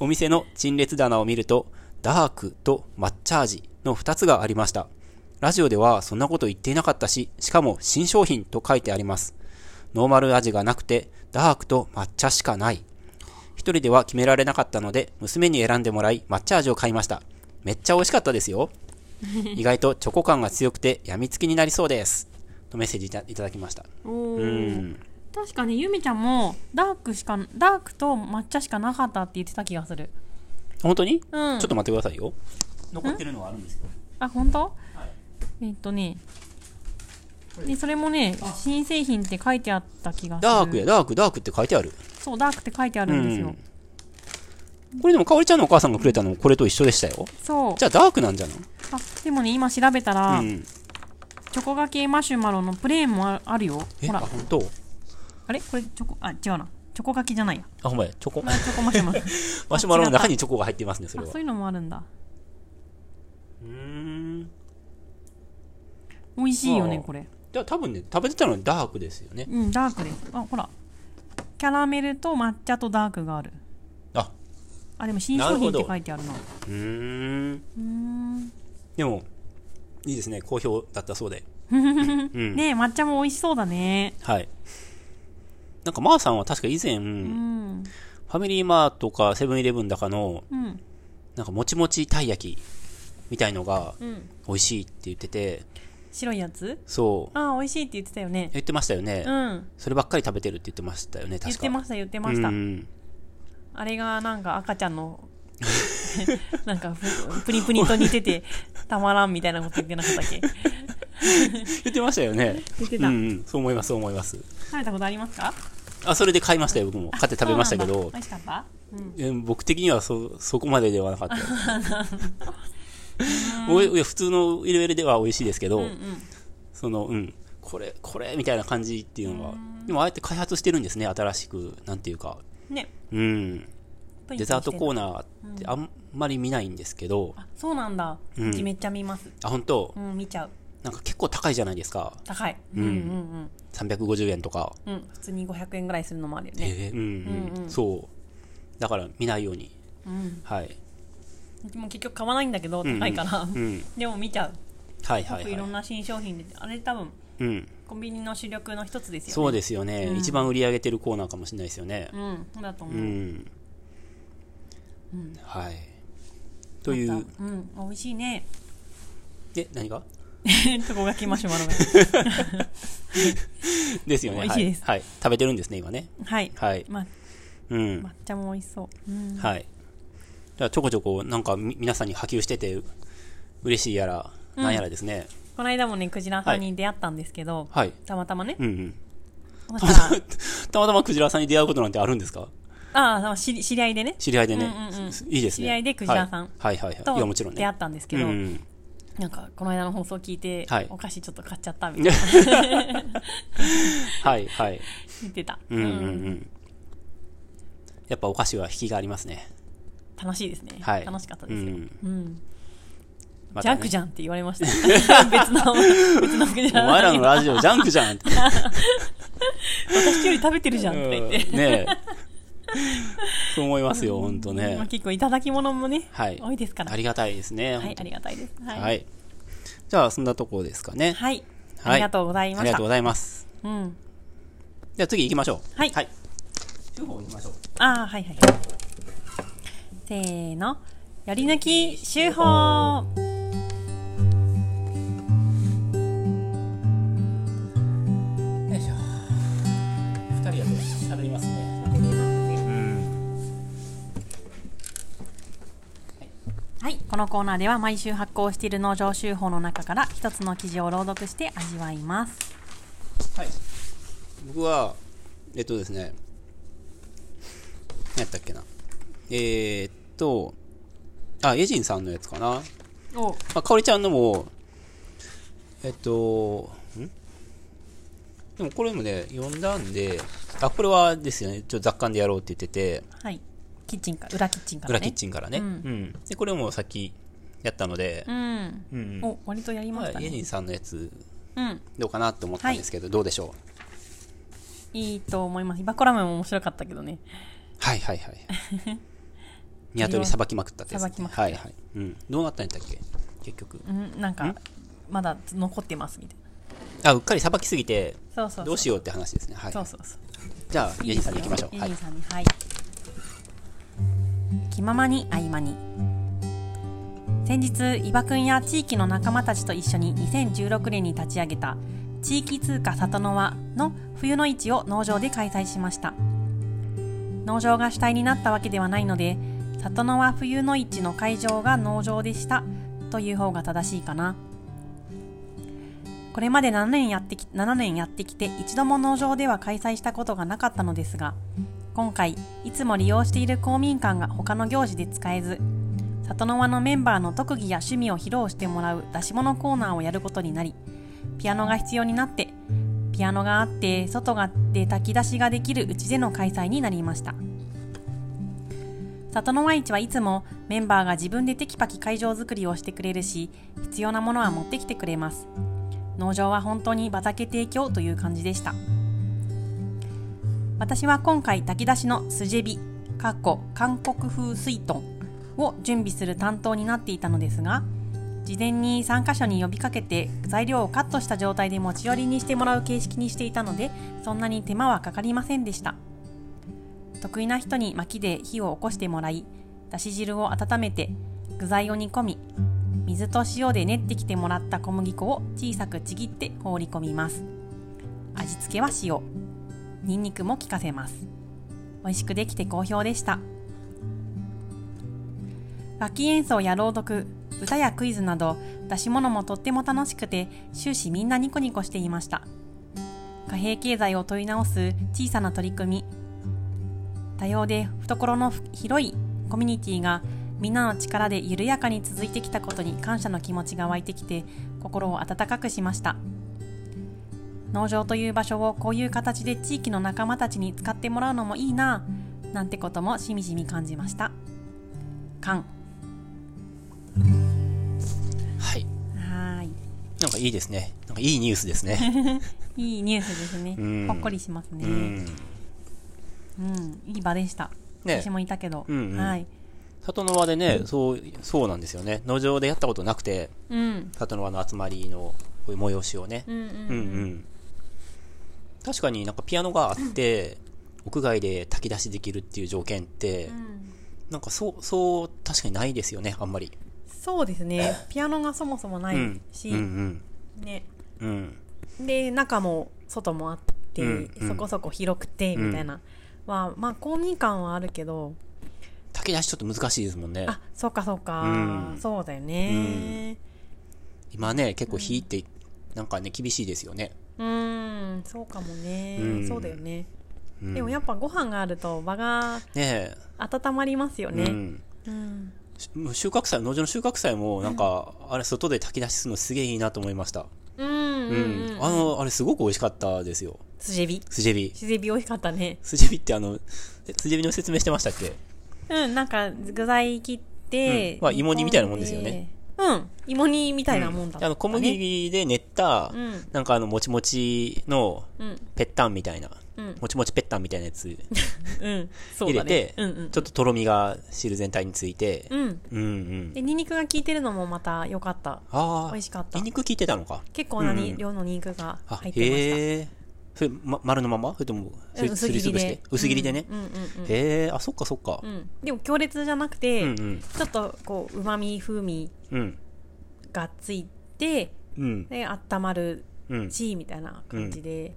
S2: お店の陳列棚を見ると、ダークと抹茶味の2つがありました。ラジオではそんなこと言っていなかったし、しかも新商品と書いてあります。ノーマル味がなくて、ダークと抹茶しかない。一人では決められなかったので、娘に選んでもらい、抹茶味を買いました。めっちゃ美味しかったで
S1: [laughs]
S2: すよ。意外とチョコ感が強くて、やみつきになりそうです。とメッセージいたいただきました。
S1: お
S2: う
S1: ー
S2: ん。
S1: 確かにゆみちゃんもダークしかダークと抹茶しかなかったって言ってた気がする
S2: 本当に
S1: うん
S2: ちょっと待ってくださいよ。残ってるのはあるんですけど。
S1: あ本当、えっとねでそれもね新製品って書いてあった気がする
S2: ダークや、ダーク、ダークって書いてある。
S1: そうダークって書いてあるんですよ、
S2: これでも、かおりちゃんのお母さんがくれたのもこれと一緒でしたよ。
S1: そう
S2: じゃあ、ダークなんじゃない
S1: あでもね今調べたら、
S2: うん。
S1: チョコがけマシュマロのプレーンもああるよ
S2: え、
S1: ほ
S2: あ、
S1: ら
S2: ほんと
S1: あれこれチョコあ違うなチョコがけじゃないや
S2: あ、ほんまや、チョコ。
S1: あチョコマシュマロ
S2: マシュマロの中にチョコが入ってます [laughs] ね、それ
S1: あ
S2: は
S1: そう。いうのもあるんだ
S2: うーん。
S1: 美味しいよね
S2: ああ
S1: これ
S2: じゃあ、多分ね、食べてたのはダークですよね。
S1: うんダークですあほらキャラメルと抹茶とダークがある
S2: あ、
S1: あでも新商品っ
S2: なる
S1: て
S2: ほど
S1: 書いてあるな
S2: うーん。
S1: うーん
S2: でも、いいですね、好評だったそうで。うん。
S1: ねえ抹茶も美味しそうだね
S2: はい。なんか、まーさんは確か以前、
S1: う
S2: フ
S1: ん
S2: ァミリーマートかセブンイレブンだかの、
S1: うん
S2: なんか、もちもちたい焼きみたいのが
S1: うん
S2: 美味しいって言ってて、
S1: 白いやつ
S2: そう、
S1: あ美味しいって言ってたよね
S2: 言ってましたよね。
S1: うん
S2: そればっかり食べてるって言ってましたよね、
S1: 言っ
S2: 確か
S1: てました言ってました
S2: うん
S1: あれがなんか赤ちゃんの [laughs] なんかふプニプニと似ててたまらんみたいなこと言ってなかったっけ
S2: 言ってましたよね。
S1: 言って
S2: うん
S1: た、
S2: うん、そう思います、そう思います。
S1: 食べたことありますか
S2: あ、それで買いましたよ、僕も。買って食べましたけ
S1: そうなん
S2: ど
S1: だ美、味しかったうん
S2: え僕的にはそ、そこまでではなかったよ。
S1: [laughs]
S2: おいいや普通のイレベルでは美味しいですけど、
S1: うんうん
S2: その、うん、これ、これみたいな感じっていうのは、でもああやって開発してるんですね、新しく、なんていうか。
S1: ね
S2: うん。
S1: プリン
S2: デザートコー
S1: ナー
S2: ナーってあんまり見ないんですけど、
S1: あそうなんだ、う
S2: うん
S1: ちめっちゃ見ます
S2: あ、本当
S1: うん見ちゃう
S2: なんか結構高いじゃないですか。
S1: 高い、う、
S2: うんん
S1: うんうん
S2: 350円とか。
S1: うん普通に500円ぐらいするのもあるよね、
S2: ええうん、
S1: うん
S2: う
S1: うん
S2: ん。そう。だから見ないように。
S1: うん、
S2: はい。
S1: うちも結局買わないんだけど
S2: うん
S1: 高いから、
S2: うん。
S1: でも見ちゃう
S2: はい
S1: よ
S2: はい
S1: くいろん
S2: は
S1: な新商品であれ多分
S2: い。うん。
S1: コンビニの主力の一つですよね
S2: そうですよね、
S1: うん
S2: 一番売り上げてるコーナーかもしれないですよね。
S1: うんそうだと思
S2: う
S1: う、
S2: ん。
S1: うん
S2: はい。とい
S1: ま
S2: う。
S1: たうん美味しいね
S2: え、何が [laughs]
S1: とこがきマシュマロが
S2: ですよね。
S1: 美味しいです
S2: はい。はい。食べてるんですね、今ね。
S1: はい
S2: はい。
S1: まあ
S2: うん。
S1: 抹茶も美味しそう、うん
S2: はい。じゃあ、ちょこちょこ、なんかみ、皆さんに波及してて、嬉しいやら、
S1: うん
S2: なんやらですね。
S1: この間もねクジラさんに出会ったんですけど、
S2: はい。
S1: たまたまね
S2: うんうん。
S1: そしたら
S2: たまたまクジラさんに出会うことなんてあるんですか
S1: ああまあ知り知り合いでね
S2: 知り合いでね。
S1: うんうんうん
S2: すいいです
S1: 知
S2: ね。
S1: り合いでクジラさん
S2: はい、はい、はいは
S1: と
S2: い。いや、もちろんね。
S1: 出会ったんですけど、
S2: うんうん。
S1: なんかこの間の放送聞いて、
S2: はい
S1: お菓子ちょっと買っちゃったみたいな
S2: [laughs] はい、はい。
S1: 言ってた、
S2: うんうんう
S1: [laughs] うん
S2: ん。やっぱお菓子は引きがありますね。
S1: 楽しいですね、
S2: はい
S1: 楽しかったですよ、
S2: うん
S1: うん
S2: ま
S1: ジ
S2: た
S1: ャ
S2: ね
S1: ンクじゃんって言われました。
S2: [laughs]
S1: 別の、 [laughs] 別の国じゃ
S2: お前らの
S1: [laughs] ない。
S2: ラジオジャンクじゃんって。
S1: 私より食べてるじゃんとか言って。
S2: うんねえ。そう思いますよ、ほんと
S1: まあ
S2: ね。
S1: 結構いただき物もね、
S2: はい
S1: 多いですから。
S2: あ
S1: はい、
S2: りがたいですね。
S1: ありがたいです。は。
S2: はいい、
S1: はい。
S2: じゃあ、そんなとこですかね。
S1: ありがとうござい
S2: あ
S1: ま
S2: り
S1: し
S2: が
S1: た
S2: とう。ございます。
S1: うん。
S2: じゃあ次行きましょう。
S1: はい
S2: はい。中方行きましょう。
S1: ああ、はいはい。せーの。やり抜き、手法
S2: よいしょ。二人やと喋りますね。うん。
S1: はい。このコーナーでは毎週発行している農場手法の中から一つの記事を朗読して味わいます。
S2: はい。僕は、えっとですね。何やったっけな。えー、っと、あ、エジンさんのやつかな。
S1: お
S2: まあ、かおりちゃんのも、えっと、んでもこれもね、読んだんで、あ、これはですよね、ちょっと雑感でやろうって言ってて、
S1: はい。キッチンか、裏キッチンからね。
S2: 裏キッチンからね。
S1: う
S2: うんん、で、これもさっきやったので、
S1: うん。
S2: うん。うん
S1: お、割とやりま
S2: まあ
S1: し、た
S2: エジ
S1: ね。
S2: ンさんのやつ、
S1: うん。
S2: どうかなって思ったんですけど、どうでしょう
S1: いいと思います。バコラムも面白かったけどね。
S2: はいは
S1: [laughs]
S2: いはい。鶏さばきまくったってやつ
S1: さばきまくった
S2: はいはい。うん。どうなったんやったっけ結局。
S1: うん、なんか
S2: ん、
S1: まだ残ってますみたいな。
S2: あ、うっかりさばきすぎて、
S1: そうそうそう。
S2: どうしようって話ですね。はい。
S1: そうそうそう。
S2: じゃあ、エジンさんに行きましょう。
S1: いい
S2: は
S1: で
S2: い。
S1: すよエリンさんに、はい。気ままに合間に。先日、伊庭くんや地域の仲間たちと一緒に2016年に立ち上げた地域通貨里の輪の冬の市を農場で開催しました。農場が主体になったわけではないので、里の輪冬の市の会場が農場でしたという方が正しいかな。これまで7年やってき7年やってきて一度も農場では開催したことがなかったのですが今回いつも利用している公民館が他の行事で使えず里の輪のメンバーの特技や趣味を披露してもらう出し物コーナーをやることになりピアノが必要になってピアノがあって外があって炊き出しができるうちでの開催になりました里の輪市はいつもメンバーが自分でテキパキ会場作りをしてくれるし必要なものは持ってきてくれます農場は本当に畑提供という感じでした私は今回炊き出しのスジェビかっこ韓国風水豚を準備する担当になっていたのですが事前に参加者に呼びかけて材料をカットした状態で持ち寄りにしてもらう形式にしていたのでそんなに手間はかかりませんでした得意な人に薪で火を起こしてもらいだし汁を温めて具材を煮込み水と塩で練ってきてもらった小麦粉を小さくちぎって放り込みます味付けは塩にんにくも効かせます美味しくできて好評でした楽器演奏や朗読歌やクイズなど出し物もとっても楽しくて終始みんなニコニコしていました貨幣経済を問い直す小さな取り組み多様で懐の広いコミュニティがみんなの力で緩やかに続いてきたことに感謝の気持ちが湧いてきて心を温かくしました農場という場所をこういう形で地域の仲間たちに使ってもらうのもいいななんてこともしみじみ感じました缶
S2: はい。
S1: はーい
S2: なんかいいですね。なんかいいニュースです
S1: [laughs]
S2: ね。
S1: いいニュースですね
S2: うん
S1: ほっこりしますね
S2: う
S1: うん、
S2: ん。
S1: いい場でした
S2: ね
S1: 私もいたけど、
S2: うんうん
S1: はい
S2: 里の輪でね、そう、そうなんですよね。農場でやったことなくて、
S1: うん
S2: 里の輪の集まりのこういう催しをね。
S1: うん
S2: うんうん。確かになんかピアノがあって、屋外で炊き出しできるっていう条件って
S1: う、ん
S2: なんかそう、そう、確かにないですよね、あんまり。
S1: そうですねピアノがそもそもな
S2: う
S1: い
S2: ん。
S1: し、
S2: うん
S1: ね
S2: うん。うん。
S1: で中も外もあって、
S2: うんうん
S1: そこそこ広くてみたいな、はまあ公民館はあるけど
S2: 炊き出しちょっと難しいですもんね。
S1: あそうかそうか、
S2: うん
S1: そうだよね
S2: 今ね、結構火って、なんかね、厳しいですよね。
S1: うんそうかもね、
S2: うん
S1: そうだよね、
S2: うん
S1: でもやっぱご飯があると場が
S2: ねえ。
S1: 温まりますよ
S2: う
S1: ね
S2: ん。
S1: うん、
S2: しもう収穫祭、農場の収穫祭も、なんか、あれ、外で炊き出しするのすげえいいなと思いました。
S1: うん、うん
S2: う
S1: うん
S2: ん。あの、あれ、すごく美味しかったですよ。
S1: 筋火
S2: スジェビ。
S1: 筋火美味しかったね
S2: スジェビってあの、えスジェビの説明してましたっけ
S1: うんなんか具材切って、
S2: うんまあ芋煮みたいなもんですよね
S1: うん芋煮みたいなもんだった、ね
S2: あの、小麦で練った
S1: う、ん
S2: なんかあの、もちもちの、
S1: うん
S2: ぺったんみたいな、
S1: うん
S2: もちもちぺったんみたいなやつ [laughs]
S1: うんそ
S2: 入
S1: うだ
S2: れ
S1: ね
S2: て、
S1: うんうん
S2: ちょっととろみが汁全体について、
S1: うん
S2: うんうん。
S1: でニンニクが効いてるのもまた良かった
S2: ああ、
S1: 美味しかった
S2: ニンニク効いてたのか。
S1: 結構なに、
S2: うん
S1: 量のニンニクが
S2: あ、
S1: 入ってました
S2: へえ。それ、ま、丸のままそれとも、そ
S1: うん
S2: れすりつぶして薄切りでね。
S1: うんうんうん
S2: へえ、あ、そっかそっか
S1: う。ん、でも強烈じゃなくて、
S2: うんうん。
S1: ちょっとこううまみ風味
S2: うん。
S1: がついて
S2: うん。
S1: で温まる
S2: うん。
S1: しみたいな感じで、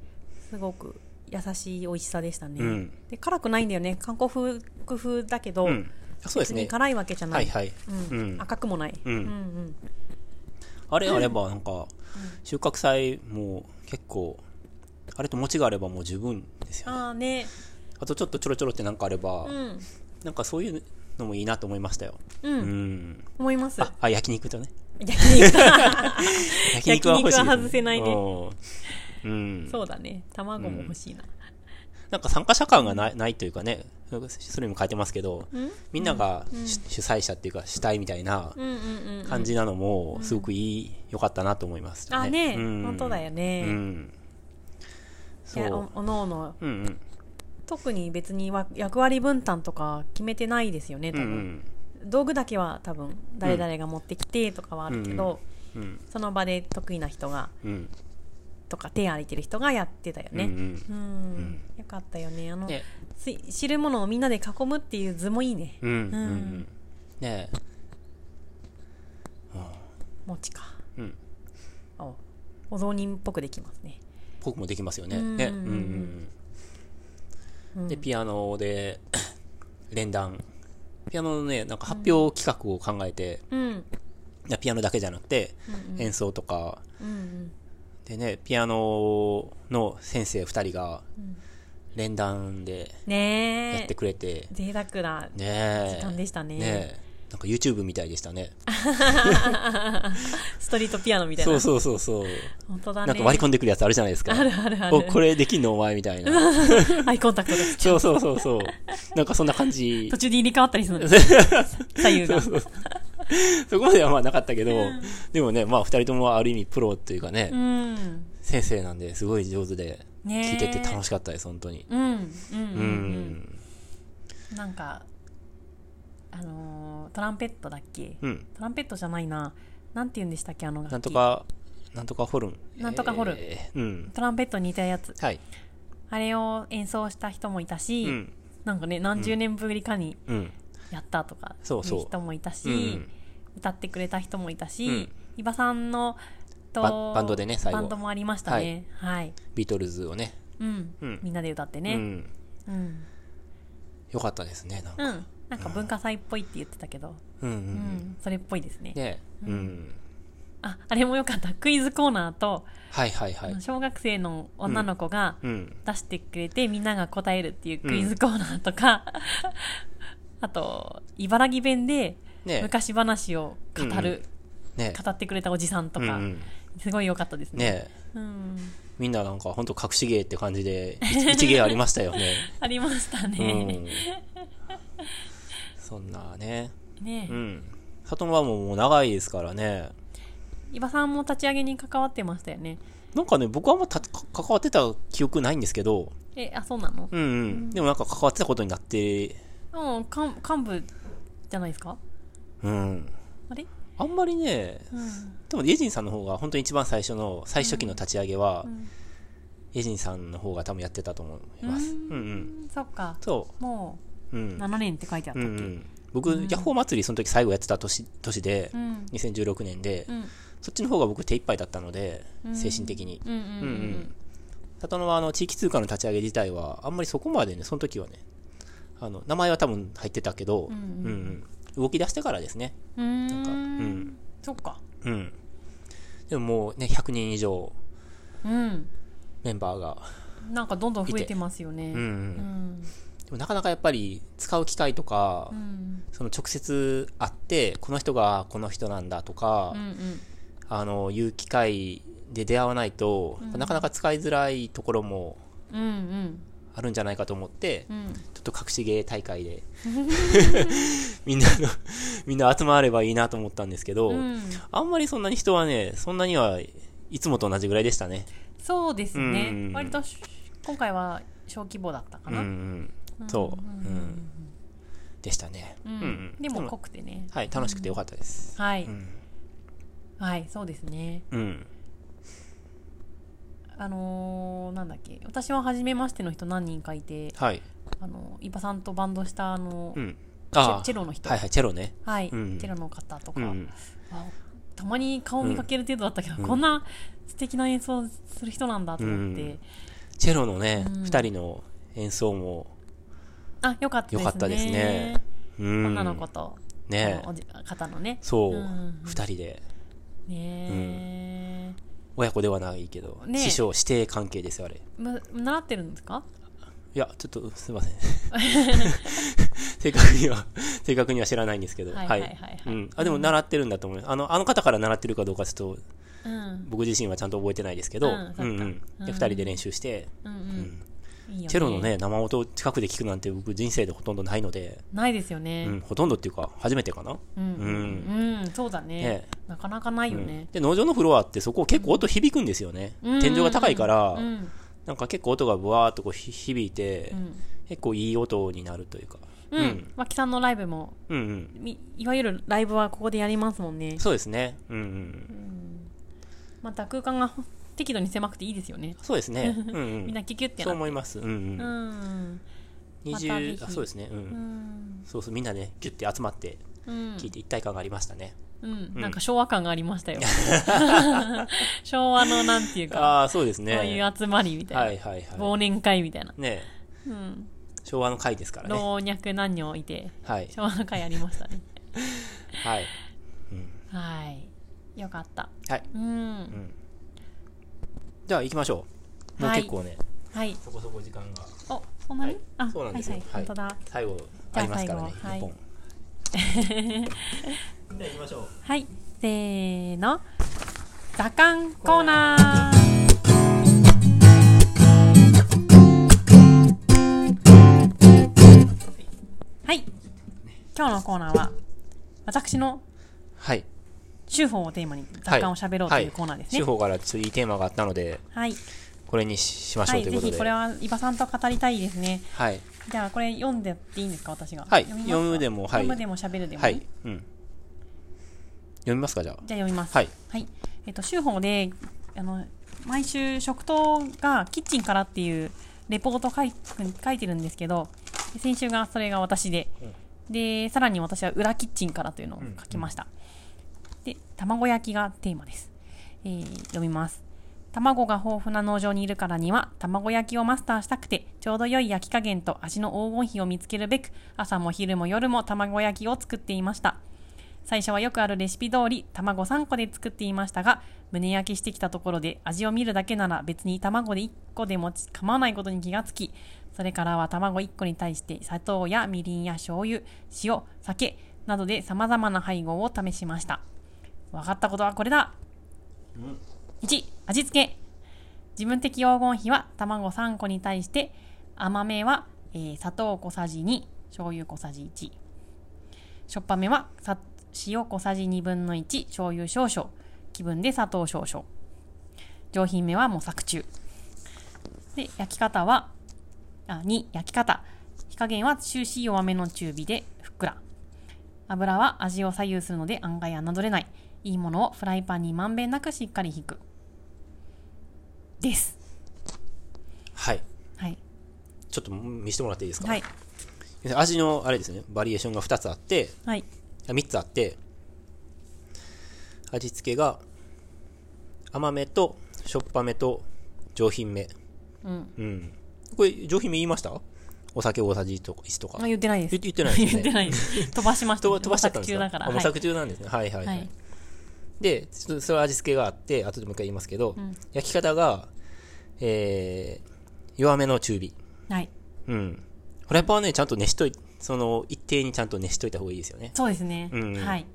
S1: すごく優しい美味しさでしたね、
S2: うん
S1: で辛くないんだよね韓国風風だけど、
S2: うん。あそうです
S1: 別に
S2: ね。
S1: 辛いわけじゃな
S2: はい
S1: い、
S2: はい。
S1: う
S2: うんん。
S1: 赤くもない、
S2: うん
S1: うんうん
S2: あれあれば、なんか、収穫祭も結構、あれと餅があればもう十分ですよね。
S1: ああね
S2: あとちょっとちょろちょろってなんかあれば
S1: う、ん
S2: なんかそういうのもいいなと思いましたよ。
S1: うん、
S2: うん。
S1: 思います
S2: あ、あ焼肉とね。
S1: 焼
S2: [laughs]
S1: 肉
S2: 焼肉は欲しいですね。
S1: 焼肉は外せないね
S2: うん。うん。
S1: そうだね卵も欲しいな、
S2: なんか参加者感がないないというかね、それにも書いてますけど、
S1: ん
S2: みんなが主,、催者っていうか主体みたいな
S1: うん、うんうんうん
S2: 感じなのも、すごくいい、良かったなと思います、
S1: あね、
S2: うん
S1: 本当だよね、
S2: うん。
S1: い
S2: そ
S1: や
S2: う
S1: お。おのおの
S2: うんうん。
S1: 特に別にわ役割分担とか決めてないですよね多
S2: うんう
S1: 分、
S2: ん。
S1: 道具だけは多分誰々が持ってきてとかはあるけど、
S2: うん
S1: その場で得意な人が
S2: うん。
S1: とか手空いてる人がやってたよ
S2: うんう
S1: ね
S2: ん
S1: うん、よかったよねあの、
S2: ね
S1: す汁物をみんなで囲むっていう図もいいね、
S2: うんうんう
S1: うん
S2: ん。ね
S1: 餅か
S2: え。うん。
S1: おお雑煮っぽくできますね
S2: 僕もできますよね。
S1: うん
S2: ね。
S1: う
S2: うんん
S1: うん
S2: うんうん。で、ピアノで、 [clears throat] 連弾。ピアノのね、なんか発表企画を考えて、
S1: うん
S2: いやピアノだけじゃなくて、演奏とか、
S1: うん
S2: でね、ピアノの先生2人が
S1: ん
S2: 連弾で
S1: ねえ
S2: やってくれて、
S1: 贅沢な
S2: ねえ
S1: 時間でしたね
S2: えなんか YouTube みたいでしたね。
S1: ストリートピアノみたいな
S2: そうそうそ
S1: [laughs]
S2: うそう。
S1: 本当だね
S2: なんか割り込んでくるやつあるじゃないですか。
S1: あるあるあ
S2: お、
S1: る
S2: これできんのお前みたいな。
S1: [laughs] アイコンタクトです
S2: そうそうそうそう。なんかそんな感じ
S1: 途。中で入れ替わったりするの左右が
S2: そうそう [laughs] そこまではまあなかったけど、でもね、まあ2人ともある意味プロというかね、
S1: うん
S2: 先生なんですごい上手で、
S1: ね
S2: 聞いてて
S1: し
S2: 楽しかったです、本当に。
S1: うんうんうん
S2: う、ん。
S1: うん、なんかあのートランペットだっけ
S2: うん。
S1: トランペットじゃないななんて言うんでしたっけあの楽器
S2: なんとか、なんとかホルン。
S1: なんとかホルン
S2: えーうん。
S1: トランペットに似たやつ
S2: はい。
S1: あれを演奏した人もいたし、
S2: うん。
S1: なんかね何十年ぶりかに
S2: うん。
S1: やったとか
S2: そうそう
S1: いう人もいたし、
S2: うん
S1: 歌ってくれた人もいたし、
S2: うん
S1: 伊庭さんのと
S2: ババンドでね最後
S1: バンドもありましたねはい、
S2: ビートルズをね。
S1: うん、
S2: うん
S1: みんなで歌って
S2: う
S1: ね
S2: ん。
S1: うん、
S2: よかったですね、なんか。
S1: うん、なんか文化祭っぽいって言ってたけど、
S2: うんう
S1: うん
S2: ん。
S1: それっぽいですね
S2: ねうん。
S1: ああれもよかったクイズコーナーと、
S2: はいはいは
S1: あ
S2: い
S1: の。小学生の女の子が
S2: うん。
S1: 出してくれて、みんなが答えるっていうクイズコーナーとか、あと茨城弁で
S2: ね
S1: 昔話を語る、
S2: ね
S1: 語ってくれたおじさんと
S2: うん
S1: か
S2: うん
S1: いすごい良かったですね。
S2: ねえ
S1: うん。
S2: みんななんか本当隠し芸って感じで、い [laughs] 一芸ありましたよね。
S1: ありました
S2: う
S1: ね。
S2: ん。そんなね。
S1: [laughs] ねえ、
S2: うん。里のはもうもう長いですからね。
S1: 伊庭さんも立ち上げに関わってましたよね。
S2: なんかね、僕はあんまたか関わってた記憶ないんですけど、
S1: え、あ、そうなの
S2: うんうん。でもなんか関わってたことになって、
S1: うん、幹幹部じゃないですか
S2: うん。
S1: あれ
S2: あんまりね、
S1: うん。
S2: でもイェジンさんの方が本当に一番最初の、最初期の立ち上げは、
S1: ん
S2: イェジンさんの方が多分やってたと思います。うんうん。
S1: そっか。
S2: そ
S1: も
S2: う。う。
S1: うん7年って書いてあっ
S2: う
S1: た
S2: んう
S1: っけ、
S2: ん、僕、ヤッホー祭りその時最後やってた年年で、
S1: うん
S2: 2016年で、
S1: うん
S2: そっちの方が僕手一杯だったので、精神的に。
S1: うんうん
S2: うんうん。里のはあの地域通貨の立ち上げ自体は、あんまりそこまでね、その時はね、あの名前は多分入ってたけど、
S1: うん
S2: うんうん動き出してからですね。
S1: うんうんなん
S2: か
S1: か
S2: うん
S1: そっか
S2: うん。でももうね、100人以上
S1: うん
S2: メンバーが。
S1: なんかどんどん増えてますよね
S2: うんう、
S1: うんん
S2: でもなかなかやっぱり使う機会とか、
S1: うん
S2: その直接会って、この人がこの人なんだとか、
S1: うんうん
S2: あのいう機会で出会わないと、なかなか使いづらいところも
S1: うんうん
S2: あるんじゃないかと思って、
S1: うん
S2: ちょっと隠し芸大
S1: [laughs]
S2: 会で [laughs] みんなの [laughs] みんな集まればいいなと思ったんですけど、
S1: うん
S2: あんまりそんなに人はねそんなにはいつもと同じぐらいでしたね
S1: そうです
S2: うんうんう
S1: ね
S2: ん
S1: 割とし今回は小規模だったか
S2: うんう
S1: な、
S2: んそう、うんでしたね、
S1: う
S2: うんうん
S1: ん、でも
S2: でも
S1: 濃くてね
S2: はい楽しくてよかったです
S1: はい、
S2: うん
S1: はいそうですね
S2: うん
S1: あのー、なんだっけ私は初めましての人何人かいて
S2: はい
S1: あの伊庭さんとバンドしたあの、
S2: うん
S1: チ
S2: あ
S1: ェ
S2: あ
S1: チェロの人
S2: はいはいチェロね
S1: はい、
S2: うん
S1: テロの方とか、
S2: うん
S1: あたまに顔見かける程度だったけど、
S2: うん
S1: こんな素敵な演奏する人なんだと思って、
S2: うんチェロのね、
S1: うん
S2: 二人の演奏も
S1: あよかったですね
S2: よかったですねうん
S1: 女の子と、
S2: ね
S1: このおじ方のね
S2: そう、
S1: う
S2: 二
S1: ん
S2: 人で
S1: ねえ、
S2: 親子ではないけど、
S1: ね
S2: 師匠師弟関係ですよあれい
S1: む習ってるんですか
S2: やちょっとすいません [laughs] 正確には正確には知らないんですけど、
S1: はいはいはいはいう
S2: ん、あでも習ってるんだと思いますあのあの方から習ってるかどうかちょっと
S1: うん
S2: 僕自身はちゃんと覚えてないですけ
S1: う
S2: ど、うんん
S1: そっか
S2: うん
S1: うん
S2: で二人で練習して、
S1: うんう
S2: うん
S1: ん、いいよね
S2: チェロのね生音を近くで聞くなんて僕人生でほとんどないので、
S1: ないですよね
S2: うん、ほとんどっていうか初めてかな、
S1: うんうん、
S2: う
S1: うんそうだね
S2: ね
S1: なかなかないよ
S2: うん
S1: ね、
S2: で農場のフロアってそこ結構音響くんですよね、
S1: うん
S2: 天井が高いから、
S1: うん
S2: なんか結構音がブワーっとこうひ響いて、
S1: うん
S2: 結構いい音になるというか。
S1: うん、脇さんのライブも
S2: うんうん。
S1: みいわゆるライブはここでやりますもんね
S2: そうですね。うんうん。
S1: また空間が適度に狭くていいですよね。
S2: そうで
S1: [laughs]
S2: すね。うんうん。
S1: みんなキュキュって
S2: そう
S1: な。
S2: 思います。うんう。
S1: うんん。
S2: 二
S1: またぜ
S2: 十
S1: ひ
S2: あそうですね。うん。
S1: うん。
S2: そうそうみんなねギュッて集まって
S1: うん
S2: 聞いて一体感がありましたね。
S1: うん。
S2: ん
S1: なんか昭和感がありました
S2: [laughs]
S1: よ。昭和のなんていうか、
S2: ああそうです
S1: そうい
S2: ね。
S1: う集まりみたいな。
S2: はいはいは
S1: 忘年会みたいな。
S2: い。ね
S1: うん。
S2: 昭和の会ですからね。
S1: 老若男女いて、
S2: はい
S1: 昭和の会ありましたね。
S2: はい。うん
S1: はい。よかった。
S2: はい。
S1: うん。
S2: じゃあ行きましょう。もう
S1: はい
S2: 結構ね
S1: はい。
S2: そこそこ時間が
S1: お、そんなに
S2: はい
S1: あ、
S2: そうなんです
S1: は
S2: よ
S1: いはい。本
S2: はい
S1: 当だ。
S2: 最後ありますからね
S1: じゃあ最後
S2: 一本。
S1: [laughs]
S2: じゃあ行きましょう。
S1: はい、せーの。座間コーナー。はい。今日のコーナーは、私の
S2: はい。
S1: 手法をテーマに座間を喋ろうというコーナーですね。
S2: はい、司法からちょっといいテーマがあったので、
S1: はい。
S2: これにししまし
S1: は
S2: ょう
S1: い、
S2: とい
S1: ぜ
S2: うこと
S1: ひ
S2: で。
S1: これは、伊庭さんと語りたいですね。
S2: はい。
S1: じゃあ、これ読んでっていいんですか、私が。
S2: はい
S1: みますか
S2: 読むでもはい
S1: 読むでも喋るでも。
S2: はい。うん。読みますか、じゃあ。
S1: じゃあ読みます。
S2: はい。
S1: はい。えっ、と、週報で、あの、毎週食堂がキッチンからっていうレポート書い書いてるんですけど、で先週がそれが私で、で、さらに私は裏キッチンからというのを書きました。で、卵焼きがテーマです。えー読みます。卵が豊富な農場にいるからには、卵焼きをマスターしたくて、ちょうど良い焼き加減と味の黄金比を見つけるべく、朝も昼も夜も卵焼きを作っていました。最初はよくあるレシピ通り卵3個で作っていましたが胸焼きしてきたところで味を見るだけなら別に卵で1個でも構わないことに気がつきそれからは卵1個に対して砂糖やみりんや醤油塩酒などで様々な配合を試しました分かったことはこれだ、 1、味付け。自分的黄金比は卵3個に対して、甘めは、えー砂糖小さじ2、醤油小さじ1。しょっぱめはさ塩小さじ1分の1、醤油少々。気分で砂糖少々。上品めは模索中。で、焼き方は、あ、2、焼き方。火加減は終始弱めの中火でふっくら。油は味を左右するので案外侮れない。いいものをフライパンにまんべんなくしっかり引く。です。
S2: はい。
S1: はい。
S2: ちょっと見せてもらっていいですか、
S1: はい。
S2: 味のあれですね、バリエーションが2つあって、
S1: はい。
S2: あ3つあって、味付けが甘めとしょっぱめと上品め。
S1: うん。
S2: うん。これ、上品め言いましたお酒大さじとか1とか。
S1: あ、言ってないです。
S2: 言言ってないです
S1: [laughs] 言
S2: ね
S1: ってないです。飛ばしました。
S2: と飛ばしちゃったんです
S1: 模
S2: か
S1: 索中だから。
S2: あ模
S1: はい
S2: 索中なんですね。はいはい、はい、
S1: はい
S2: で、ちょっとそれは味付けがあって、後でもう一回言いますけど、
S1: うん
S2: 焼き方が、えー、弱めの中火。
S1: はい。
S2: うん。フライパンはね、ちゃんと熱しとい、その、一定にちゃんと熱しといた方がいいですよね。
S1: そうですね。
S2: うんうん
S1: はい。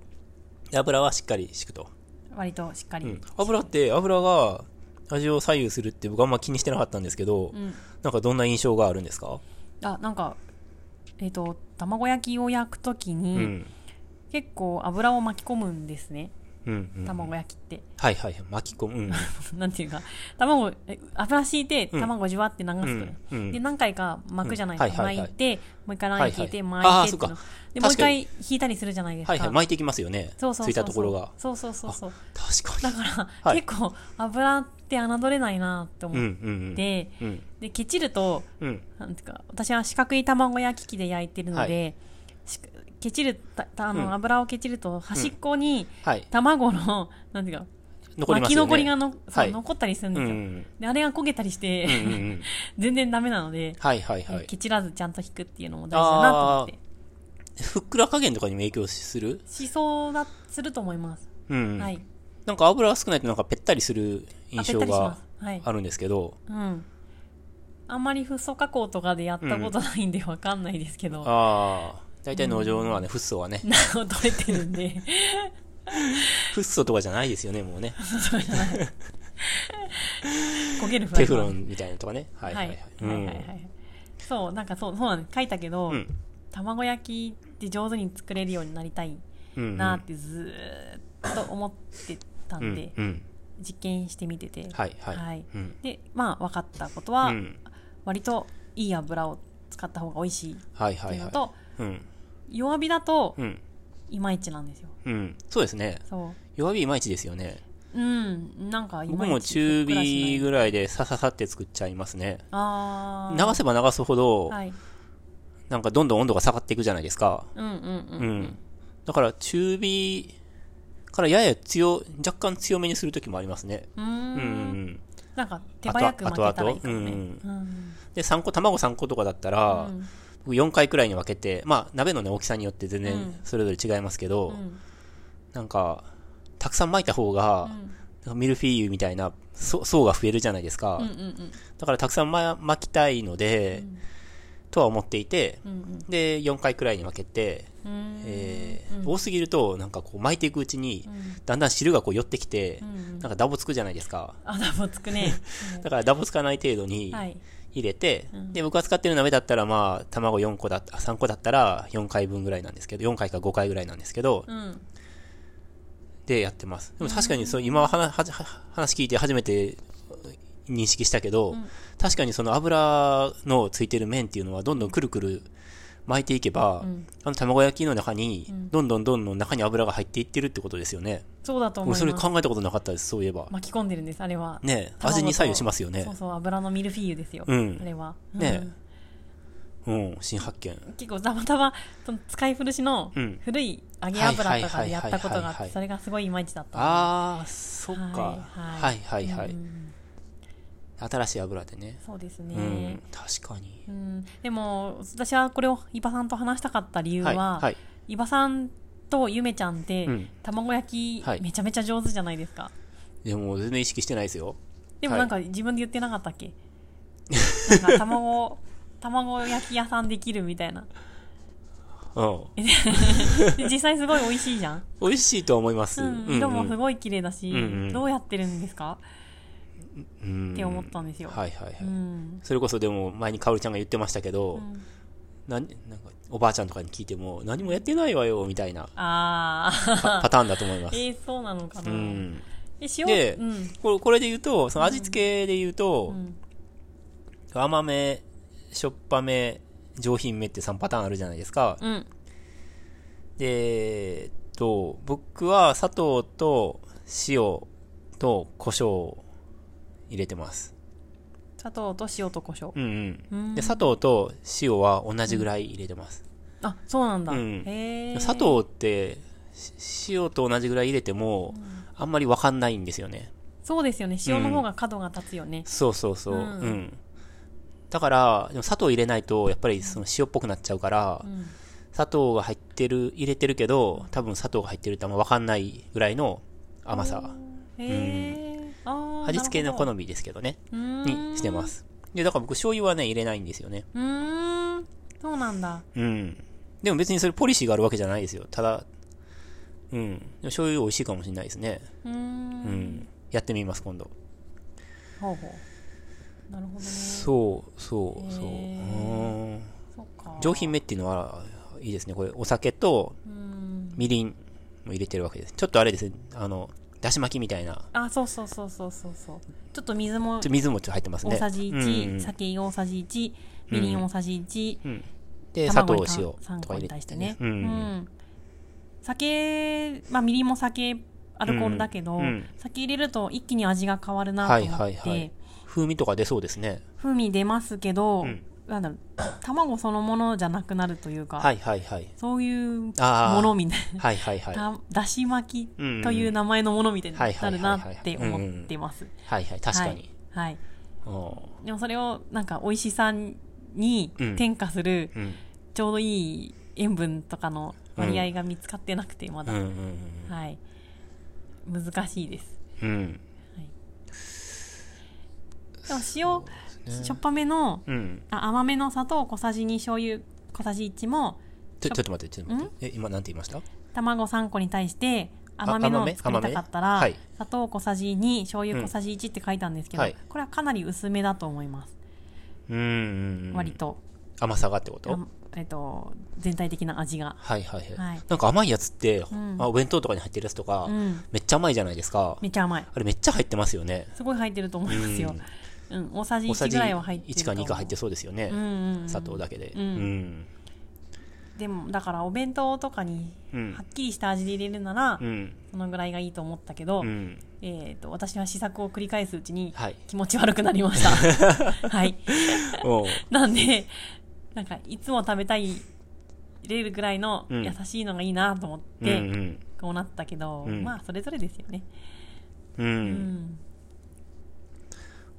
S2: で油はしっかり敷くと。
S1: 割としっかり。
S2: うん油って、油が味を左右するって僕あんま気にしてなかったんですけど、
S1: うん
S2: なんかどんな印象があるんですか
S1: あ、なんか、えっ、と、卵焼きを焼くとき
S2: う
S1: に、
S2: ん。
S1: 結構油を巻き込むんですね。
S2: うん、うん。
S1: 卵焼きって。 [laughs]
S2: はいはいはい。巻き込む。うん。
S1: なんていうか、卵、え油敷いて、卵じわって流すと、
S2: うんうん
S1: で、何回か巻くじゃないですか。
S2: うんはいはいはい
S1: 巻いて、もう一回卵敷いて、
S2: はいはいあー
S1: 巻いて
S2: そ
S1: って
S2: うか
S1: いうので、もう一
S2: 確か
S1: 回
S2: に
S1: 引いたりするじゃないですか。
S2: はいはい。巻いていきますよね。
S1: そうそうそうそう。
S2: ついたところが。
S1: そうそうそうそう。
S2: 確か
S1: だ
S2: に。
S1: から、
S2: はい
S1: 結構、油って侮れないなって思
S2: うんう
S1: っ
S2: ん
S1: て、
S2: うん。うん。
S1: で、ケチると、
S2: うん。
S1: なんていうか、私は四角い卵焼き器で焼いてるので、しケチる、たたあの、
S2: うん
S1: 油をケチると、端っこに、
S2: はい。
S1: 卵の、なんていうか、
S2: 残り
S1: 巻
S2: ます
S1: き
S2: よね。
S1: 残りがの、そう
S2: はい
S1: 残ったりするん
S2: う
S1: で
S2: んう
S1: すよ。
S2: ん
S1: で、あれが焦げたりして、
S2: うん。うんうんうん。
S1: [laughs] 全然ダメなので、
S2: はいはいは
S1: えー
S2: い
S1: ケ。チらずちゃんと引くっていうのも大事だなと思って。
S2: ふっくら加減とかにも影響する
S1: しそうだ、すると思います。
S2: うん。
S1: はい。
S2: なんか油が少ないとなんかぺったりする
S1: あ
S2: 印象
S1: べったりしま
S2: が
S1: すはい。
S2: あるんですけど、
S1: うん。あんまりフッ素加工とかでやったことないんでわかんないですけど、
S2: ああ、大体農場のはね、フッ素はね、
S1: [laughs] なを取れてるんで、
S2: フッ素とかじゃないですよね、もうね。
S1: 焦
S2: [laughs]
S1: げるフラ
S2: テ
S1: イパ
S2: フロンみたいなのとかね。はい
S1: は
S2: はいい
S1: は
S2: はい
S1: は
S2: い。
S1: いはいはい。そう、なんかそう、そうなんです。書いたけど、
S2: うん。うん
S1: 卵焼きって上手に作れるようになりたい
S2: うんうん。
S1: なってずーっと思ってた
S2: うん
S1: で
S2: ん、うん。
S1: 実験してみてて。
S2: はいはい。
S1: はい
S2: うん。
S1: で、まあ、分かったことは、
S2: うん
S1: 割といい油を使った方が美味しいっ
S2: はい
S1: て
S2: はいいう
S1: の
S2: は
S1: と、
S2: い。うん。
S1: 弱火だと
S2: うん。
S1: いまいちなんですよ。
S2: うん。そうですね。
S1: そ
S2: 弱火いまいちですよね。
S1: う。うん、なんかいま
S2: 僕
S1: いち。
S2: も中火
S1: らい。
S2: ぐらいでさささって作っちゃいますね。
S1: あ
S2: 流
S1: ー。
S2: せば流すほど、
S1: はい。
S2: なんかどんどん温度が下がっていくじゃないですか。
S1: うんうんうん。
S2: うん。だから中火からやや強、若干強めにするときもありますね。
S1: うー。
S2: うんうんん。
S1: なんか手早く巻けたらいいかもね。
S2: あとあとあ
S1: う
S2: と
S1: ん
S2: で、3個、卵3個とかだったら、
S1: うん
S2: 僕4回くらいに分けて、まあ、鍋のね、大きさによって全
S1: う
S2: 然
S1: ん
S2: それぞれ違いますけど、
S1: うん
S2: なんか、たくさん巻いた方が、なんかミルフィーユみたいなそ層が増えるじゃないですか。
S1: うんうん
S2: だからたくさん、ま、巻きたいので、
S1: ん
S2: とは思っていて、
S1: うんうん
S2: で、4回くらいに分けて、
S1: うんうん
S2: えー
S1: うん
S2: 多すぎると、なんかこう巻いていくうちに、だんだん汁がこう寄ってきて、
S1: うん
S2: なんかダボつくじゃないですか。
S1: あダボつくね
S2: だからダボつかない程度に
S1: はい
S2: 入れて、
S1: うん
S2: で、僕が使ってる鍋だったら、まあ、卵4個だった、3個だったら4回分ぐらいなんですけど、4回か5回ぐらいなんですけど、
S1: うん
S2: でやってます。でも確かにそう、今は話はじは話聞いて初めて認識したけど、
S1: ん
S2: 確かにその油のついてる面っていうのはどんどんくるくる巻いていけば、
S1: うん
S2: あの卵焼きの中に、
S1: うん
S2: どんどんどんどん中に油が入っていってるってことですよね。
S1: そうだと思
S2: 俺そ
S1: い
S2: れ
S1: ます
S2: 考えたことなかったです、そういえば。
S1: 巻き込んでるんですあれは
S2: ねえ
S1: 卵と
S2: 味に左右しますよね
S1: そう。そう油のミルフィーユですよ
S2: うん
S1: あれは
S2: ね
S1: うん
S2: うん、新発見。
S1: 結構たまたまその使い古しの
S2: うん
S1: 古い揚げ油とか
S2: は
S1: で
S2: い
S1: や
S2: は
S1: っ
S2: いはいはいはい
S1: たことがあってそれがすごいいまいちだった
S2: あー、そっか。
S1: は
S2: はいいはいはい。
S1: うん
S2: 新しい油でね。
S1: そうです
S2: う
S1: ね
S2: ん、確かに。
S1: うんでも私はこれを伊庭さんと話したかった理由
S2: はい、
S1: は
S2: はい。
S1: 伊庭さんとゆめちゃんって、
S2: うん
S1: 卵焼
S2: は
S1: き
S2: い
S1: めちゃめちゃ上手じゃないですか、
S2: でも全然意識してないですよ。
S1: でもなんか自分で言ってなかった
S2: [laughs]
S1: っけ、なんか卵卵焼き屋さんできるみたいな
S2: うん。
S1: 実際すごい美味しいじゃん。
S2: 美味しいとは思います。
S1: うん。色もすごい綺麗だし、
S2: うんうん
S1: どうやってるんですか、
S2: うん
S1: って思ったんですよ。
S2: はいはいはい。
S1: うん。
S2: それこそでも前にかおりちゃんが言ってましたけど、
S1: うん
S2: なんなんかおばあちゃんとかに聞いても何もやってないわよみた
S1: [laughs]
S2: いな
S1: あ
S2: [laughs] パ
S1: あ。
S2: パターンだと思います。
S1: えー、そうなのか
S2: う
S1: な。
S2: ん、
S1: え、塩、
S2: で
S1: うん。
S2: これこれで言うとその味付けで言う
S1: う
S2: と、
S1: ん
S2: 甘めしょっぱめ上品めって3パターンあるじゃないですか。
S1: うん。
S2: で、えっと、僕は砂糖と塩と胡椒を入れてます。
S1: 砂糖と塩と胡椒。
S2: うん
S1: う
S2: うんん。で、砂糖と塩は同じぐらい入れてます。
S1: あ、そうなんだ。
S2: うん
S1: へえ。
S2: 砂糖ってし塩と同じぐらい入れても、あんまりわかんないんですよね。
S1: そうですよね。塩の方が角が立つよね。
S2: そうそうそう。
S1: う
S2: うんん。だから、でも砂糖入れないと、やっぱりその塩っぽくなっちゃうから、
S1: うん。
S2: 砂糖が入ってる、入れてるけど、多分砂糖が入ってるってあんまわかんないぐらいの甘さ。
S1: へえ。ああ。
S2: 味付けの好
S1: み
S2: みですけどね、
S1: に
S2: にしてま。す。で、だから僕醤油はね、入れないんですよね。
S1: うーん。そうなんだ。
S2: うん。でも別にそれポリシーがあるわけじゃないですよ。ただ、うん。でも醤油美味しいかもしれないですね。
S1: うー
S2: うんん。。やってみます、今度。
S1: ほうほう。なるほどね。そ
S2: そうそうそう、
S1: へー
S2: うん
S1: っか。
S2: 上品。めっていうのはいいですねこれお酒と
S1: うん。
S2: みりんも入れてるわけですちょっとあれですねあのだし巻きみたいな
S1: あ、そうそうそうそうそうそう。ちょっと水も
S2: ちょ水もちょっと入ってますね
S1: 大さじ
S2: うんう
S1: 1、
S2: ん
S1: 酒大さじ1、みりん大さじ1、
S2: うんで砂
S1: 卵
S2: 糖
S1: に
S2: 塩
S1: 3個
S2: とか入
S1: に
S2: れ
S1: 対しててね。
S2: うん
S1: うん酒、まあ、みりんも酒、アルコールだけど、
S2: うんうん
S1: 酒入れると一気に味が変わるなと思って、
S2: はいはいはい風味とか出そうですね
S1: 風味出ますけど、
S2: うん
S1: なんだろう、卵そのものじゃなくなるというか、
S2: はいはいはい
S1: そういうも
S2: あー
S1: のみたい
S2: はいはいはい
S1: な、ただし巻き
S2: うん
S1: という名前のものみたいに
S2: はいは
S1: ないる
S2: はい
S1: な
S2: はい
S1: って思ってます。
S2: はいはい確かに、
S1: はい。はい
S2: お
S1: でもそれをなんか美味しさに転嫁する、
S2: ーうん
S1: ちょうどいい塩分とかの割合が見つかってなくて、ま
S2: う
S1: だ、
S2: んうん
S1: はい。難しいです。
S2: うんうん
S1: でも塩、しょっぱめの、
S2: うん
S1: あ甘めの砂糖小さじ2醤油小さじ1も、
S2: ちょちょっと待ってちょっと待ってえ今なんて言いました
S1: 卵3個に対して、甘め
S2: あ
S1: の
S2: 甘め
S1: 作りたかったら、
S2: 甘めはい
S1: 砂糖小さじ2、醤油小さじ1って書いたんですけど、
S2: うんはい
S1: これはかなり薄めだと思います。
S2: うんうんうん
S1: 割と。
S2: 甘さがってこと
S1: あんえっと、全体的な味が。
S2: はいはいはい。
S1: はい
S2: なんか甘いやつって、
S1: ん
S2: あ、お弁当とかに入ってるやつとか、
S1: うん
S2: めっちゃ甘いじゃないですか。
S1: めちゃ甘い。
S2: あれめっちゃ入ってますよね。
S1: すごい入ってると思いますよ。うん、大さじ
S2: 大さ
S1: 1
S2: じ
S1: ぐらいは入ってる
S2: 1
S1: と
S2: か
S1: 思う。
S2: 2か入ってそうですよね。
S1: うんうんうん
S2: 砂糖だけで。
S1: う
S2: うんん。
S1: でも、だからお弁当とかに
S2: うん
S1: はっきりした味で入れるなら、
S2: うん。
S1: そのぐらいがいいと思ったけど、
S2: うん。
S1: えっと、私は試作を繰り返すうちに
S2: はい
S1: 気持ち悪くなりました。
S2: [laughs]
S1: はい。
S2: おう
S1: なんで、なんか、いつも食べたい、入れるぐらいの
S2: うん
S1: 優しいのがいいなと思っ
S2: うんう
S1: て、
S2: ん。
S1: こうなったけど、
S2: うん
S1: まあ、それぞれですよね。
S2: う。
S1: うんん。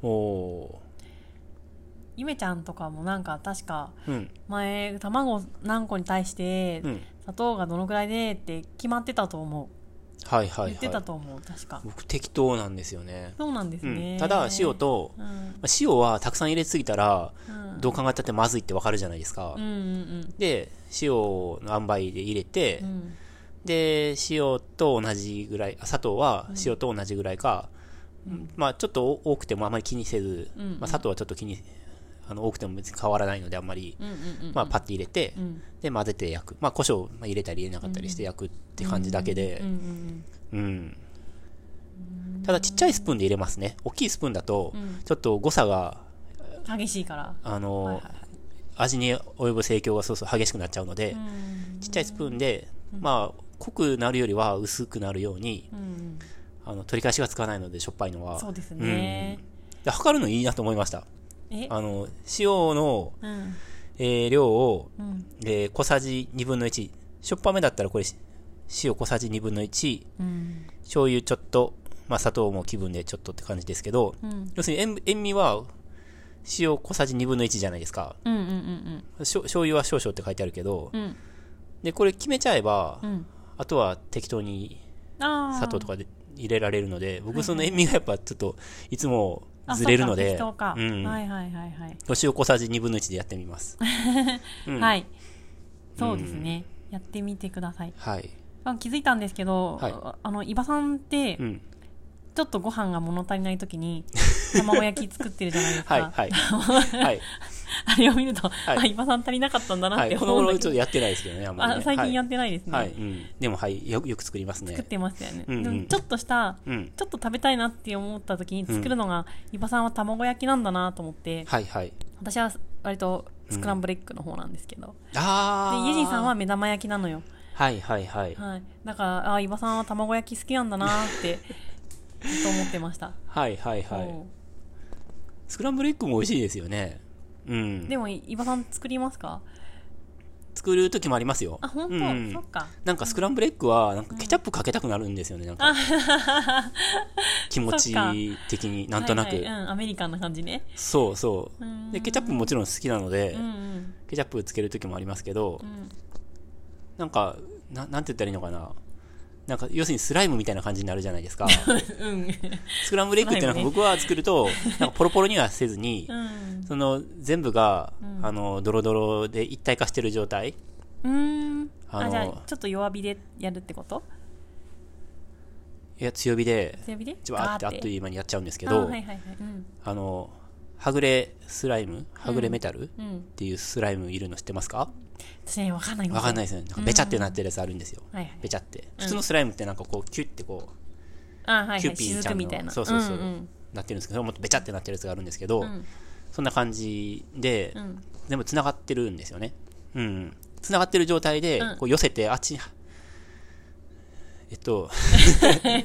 S2: おー
S1: ゆめちゃんとかもなんか、確か、
S2: うん。
S1: 前、卵何個に対して
S2: う、ん。
S1: 砂糖がどのぐらいでって決まってたと思う。
S2: はいはいはい。
S1: 言ってたと思う、確か。
S2: 僕適当なんですよね。
S1: そうなんです
S2: う
S1: ね。
S2: ん。ただ、塩、と、
S1: う
S2: ま
S1: ん。
S2: あ塩はたくさん入れすぎたら、
S1: うん
S2: どう考えたってまずいってわかるじゃないですか
S1: うん。うん
S2: で、塩の塩梅で入れて、
S1: うん。うん
S2: で、塩と同じぐらい、あ砂糖は塩と同じぐらいか、まあちょっとお多くてもあまり気にせず、
S1: うんうん
S2: まあ、砂糖はちょっと気に、あの多くても別に変わらないのであんまり、
S1: うんうんうん。
S2: まあパッて入れて、
S1: うん
S2: で混ぜて焼く。まあ胡椒まあ入れたり入れなかったりして焼くって感じだけで
S1: うんう、ん
S2: うん。ただちっちゃいスプーンで入れますね。大きいスプーンだと
S1: ん、
S2: ちょっと誤差が、
S1: うん。激しいから。
S2: あの、
S1: はいはいはい
S2: 味に及ぶ影響がそうそう激しくなっちゃうので、
S1: うん
S2: ちっちゃいスプーンで、まあ濃くなるよりは薄くなるように、
S1: うん
S2: あの取り返しがつかないのでしょっぱいのは
S1: そうですね、
S2: うんで測るのいいなと思いました
S1: え
S2: あの塩の、
S1: うん
S2: えー量を、
S1: うん
S2: えー小さじ1分の1しょっぱめだったらこれし塩小さじ1分の1
S1: うん
S2: 醤油ちょっと、まあ、砂糖も気分でちょっとって感じですけど、
S1: うん
S2: 要するに塩塩味は塩小さじ1分の1じゃないですか
S1: うんうんうん
S2: しょ醤油は少々って書いてあるけど、
S1: うんうん
S2: でこれ決めちゃえば、
S1: うん
S2: あとは適当に
S1: あ
S2: 砂糖と
S1: か
S2: かで入れられるので
S1: はい
S2: 僕その塩味がやっぱちょっといつもずれるので、
S1: そうか適当か、
S2: うん
S1: はいはいはいはい、 [laughs]
S2: お塩小さじ1分の1でやってみます。うん
S1: はいそうですね、やってみてください
S2: はい。
S1: あ気づいたんですけど、
S2: はい
S1: あの伊庭さんって、
S2: うん。
S1: ちょっとご飯が物足りない時に卵焼き作ってるじゃないですか、
S2: は
S1: [laughs]
S2: い、はい。はい。
S1: あれを見ると、
S2: い
S1: あ伊庭さん足りなかったんだな
S2: は
S1: っ
S2: い。
S1: て
S2: こ
S1: 思う
S2: の
S1: んだ
S2: 頃
S1: け
S2: ち
S1: ど、
S2: ょっとやってないですけどね、あんまり、
S1: あ
S2: ね。
S1: 最近や
S2: っ
S1: ってないですね、
S2: はい、はい。うん。でも、はい。よよく作りますね。
S1: 作ってましたよね、
S2: うんうん
S1: でもちょっとした
S2: うん。
S1: ちょっと食べたいなって思った時に作るのが、伊庭さんは卵焼きなんだなと思って
S2: はい、はい。
S1: 私は割とスクランブルエッグの方なんですけど、
S2: ああ。
S1: でユジンさんは、目玉焼きなのよ
S2: はい、はい、はい。
S1: はい、だからあ伊庭さんは卵焼き好きなんだなってずっと思ってました、
S2: [laughs] はい、はい、はい。
S1: そ
S2: スクランブルエッグも美味しいですよね。うん。
S1: うでも伊庭さん作りますか
S2: 作る時もありますよ。
S1: あ本当、
S2: うん
S1: そっか
S2: なんかスクランブルエッグはなんかケチャップかけたくなるんですよね、な
S1: [laughs]
S2: んか気持ち的になんとな
S1: はい
S2: く
S1: はいうん、アメリカンな感じね
S2: そうそう
S1: ーん
S2: うでケチャップももちろん好きなので
S1: うんうん
S2: ケチャップつける時もありますけど
S1: うん
S2: なんかななんて言ったらいいのかななんか要するにスライムみたいな感じになるじゃないで
S1: [laughs]
S2: すか
S1: うん
S2: スクランブルエッグってなんか
S1: スライムね
S2: 僕は作るとなんかポロポロにはせずに
S1: うん
S2: その全部が
S1: うん
S2: あのドロドロで一体化してる状態
S1: うんあ
S2: あの
S1: じゃあちょっと弱火でやるってこと
S2: いや強火で
S1: 強火で
S2: じわーってあっ
S1: ガー
S2: という間にやっちゃうんですけ
S1: あ
S2: ど
S1: はいはいはいうん
S2: あの、はぐれスライムはぐれメタルっ
S1: うん
S2: ていうスライムいるの知ってますか
S1: 私ねわかんないん
S2: わかんないいですよね。なんかべちゃってなってるやつあるんですよ。
S1: はいはい
S2: べちゃって。普通のスライムってなんかこう、キュッてこ、
S1: あはいうはい
S2: キュッピーち
S1: 雫
S2: ゃん
S1: みたいな
S2: の、そうそうそう、
S1: ん
S2: なってるんですけど、もっとべちゃってなってるやつがあるんですけ
S1: う
S2: ど、
S1: んうん
S2: そんな感じで、
S1: うん [laughs]
S2: 全部繋がってるんですよね。うん。繋がってる状態で
S1: うん、
S2: こう寄せて、あっちに、えっと、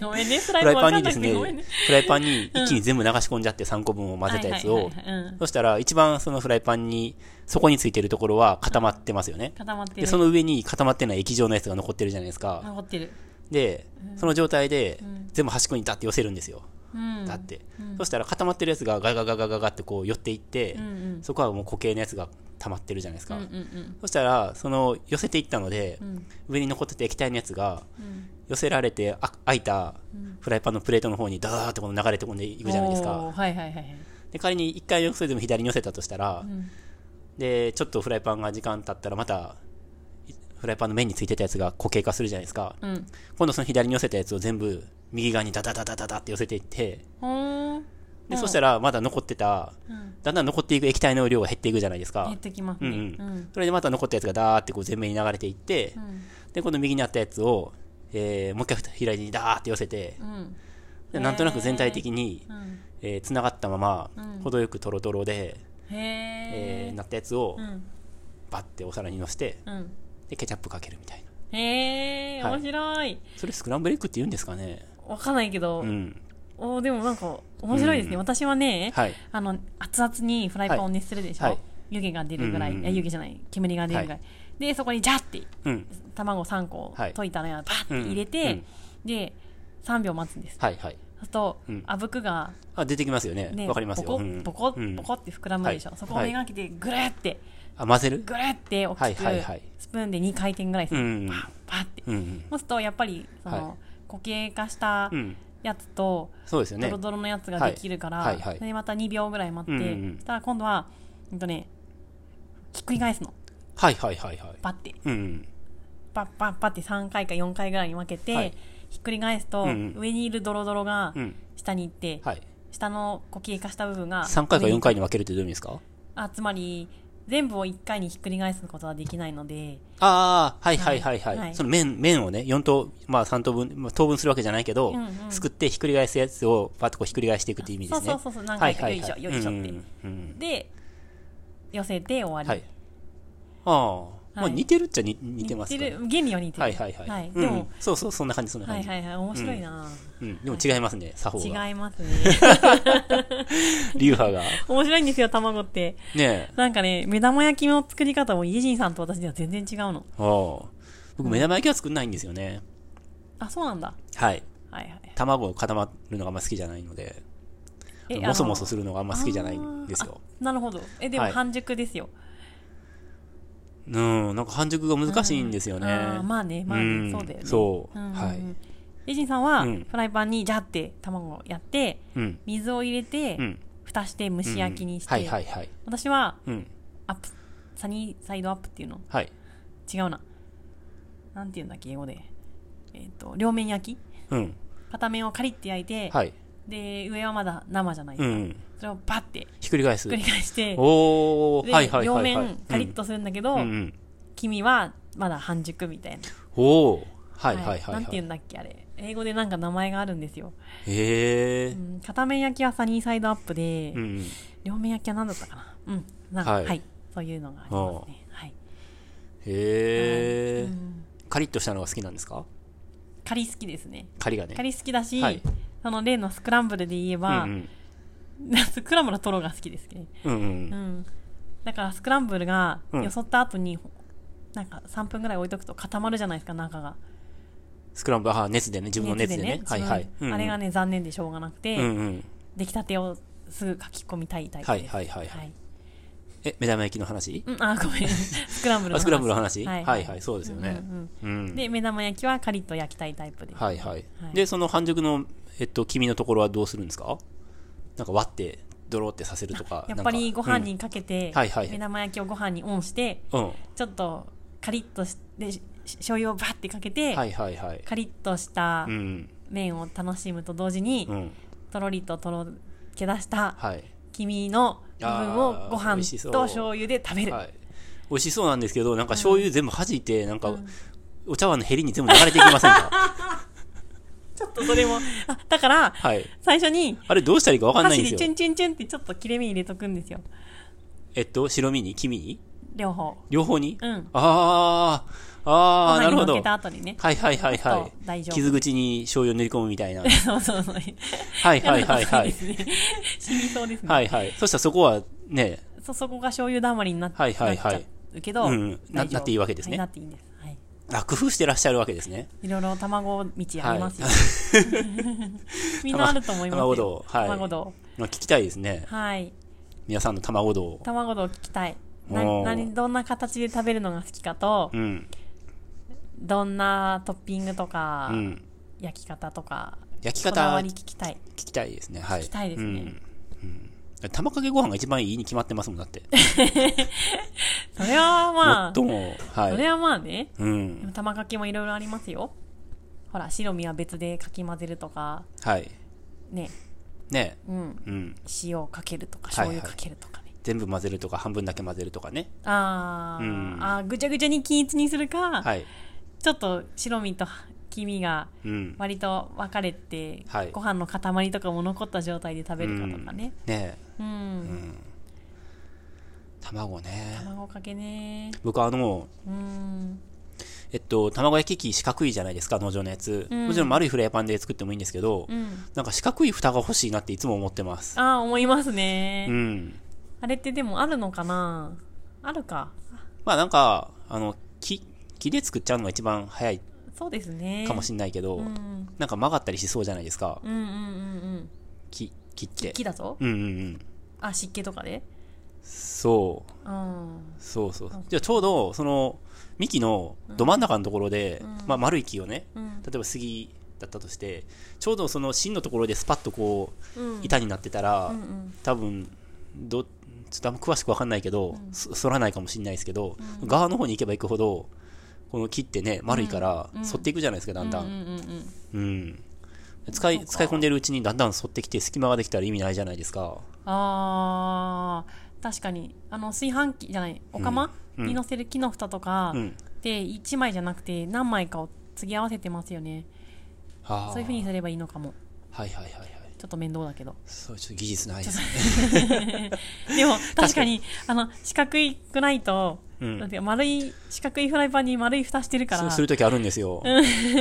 S1: ごめんね、スラ
S2: [laughs] フ
S1: イム
S2: ライ
S1: わか
S2: パ
S1: んな
S2: ンに
S1: く
S2: です
S1: て
S2: ね、
S1: ごめんね。
S2: フライパンに一気に全部流し込んじゃって3個分を混ぜたやつ
S1: はいはい、
S2: を
S1: はいはいうん
S2: そしたら一番そのフライパンに、そこについてるところは固まってますよね。
S1: 固まって
S2: で、
S1: る。
S2: その上に固まってない液状のやつが残ってるじゃないですか。
S1: 残ってる。
S2: で、その状態で
S1: うん
S2: 全部端っこにダッて寄せるんですよ。
S1: うん。
S2: ダッて
S1: うん。
S2: そしたら固まってるやつがガガガガガガってこう寄っていって
S1: うん、うん。
S2: そこはもう固形のやつが溜まってるじゃないです
S1: うん
S2: か
S1: う。ん
S2: そしたら、その寄せていったので
S1: う、ん。
S2: 上に残ってた液体のやつが
S1: うん。
S2: 寄せられてあ開いた
S1: うん
S2: フライパンのプレートの方にダーってこの流れてこんでいくじゃないです
S1: お
S2: か
S1: ー。はいはいはいはい。
S2: で、仮に一回それでも左に寄せたとしたら
S1: う、ん。
S2: でちょっとフライパンが時間経ったらまたいフライパンの面についてたやつが固形化するじゃないですか
S1: うん。
S2: 今度その左に寄せたやつを全部右側にダダダダダダって寄せていって
S1: ほーん。
S2: でそした
S1: ら、
S2: らまだ残ってた
S1: うん。
S2: だんだん残っていく液体の量が減っていくじゃないです
S1: 減
S2: か
S1: ってきます
S2: う
S1: ね。
S2: ん
S1: う
S2: うん
S1: ん。
S2: それでまた残ったやつがダーってこう前面に流れていって
S1: うん。
S2: で今度右にあったやつをえーもう一回左にダーって寄せて
S1: うん。
S2: でなんとなく全体的に
S1: うん。
S2: えー、がったまま
S1: うん
S2: 程よくトロトロで、
S1: へ
S2: えー
S1: え。
S2: なったやつを
S1: うん。
S2: バッてお皿にのせて
S1: うん。
S2: でケチャップかけるみたいな
S1: へえ、
S2: はい
S1: 面白い。
S2: それスクランブルエッグって言うんですかね
S1: わかんないけど
S2: う、ん。
S1: おーでもなんか、面白いですね。
S2: うん
S1: 私はね、
S2: はい。
S1: あの熱々にフライパンを熱するでしょ、
S2: はい
S1: 湯気が出るぐらい、
S2: うんうんうん
S1: いや湯気じゃない煙が出るぐらい、でそこにジャッて
S2: うん。
S1: 卵3個
S2: はい
S1: 溶いたのやバッて入れて、
S2: うんうん
S1: で3秒待つんです、
S2: はい
S1: そう
S2: はい。
S1: すると、
S2: うん
S1: あぶくが、
S2: あ、出てきますよね。
S1: ね、
S2: わかりますよ。
S1: ボコ
S2: うん
S1: ボコ
S2: うん
S1: ボコって膨らむでしょ、
S2: はい
S1: そこをめがけてぐるって
S2: あ、混ぜる
S1: ぐるって大きく、
S2: はいはいはい
S1: スプーンで2回転ぐらいする、
S2: うん
S1: パッパッて、
S2: うんうん。
S1: そうするとやっぱりその、
S2: はい
S1: 固形化した
S2: うん。
S1: やつと、
S2: そうですよ
S1: ド
S2: ね
S1: ロ。ドロのやつができるから、
S2: はいはいはい
S1: それでまた2秒ぐらい待って、
S2: うんうん
S1: そしたら今度は、うんとね、ひっくり返すの。
S2: はいはいはいはい。
S1: パッて、
S2: うん。
S1: パッパッパッて3回か4回ぐらいに分けて、
S2: はい
S1: ひっくり返すと、
S2: うんうん
S1: 上にいるドロドロが
S2: うん。
S1: 下に行って、
S2: はい。
S1: 下の固形化した部分が
S2: 3回か
S1: 上
S2: 4
S1: に
S2: 回に分けるってどういう意味ですか
S1: あ、つまり、全部を1回にひっくり返すことはできないので、
S2: ああ、はいはいはい
S1: は
S2: はいい。その面、面をね、4等、まあ3等分、まあ等分するわけじゃないけど
S1: うんうん、
S2: すくってひっくり返すやつをパッとこうひっくり返していくっていう意味ですね。
S1: そうそうそうそう何回か
S2: はいはいはい
S1: よいしょよいしょって
S2: うんうんうん
S1: で、寄せて終わり。
S2: はい。ああ、まあ
S1: はい
S2: 似てるっちゃ似似てます
S1: 似
S2: か
S1: て
S2: ね
S1: る。原理は似てる。
S2: はいはいはい。
S1: で
S2: うん
S1: も、
S2: そうそう、そんな感じ、そんな
S1: は
S2: 感
S1: い
S2: じ。
S1: はいはい、面白いな、
S2: うん、でも違いますね、作法が。
S1: 違いますね。
S2: 流派が。
S1: 面白いんですよ、卵って。
S2: ねえ。
S1: なんかね、目玉焼きの作り方もイジンさんと私では全然違うの。
S2: おう僕、目玉焼きは作んないんですよね。
S1: あ、そうなんだ。
S2: はい。
S1: はいはい。
S2: 卵が固まるのがあんま好きじゃないので、
S1: え
S2: もそもそ
S1: あ
S2: するのがあんま
S1: の
S2: 好きじゃないんですよ。
S1: あなるほど。え、でも
S2: はい
S1: 半熟ですよ。
S2: うん、なんか半熟が難しいんですよね。
S1: あーまあね、まあ
S2: う
S1: ね、
S2: ん
S1: そうだよね。
S2: そう
S1: うん
S2: はい。
S1: イジンさんは、
S2: うん
S1: フライパンにジャーって卵をやって、
S2: うん。
S1: 水を入れて、
S2: うん。
S1: 蓋して蒸し焼きにして、
S2: はいはいはい。
S1: 私は、
S2: うん。
S1: アップ、サニーサイドアップっていうの
S2: はい。
S1: 違うな。なんて言うんだっけ、英語で。えっ、と、両面焼き
S2: うん。
S1: 片面をカリッて焼いて、
S2: はい。
S1: で、上はまだ生じゃないで
S2: う
S1: す
S2: ん
S1: か。
S2: うん。
S1: それをバッて
S2: ひっくり返す
S1: 繰。り返して、
S2: おー、
S1: で
S2: はいはいはいはい。
S1: 両面カリッとするんだけど、
S2: うん。うんうん。
S1: 黄身はまだ半熟みたいな。
S2: おー、はいはいはいは
S1: なん
S2: い。
S1: て言うんだっけ、あれ。英語でなんか名前があるんですよ。
S2: へ
S1: う。
S2: え
S1: ん、片面焼きはサニーサイドアップで、
S2: うんうん。
S1: 両面焼きは何だったかな。うん。なんか、は、
S2: はいい
S1: そういうのがありますね。はい。
S2: へえ
S1: う。ん
S2: カリッとしたのが好きなんですか
S1: カリ好きですね。
S2: カリがね。
S1: カリ好きだし、
S2: はい
S1: その例のスクランブルで言え
S2: うん
S1: ば、
S2: うん。
S1: [laughs] スクランブルはトロが好きですけど、ね、
S2: うんう。
S1: うんん。だからスクランブルが、
S2: うん
S1: よそった後に、なんか3分ぐらい置いとくと固まるじゃないですか、中が。
S2: スクランブル、あー、熱でね、自分の熱でね。
S1: 熱
S2: はいはい。
S1: 自分あれが
S2: ね。
S1: ね、残念でしょうがなくて、
S2: うんうん。
S1: 出来たてをすぐ書き込みたいタイプです。
S2: はいはいはいはいえ、目玉焼きの話
S1: うん、あ、ごめん。 [laughs] スクランブルの
S2: あ
S1: 話。
S2: スクランブルの話
S1: は
S2: はいい
S1: はい
S2: はい、そうですよね
S1: う。んうん
S2: うん。
S1: で、目玉焼きはカリッと焼きたいタイプです。
S2: はいはい
S1: はい。
S2: で、その半熟の、えっと、黄身のところはどうするんですかなんか割って、ドローってさせるとか。
S1: やっぱり
S2: なん
S1: ご
S2: か
S1: 飯にかけて、
S2: んはいはい
S1: 目玉焼きをご飯にオンして、
S2: うん。うん
S1: ちょっとカリッとして、し醤油をバッてかけて、
S2: はいはいはい。
S1: カリッとした
S2: うん。
S1: 麺を楽しむと同時に、
S2: うん。
S1: とろりととろけ出した
S2: はい。
S1: 黄身の部分をご
S2: あー
S1: 飯
S2: 美味しそう
S1: と醤油で食べる。
S2: はい。美味しそうなんですけど、なんか醤油全部弾いて、なんか、お茶碗のヘりに全部流れていきません
S1: [laughs]
S2: か
S1: ちょっとそれも、あ、だから、
S2: はい。
S1: 最初に、
S2: あれどうしたらいいかわかんない
S1: 箸
S2: ん
S1: で
S2: です
S1: チュ
S2: よ
S1: ン。チュンチュンってちょっと切れ目入れとくんですよ。
S2: えっと、白身に黄身に
S1: 両方。
S2: 両方に
S1: うん。
S2: あー、あー、なるほ
S1: ご飯に乗っ
S2: ど
S1: け。た後にね。 [laughs]
S2: はいはいはい
S1: そう
S2: は
S1: 大
S2: い。
S1: 丈夫
S2: 傷口に醤油を塗り込むみたいな。
S1: そうそうそう。
S2: はいはいは
S1: [laughs] や。
S2: いはい
S1: るのが好きですね死にそうですね。
S2: はいはい。そしたらそこはね、
S1: そ、そこが醤油だまりになっ
S2: はいはいはい
S1: なっちゃうけど、
S2: うんな
S1: 大丈夫
S2: なっていいわけですね
S1: はなっていいんです。はい。
S2: あ、工夫してらっしゃるわけですね。
S1: いろいろ卵道ありますよ。
S2: は
S1: [laughs]
S2: [laughs]
S1: みんなあると思いますよ。
S2: 卵道はい
S1: 卵道。
S2: まあ、聞きたいですね。
S1: はい。
S2: 皆さんの卵道を。
S1: 卵道を聞きたい。な
S2: おー
S1: 何どんな形で食べるのが好きかと
S2: う、ん。
S1: どんなトッピングとか、
S2: うん。
S1: 焼き方とか、
S2: 焼き
S1: こだ
S2: 方
S1: わ
S2: 聞
S1: り聞きたい。
S2: きたいですね。はい。
S1: 聞きたいですね
S2: うん。うん玉かけご飯が一番いいに決まってますもんだって。
S1: それは [laughs] ま
S2: 最も、
S1: あ、
S2: は
S1: それ
S2: い。
S1: はまあね。
S2: う
S1: で
S2: ん。
S1: も玉かけもいろいろありますよ。ほら、白身は別でかき混ぜるとか、
S2: はい。
S1: ね、
S2: ね。
S1: うん、
S2: うん。
S1: 塩をかけるとか、
S2: はい
S1: 醤
S2: はい
S1: 油かけるとかね。
S2: 全部混ぜるとか、半分だけ混ぜるとかね。
S1: あー、
S2: うん
S1: あーぐちゃぐちゃに均一にするか、
S2: はい。
S1: ちょっと白身と黄身が
S2: うん。
S1: 割と分かれて、
S2: はい
S1: ご飯の塊とかも残った状態で食べるかとかね。
S2: ね
S1: うん。
S2: 卵ね。
S1: 卵かけね。
S2: 僕あの、
S1: うん。
S2: えっと、卵焼き器四角いじゃないですか、農場のやつ。
S1: ん
S2: もちろん丸いフライパンで作ってもいいんですけど、
S1: うん。
S2: なんか四角い蓋が欲しいなっていつも思ってます。
S1: あー、思いますね。
S2: うん。
S1: あれってでもあるのかなあるか。
S2: まあなんか、あの、木、木で作っちゃうのが一番早い
S1: そうですね。
S2: かもしれないけど、
S1: うん。
S2: なんか曲がったりしそうじゃないですか。
S1: うんうんうんうん。
S2: 木、木って。
S1: 木だぞ。
S2: うんうんうん。
S1: あ、湿気とかで。
S2: そう。
S1: うん。
S2: そうそう。じゃあちょうど、その、幹のど真ん中のところで、まあ丸い木をね、
S1: うん。
S2: 例えば杉だったとして、ちょうどその芯のところでスパッとこ
S1: うん
S2: う、板になってたら、
S1: うんうん。
S2: 多分どちょっとあんま詳しくわかんないけど、そ反らないかもしれないですけど、側の方に行けば行くほどこの木ってね丸いから、反っていくじゃないですかだんだ
S1: うん
S2: ん、
S1: うんうん。
S2: うん使い使い込んでるうちにだんだん反ってきて隙間ができたら意味ないじゃないですか
S1: あー、確かに。あの、炊飯器じゃない、お釜、
S2: うん
S1: に乗せる木の蓋とか、
S2: うん
S1: で、1枚じゃなくて何枚かを継ぎ合わせてますよね。
S2: ああ
S1: そういう風にすればいいのかも。
S2: はいはいはいはい
S1: ちょっと面倒だけど。 [laughs]
S2: そうちょっと技術ないですね
S1: でも、確
S2: 確
S1: か
S2: か
S1: に、あの、四角いくないと、
S2: うん
S1: だって丸い、四角いフライパンに丸い蓋してるか
S2: そうする
S1: ら、
S2: 時あるんですよ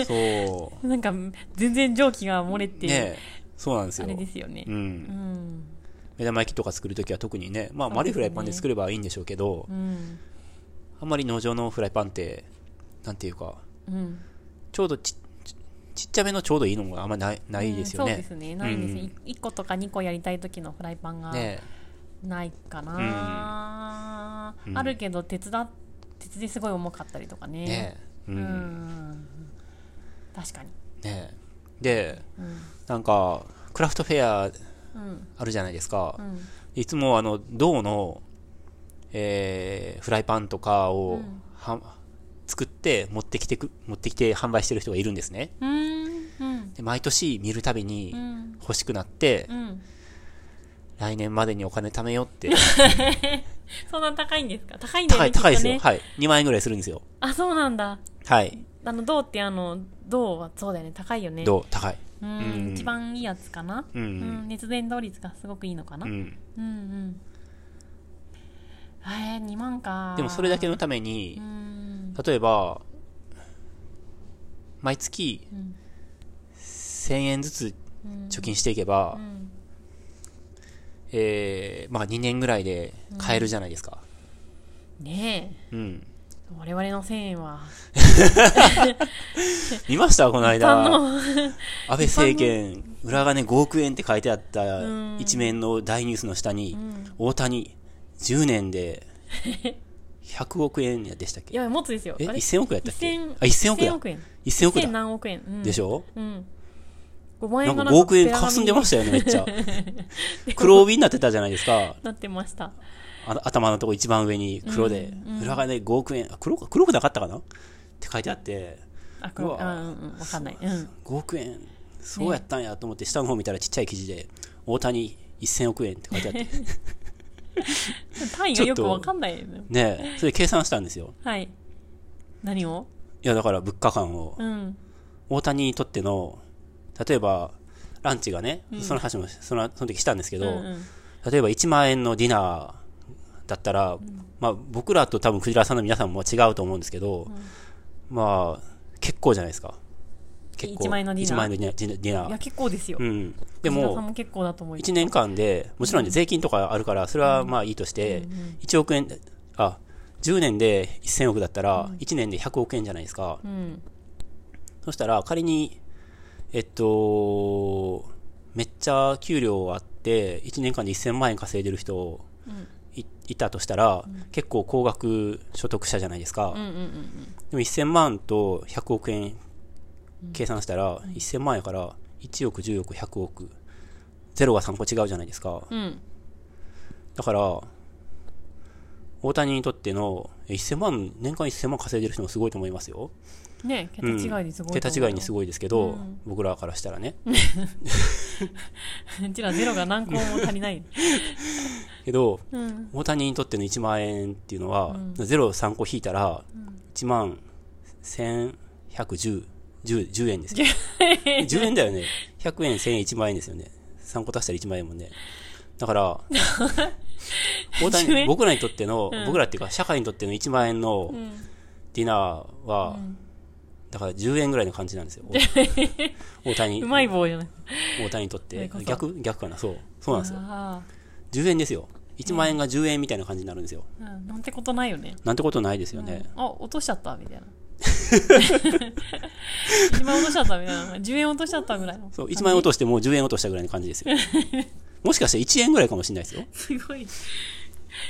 S2: そ
S1: なんか、全然蒸気が漏れ
S2: う
S1: て、
S2: ねえそうなんです
S1: あ
S2: よ
S1: れですよね
S2: う。、
S1: うんん。
S2: 目玉焼きとか作るときは特にね、まあ、丸いフライパンで作ればいいんでしょうけど、
S1: うん。
S2: あんまり農場のフライパンって、なんていうか、
S1: うん。
S2: ちょうどちちちっちゃめのちょうどいいのがあんまりないないですよ
S1: うんそうで
S2: ね
S1: す。ね。ないんですよ。
S2: うん
S1: い一個とか二個やりたい時のフライパンが
S2: ね
S1: ないかな、
S2: うん
S1: あるけど鉄だ鉄ですごい重かったりとかね。
S2: え。ねえ。う。
S1: うんん。確かに。
S2: ねえ。で、
S1: うん。
S2: なんか、クラフトフェア
S1: うん。
S2: あるじゃないですか。
S1: うん。
S2: いつもあの、銅の、えーフライパンとかを、
S1: うん
S2: は作って持ってきてく持ってきて販売してる人がいるんですね
S1: うーんうん
S2: で毎年見るたびに
S1: うん
S2: 欲しくなって、
S1: うん
S2: 来年までにお金貯めようって
S1: [laughs] そんな高いんですか高いんだよ
S2: 高
S1: ね
S2: い高
S1: きっ
S2: いです
S1: と
S2: よ、
S1: ね
S2: はい2万円ぐらいするんですよ
S1: あそうなんだ
S2: はい
S1: あの銅ってあの銅はそうだよね高いよね
S2: どう高い
S1: うん
S2: うん
S1: 一番いいやつかな、
S2: うん
S1: うん熱伝導率がすごくいいのかな、
S2: う
S1: うん、
S2: ん
S1: うんえー、2万か
S2: でもそれだけのために、
S1: うん
S2: 例えば毎月
S1: うん
S2: 1000円ずつ
S1: うん
S2: 貯金していけば、
S1: うん
S2: えーまあ2年ぐらいで買えるじゃないですか。
S1: ねえ
S2: うん。
S1: 我々の1000円は
S2: 見ましたこの間。
S1: あ
S2: 安
S1: の
S2: 倍政権、裏金5億円って書いてあった
S1: うん
S2: 一面の大ニュースの下に、
S1: ん
S2: 大谷、10年で100億円でしたっ
S1: い
S2: け
S1: やもっとですよ
S2: え、
S1: あれ
S2: 1000億やったっけ
S1: 1000
S2: あ、1000億
S1: 1000
S2: だ。
S1: 億円
S2: 1000億
S1: 1000
S2: だ。
S1: 何億円、うん
S2: でしょ
S1: うん5万
S2: な
S1: 円
S2: ん
S1: が
S2: か
S1: な
S2: 5
S1: ん
S2: 億円かすんでましたよね、めっちゃ。黒帯になってたじゃないですか。
S1: なってました
S2: あの頭のとこ一番上に黒で、裏金5億円、あ黒か黒くなかったかなって書いてあって、
S1: あ黒
S2: うわ
S1: あうんうんわかんないうん
S2: 5億円、そうやったんやと思って、下の方見たらちっちゃい記事で、大谷1000億円って書いてあって、 [laughs]
S1: 単位がよくわかんないよね
S2: ねえそれ計算したんですよ。
S1: はい何を
S2: いや、だから物価観を、
S1: うん
S2: 大谷にとっての、例えば、ランチがね、その話も、そのその時したんですけ
S1: うん
S2: ど、
S1: うん
S2: 例えば1万円のディナーだったら、まあ僕らと多分クジラさんの皆さんも違うと思うんですけど、まあ結構じゃないですか。結構。
S1: 1万円のディナー
S2: 1万円のディナー。ディディナ
S1: いや
S2: ー
S1: 結構ですよ、
S2: うん。で
S1: 藤田さん
S2: も、
S1: も結構だと思います
S2: 1年間で、もちろんね税金とかあるから、それはまあいいとして、1億円、あ、10年で1000億だったら、1年で100億円じゃないですか。
S1: うん
S2: そしたら仮に、えっと、めっちゃ給料あって、1年間で1000万円稼いでる人い,、たとしたら、結構高額所得者じゃないですか。
S1: うんうんうん
S2: でも1000万と100億円計算したら、1000万やから1億、10億、100億。ゼロが3個違うじゃないですか。
S1: うん
S2: だから、大谷にとってのえ1000万、年間1000万稼いでる人もすごいと思いますよ。
S1: ね桁違いにすごい、
S2: 桁違いにす
S1: ご
S2: ごいですけど、
S1: うん
S2: 僕らからしたらね。
S1: い [laughs] うちらゼロが何個も足りない
S2: けど、
S1: うん
S2: 大谷にとっての1万円っていうのは、
S1: うん
S2: ゼロを3個引いたら、1万1110、10 10円ですよ。10円だよね。100円、1000円、1万円ですよね。3個足したら1万円もんね。だ
S1: [laughs]
S2: から、大
S1: 10
S2: 谷、
S1: 円
S2: 僕らにとっての、
S1: うん
S2: 僕らっていうか、社会にとっての1万円の
S1: うん
S2: ディナーは、だから10円ぐらいの感じなん
S1: [laughs]
S2: ですよ。大谷、
S1: うまい棒じゃない
S2: 大谷にとっ
S1: そういうこ
S2: て
S1: と。
S2: 逆逆かな、そう。そうなんですよ。
S1: あ
S2: 10円ですよ。1万円が10円みたいな感じになるんですよ。
S1: ーうんなんてことないよね
S2: なんてことないですよね。
S1: あ落としちゃったみたいな [laughs] 1万円落としちゃったみたいな10円落としちゃったぐらいの
S2: そう、1万円落としてもう10円落としたぐらいの感じですよ。もしかして1円ぐらいかもしれないですよ。
S1: すごい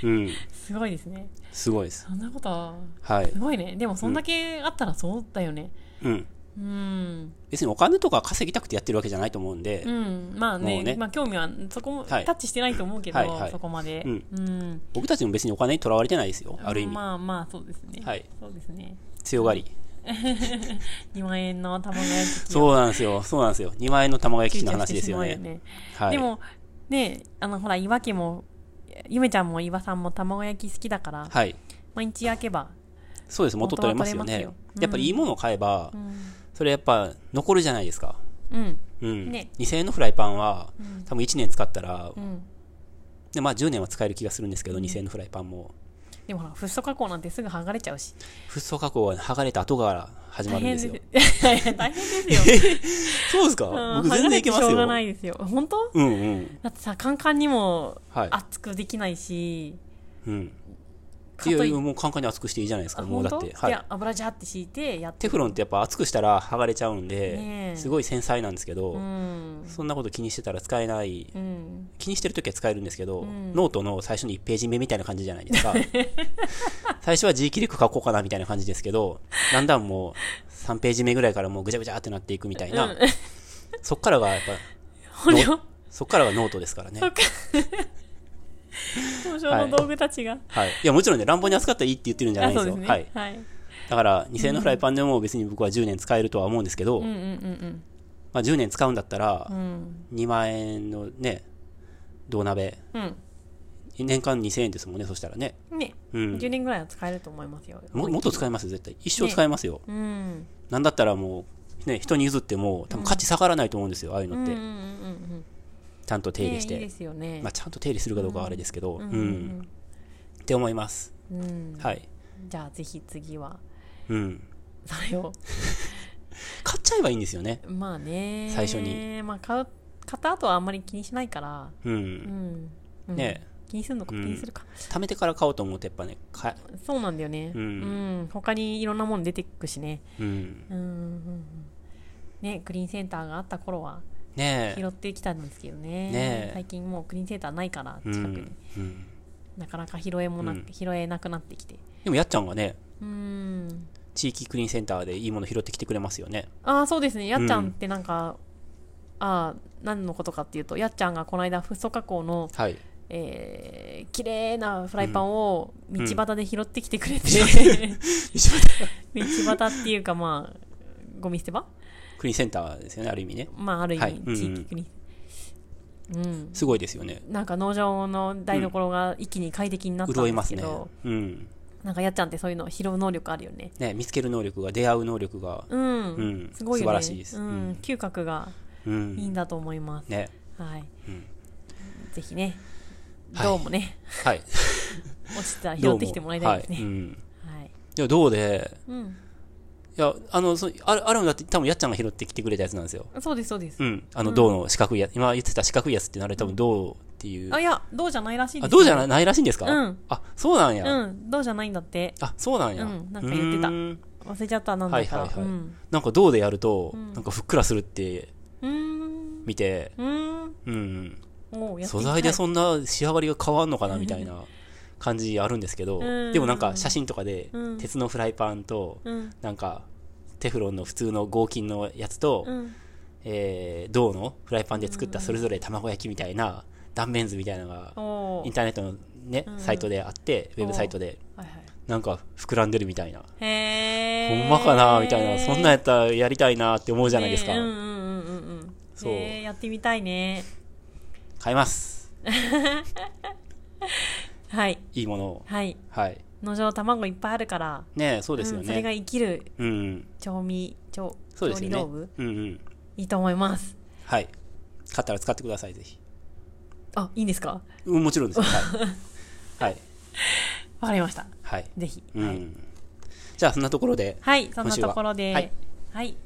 S2: うん。
S1: すごいですね
S2: すごいです。
S1: そんなことは
S2: はい
S1: す。ごいねでもそんだけあったらそうだよね
S2: うん。
S1: うん
S2: 別にお金とか稼ぎたくてやってるわけじゃないと思うんで、
S1: うん、まあ
S2: も
S1: ね
S2: うね
S1: まあ興味はそこもタ
S2: はい
S1: ッチしてないと思うけど、
S2: はいはい
S1: そこまで、
S2: うん
S1: うん
S2: 僕たちも別にお金にとらわれてないですよ。ある意味。
S1: まあまあそうですね、
S2: はい
S1: そうですね
S2: 強がり。
S1: 2万円の卵焼き器
S2: そうなんですよ。そうなんですよ。2万円の卵焼き器の
S1: 躊躇し
S2: 話
S1: て
S2: です
S1: しま
S2: よ
S1: う
S2: ね。
S1: よね
S2: はい。
S1: でもねあのほら岩家もゆめちゃんも岩さんも卵焼き好きだから、
S2: はい。
S1: 毎日焼けば
S2: そうです。元取れますよ
S1: 元は取
S2: ね。
S1: れますようん
S2: やっぱりいいものを買えば
S1: う、ん、
S2: それやっぱ残るじゃないですか。
S1: うん
S2: うん。
S1: ね
S2: 2000円のフライパンは、
S1: うん
S2: 多分1年使ったら
S1: う、ん
S2: で、まあ10年は使える気がするんですけど、2000円のフライパンも。
S1: でもほらフッ素加工なんてすぐ剥がれちゃうし
S2: フッ素加工は剥がれた後から始
S1: 大
S2: まるん
S1: 変
S2: で
S1: ですす
S2: よ。
S1: よ [laughs] 大変ですよ、
S2: そうですか、
S1: うん、
S2: [laughs] 僕全然いけま
S1: 剥
S2: す
S1: がれてしょう
S2: よ。
S1: がないですよ本当
S2: うんうん。
S1: だってさカンカンにも
S2: はい。
S1: 熱くできないし、
S2: うん。
S1: か
S2: い
S1: と
S2: や
S1: い
S2: いやもうカンカンに熱くしていいじゃないですか。
S1: あ
S2: もう
S1: 本
S2: だ
S1: 当
S2: って。はいい
S1: や。油じゃって敷いてやって
S2: テフロンってやっぱ熱くしたら剥がれちゃうんで、
S1: ねえ
S2: すごい繊細なんですけど、
S1: うん
S2: そんなこと気にしてたら使えない。
S1: うん
S2: 気にしてるときは使えるんですけど、
S1: ん
S2: ノートの最初の1ページ目みたいな感じじゃない
S1: [laughs]
S2: ですか。最初は字切り書こうかなみたいな感じですけど、だんだんもう3ページ目ぐらいからもうぐちゃぐちゃってなっていくみたいな、そっから
S1: [laughs]
S2: がやっぱ、
S1: これを
S2: そっからがノートですからね。
S1: 交渉の道具たちが、
S2: はい。いや、もちろんね、乱暴に扱ったらいいって言ってるんじゃな
S1: あ
S2: いんで
S1: そう
S2: す
S1: です
S2: よ。
S1: ね
S2: はい。
S1: はい
S2: だから2000円のフライパンでも別に僕は10年使えるとは思うんですけど、
S1: うんうんうん
S2: まあ、10年使うんだったら
S1: うんうん
S2: 2万円のね銅鍋
S1: う
S2: 年間2000円ですもんねそしたらね、
S1: んね、
S2: うん、
S1: 10年ぐらいは使えると思いますよ
S2: ももっと使えますよ絶対一生使えますよ、
S1: うん
S2: なんだったらもう、ね、人に譲っても多分価値下がらないと思うんですよ、ああいう
S1: うんう
S2: の
S1: ん
S2: っ
S1: うんう
S2: て、
S1: ん
S2: ちゃんと手入れして、
S1: ねいいですよね、
S2: まあ、ちゃんと手入れするかどうかはあれですけど、うん
S1: うん
S2: って思います、
S1: うんうん
S2: はい、
S1: じゃあぜひ次は
S2: うん、
S1: それを [laughs]
S2: 買っちゃえばいいんですよね、
S1: まあね
S2: 最初に
S1: まあ買う買った後はあんまり気にしないから
S2: うん
S1: うん、うん、
S2: ね
S1: 気にするのか気
S2: うん
S1: にするか、
S2: 貯めてから買おうと思うとやっぱねか、
S1: そうなんだよね
S2: うん
S1: うん、他にいろんなもの出てくしね
S2: うん、
S1: うんうんうんねグリーンセンターがあった頃は
S2: ねえ
S1: 拾ってきたんですけどね
S2: ねえ
S1: 最近もうグリーンセンターないから
S2: う
S1: 近くに、
S2: んうん、
S1: なかなか拾えもな、
S2: うん
S1: 拾えなくなってきて
S2: でもやっちゃんがね
S1: うん
S2: 地域クリーンセンターでいいもの拾ってきてくれますよね
S1: ああそうですねやっちゃんってなんか、ああ何のことかっていうとやっちゃんがこの間フッ素加工の
S2: はい
S1: えー、綺麗なフライパンを道端で拾ってきてく [laughs] れて、道端っていうかまあゴミ捨て場
S2: クリーンセンターですよねある意味ね
S1: まあある意
S2: はいうんう
S1: 味
S2: ん
S1: 地域に、うん
S2: すごいですよね
S1: なんか農場の台所が一気に快適になったん
S2: 潤い
S1: で
S2: ますす
S1: け
S2: ね
S1: ど、
S2: うん
S1: なんかやっちゃんってそういうの拾う能力あるよね
S2: ね見つける能力が出会う能力が
S1: うん、
S2: うん
S1: すごいよね
S2: 素晴らしいです
S1: うん
S2: うん
S1: 嗅覚が
S2: う
S1: いいん
S2: ん
S1: だと思います、
S2: ね
S1: はい、
S2: うん
S1: ぜひね
S2: はい
S1: どうもね、
S2: [laughs] はい
S1: 落ちてたら拾ってきてもらいたいです
S2: どう
S1: ね
S2: もはい
S1: は
S2: うん
S1: い、
S2: でもどうで
S1: うん
S2: いやあのそあるあるのだって多分やっちゃんが拾ってきてくれたやつなんですよ
S1: そうですそうです
S2: うんあの
S1: うん
S2: 銅の四角いやつ今言ってた四角いやつってあれ多分銅っていう
S1: あいやどうじゃないらしいです
S2: あ
S1: よ
S2: 銅じゃないらしいんですか
S1: うん
S2: あそうなんや
S1: うんどうじゃないんだって
S2: あそうなんや
S1: うんなんか言ってた
S2: うーん
S1: 忘れちゃったなんだか
S2: はいはいはい
S1: うん
S2: なんか銅でやると
S1: うん
S2: なんかふっくらするって
S1: うーん
S2: 見て
S1: うーん
S2: うん
S1: おうやって
S2: 素
S1: みたい
S2: 材でそんな仕上がりが変わんのかなみたいな感じあるんですけど
S1: うん
S2: でもなんか写真とかで
S1: うん
S2: 鉄のフライパンと
S1: うん
S2: なんかテフロンの普通の合金のやつと
S1: うん
S2: えー銅のフライパンで作ったそれぞれ卵焼きみたいな断面図みたいなのが
S1: おう
S2: インターネットのね
S1: うん
S2: サイトであってウェブサイトで
S1: はいはい
S2: なんか膨らんでるみたいな
S1: へえ
S2: ほんまかなみたいなそんなんやったらやりたいなって思うじ
S1: じ
S2: ゃないですか
S1: うんうんうんうんうん
S2: そう
S1: へーやってみたいね
S2: 買います
S1: はい
S2: いいものを
S1: はい
S2: はい
S1: 農場卵いっぱいあるから
S2: ねえそうですよ
S1: うんそれが
S2: ね
S1: 生きる
S2: うん、
S1: 調味調
S2: そうですよ
S1: 調理
S2: ね
S1: 道具
S2: うんうん
S1: いいと思います
S2: はい買ったら使ってくださいぜひ
S1: あいいんですか
S2: うんもちろんですよは
S1: [laughs]
S2: いはい
S1: わかりました
S2: はい、
S1: ぜひ
S2: うん
S1: はい、
S2: じゃあそんなところで
S1: はい、そんな
S2: 週は
S1: ところでは
S2: はいい、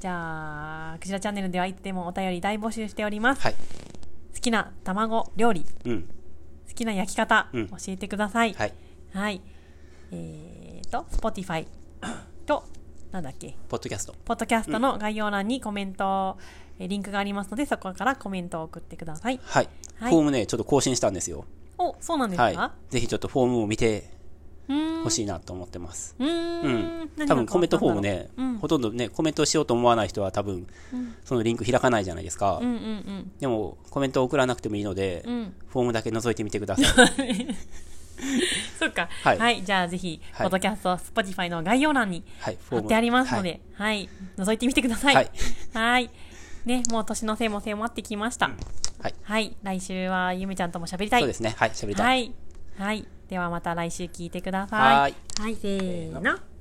S1: じゃあクジラチャンネルではいつでもお便り大募集しております
S2: はい
S1: 好きな卵料理
S2: うん
S1: 好きな焼き方、
S2: うん
S1: 教えてください
S2: はい
S1: はい。えー、と、Spotify と、なんだっけ、
S2: ポッドキャスト
S1: ポッドキャストの概要欄にコメント、えーリンクがありますので、そこからコメントを送ってください。
S2: はい、
S1: はい
S2: フォームねちょっと更新したんですよ
S1: お、そうなんですか、
S2: はいぜひちょっとフォームを見て
S1: うーん。
S2: ほしいなと思ってます
S1: うー
S2: うんん。
S1: 何が
S2: 多分コメントフォームね、
S1: 変わったんだろ
S2: ほとんどねコメントしようと思わない人は多分、そのリンク開かないじゃないですか、
S1: ううんうん
S2: でもコメントを送らなくてもいいので、
S1: うん。うん。
S2: フォームだけ覗いてみてく
S1: [laughs]
S2: ださい
S1: そっか。は。
S2: はいい
S1: じゃあぜひ、
S2: はい
S1: ポッドキャスト、Spotify の概要欄に
S2: はい
S1: 貼
S2: フォーム
S1: ってありますので、はい。覗いてみてください。
S2: はい。
S1: はい。ね、もう年のせいも迫ってきました。
S2: はい、
S1: はい。来週はゆめちゃんとも喋りた
S2: はい、
S1: い
S2: そうで。すねはい喋りたい
S1: はい。はい。ではまた来週聞いてください。
S2: はーい
S1: はい、せーの。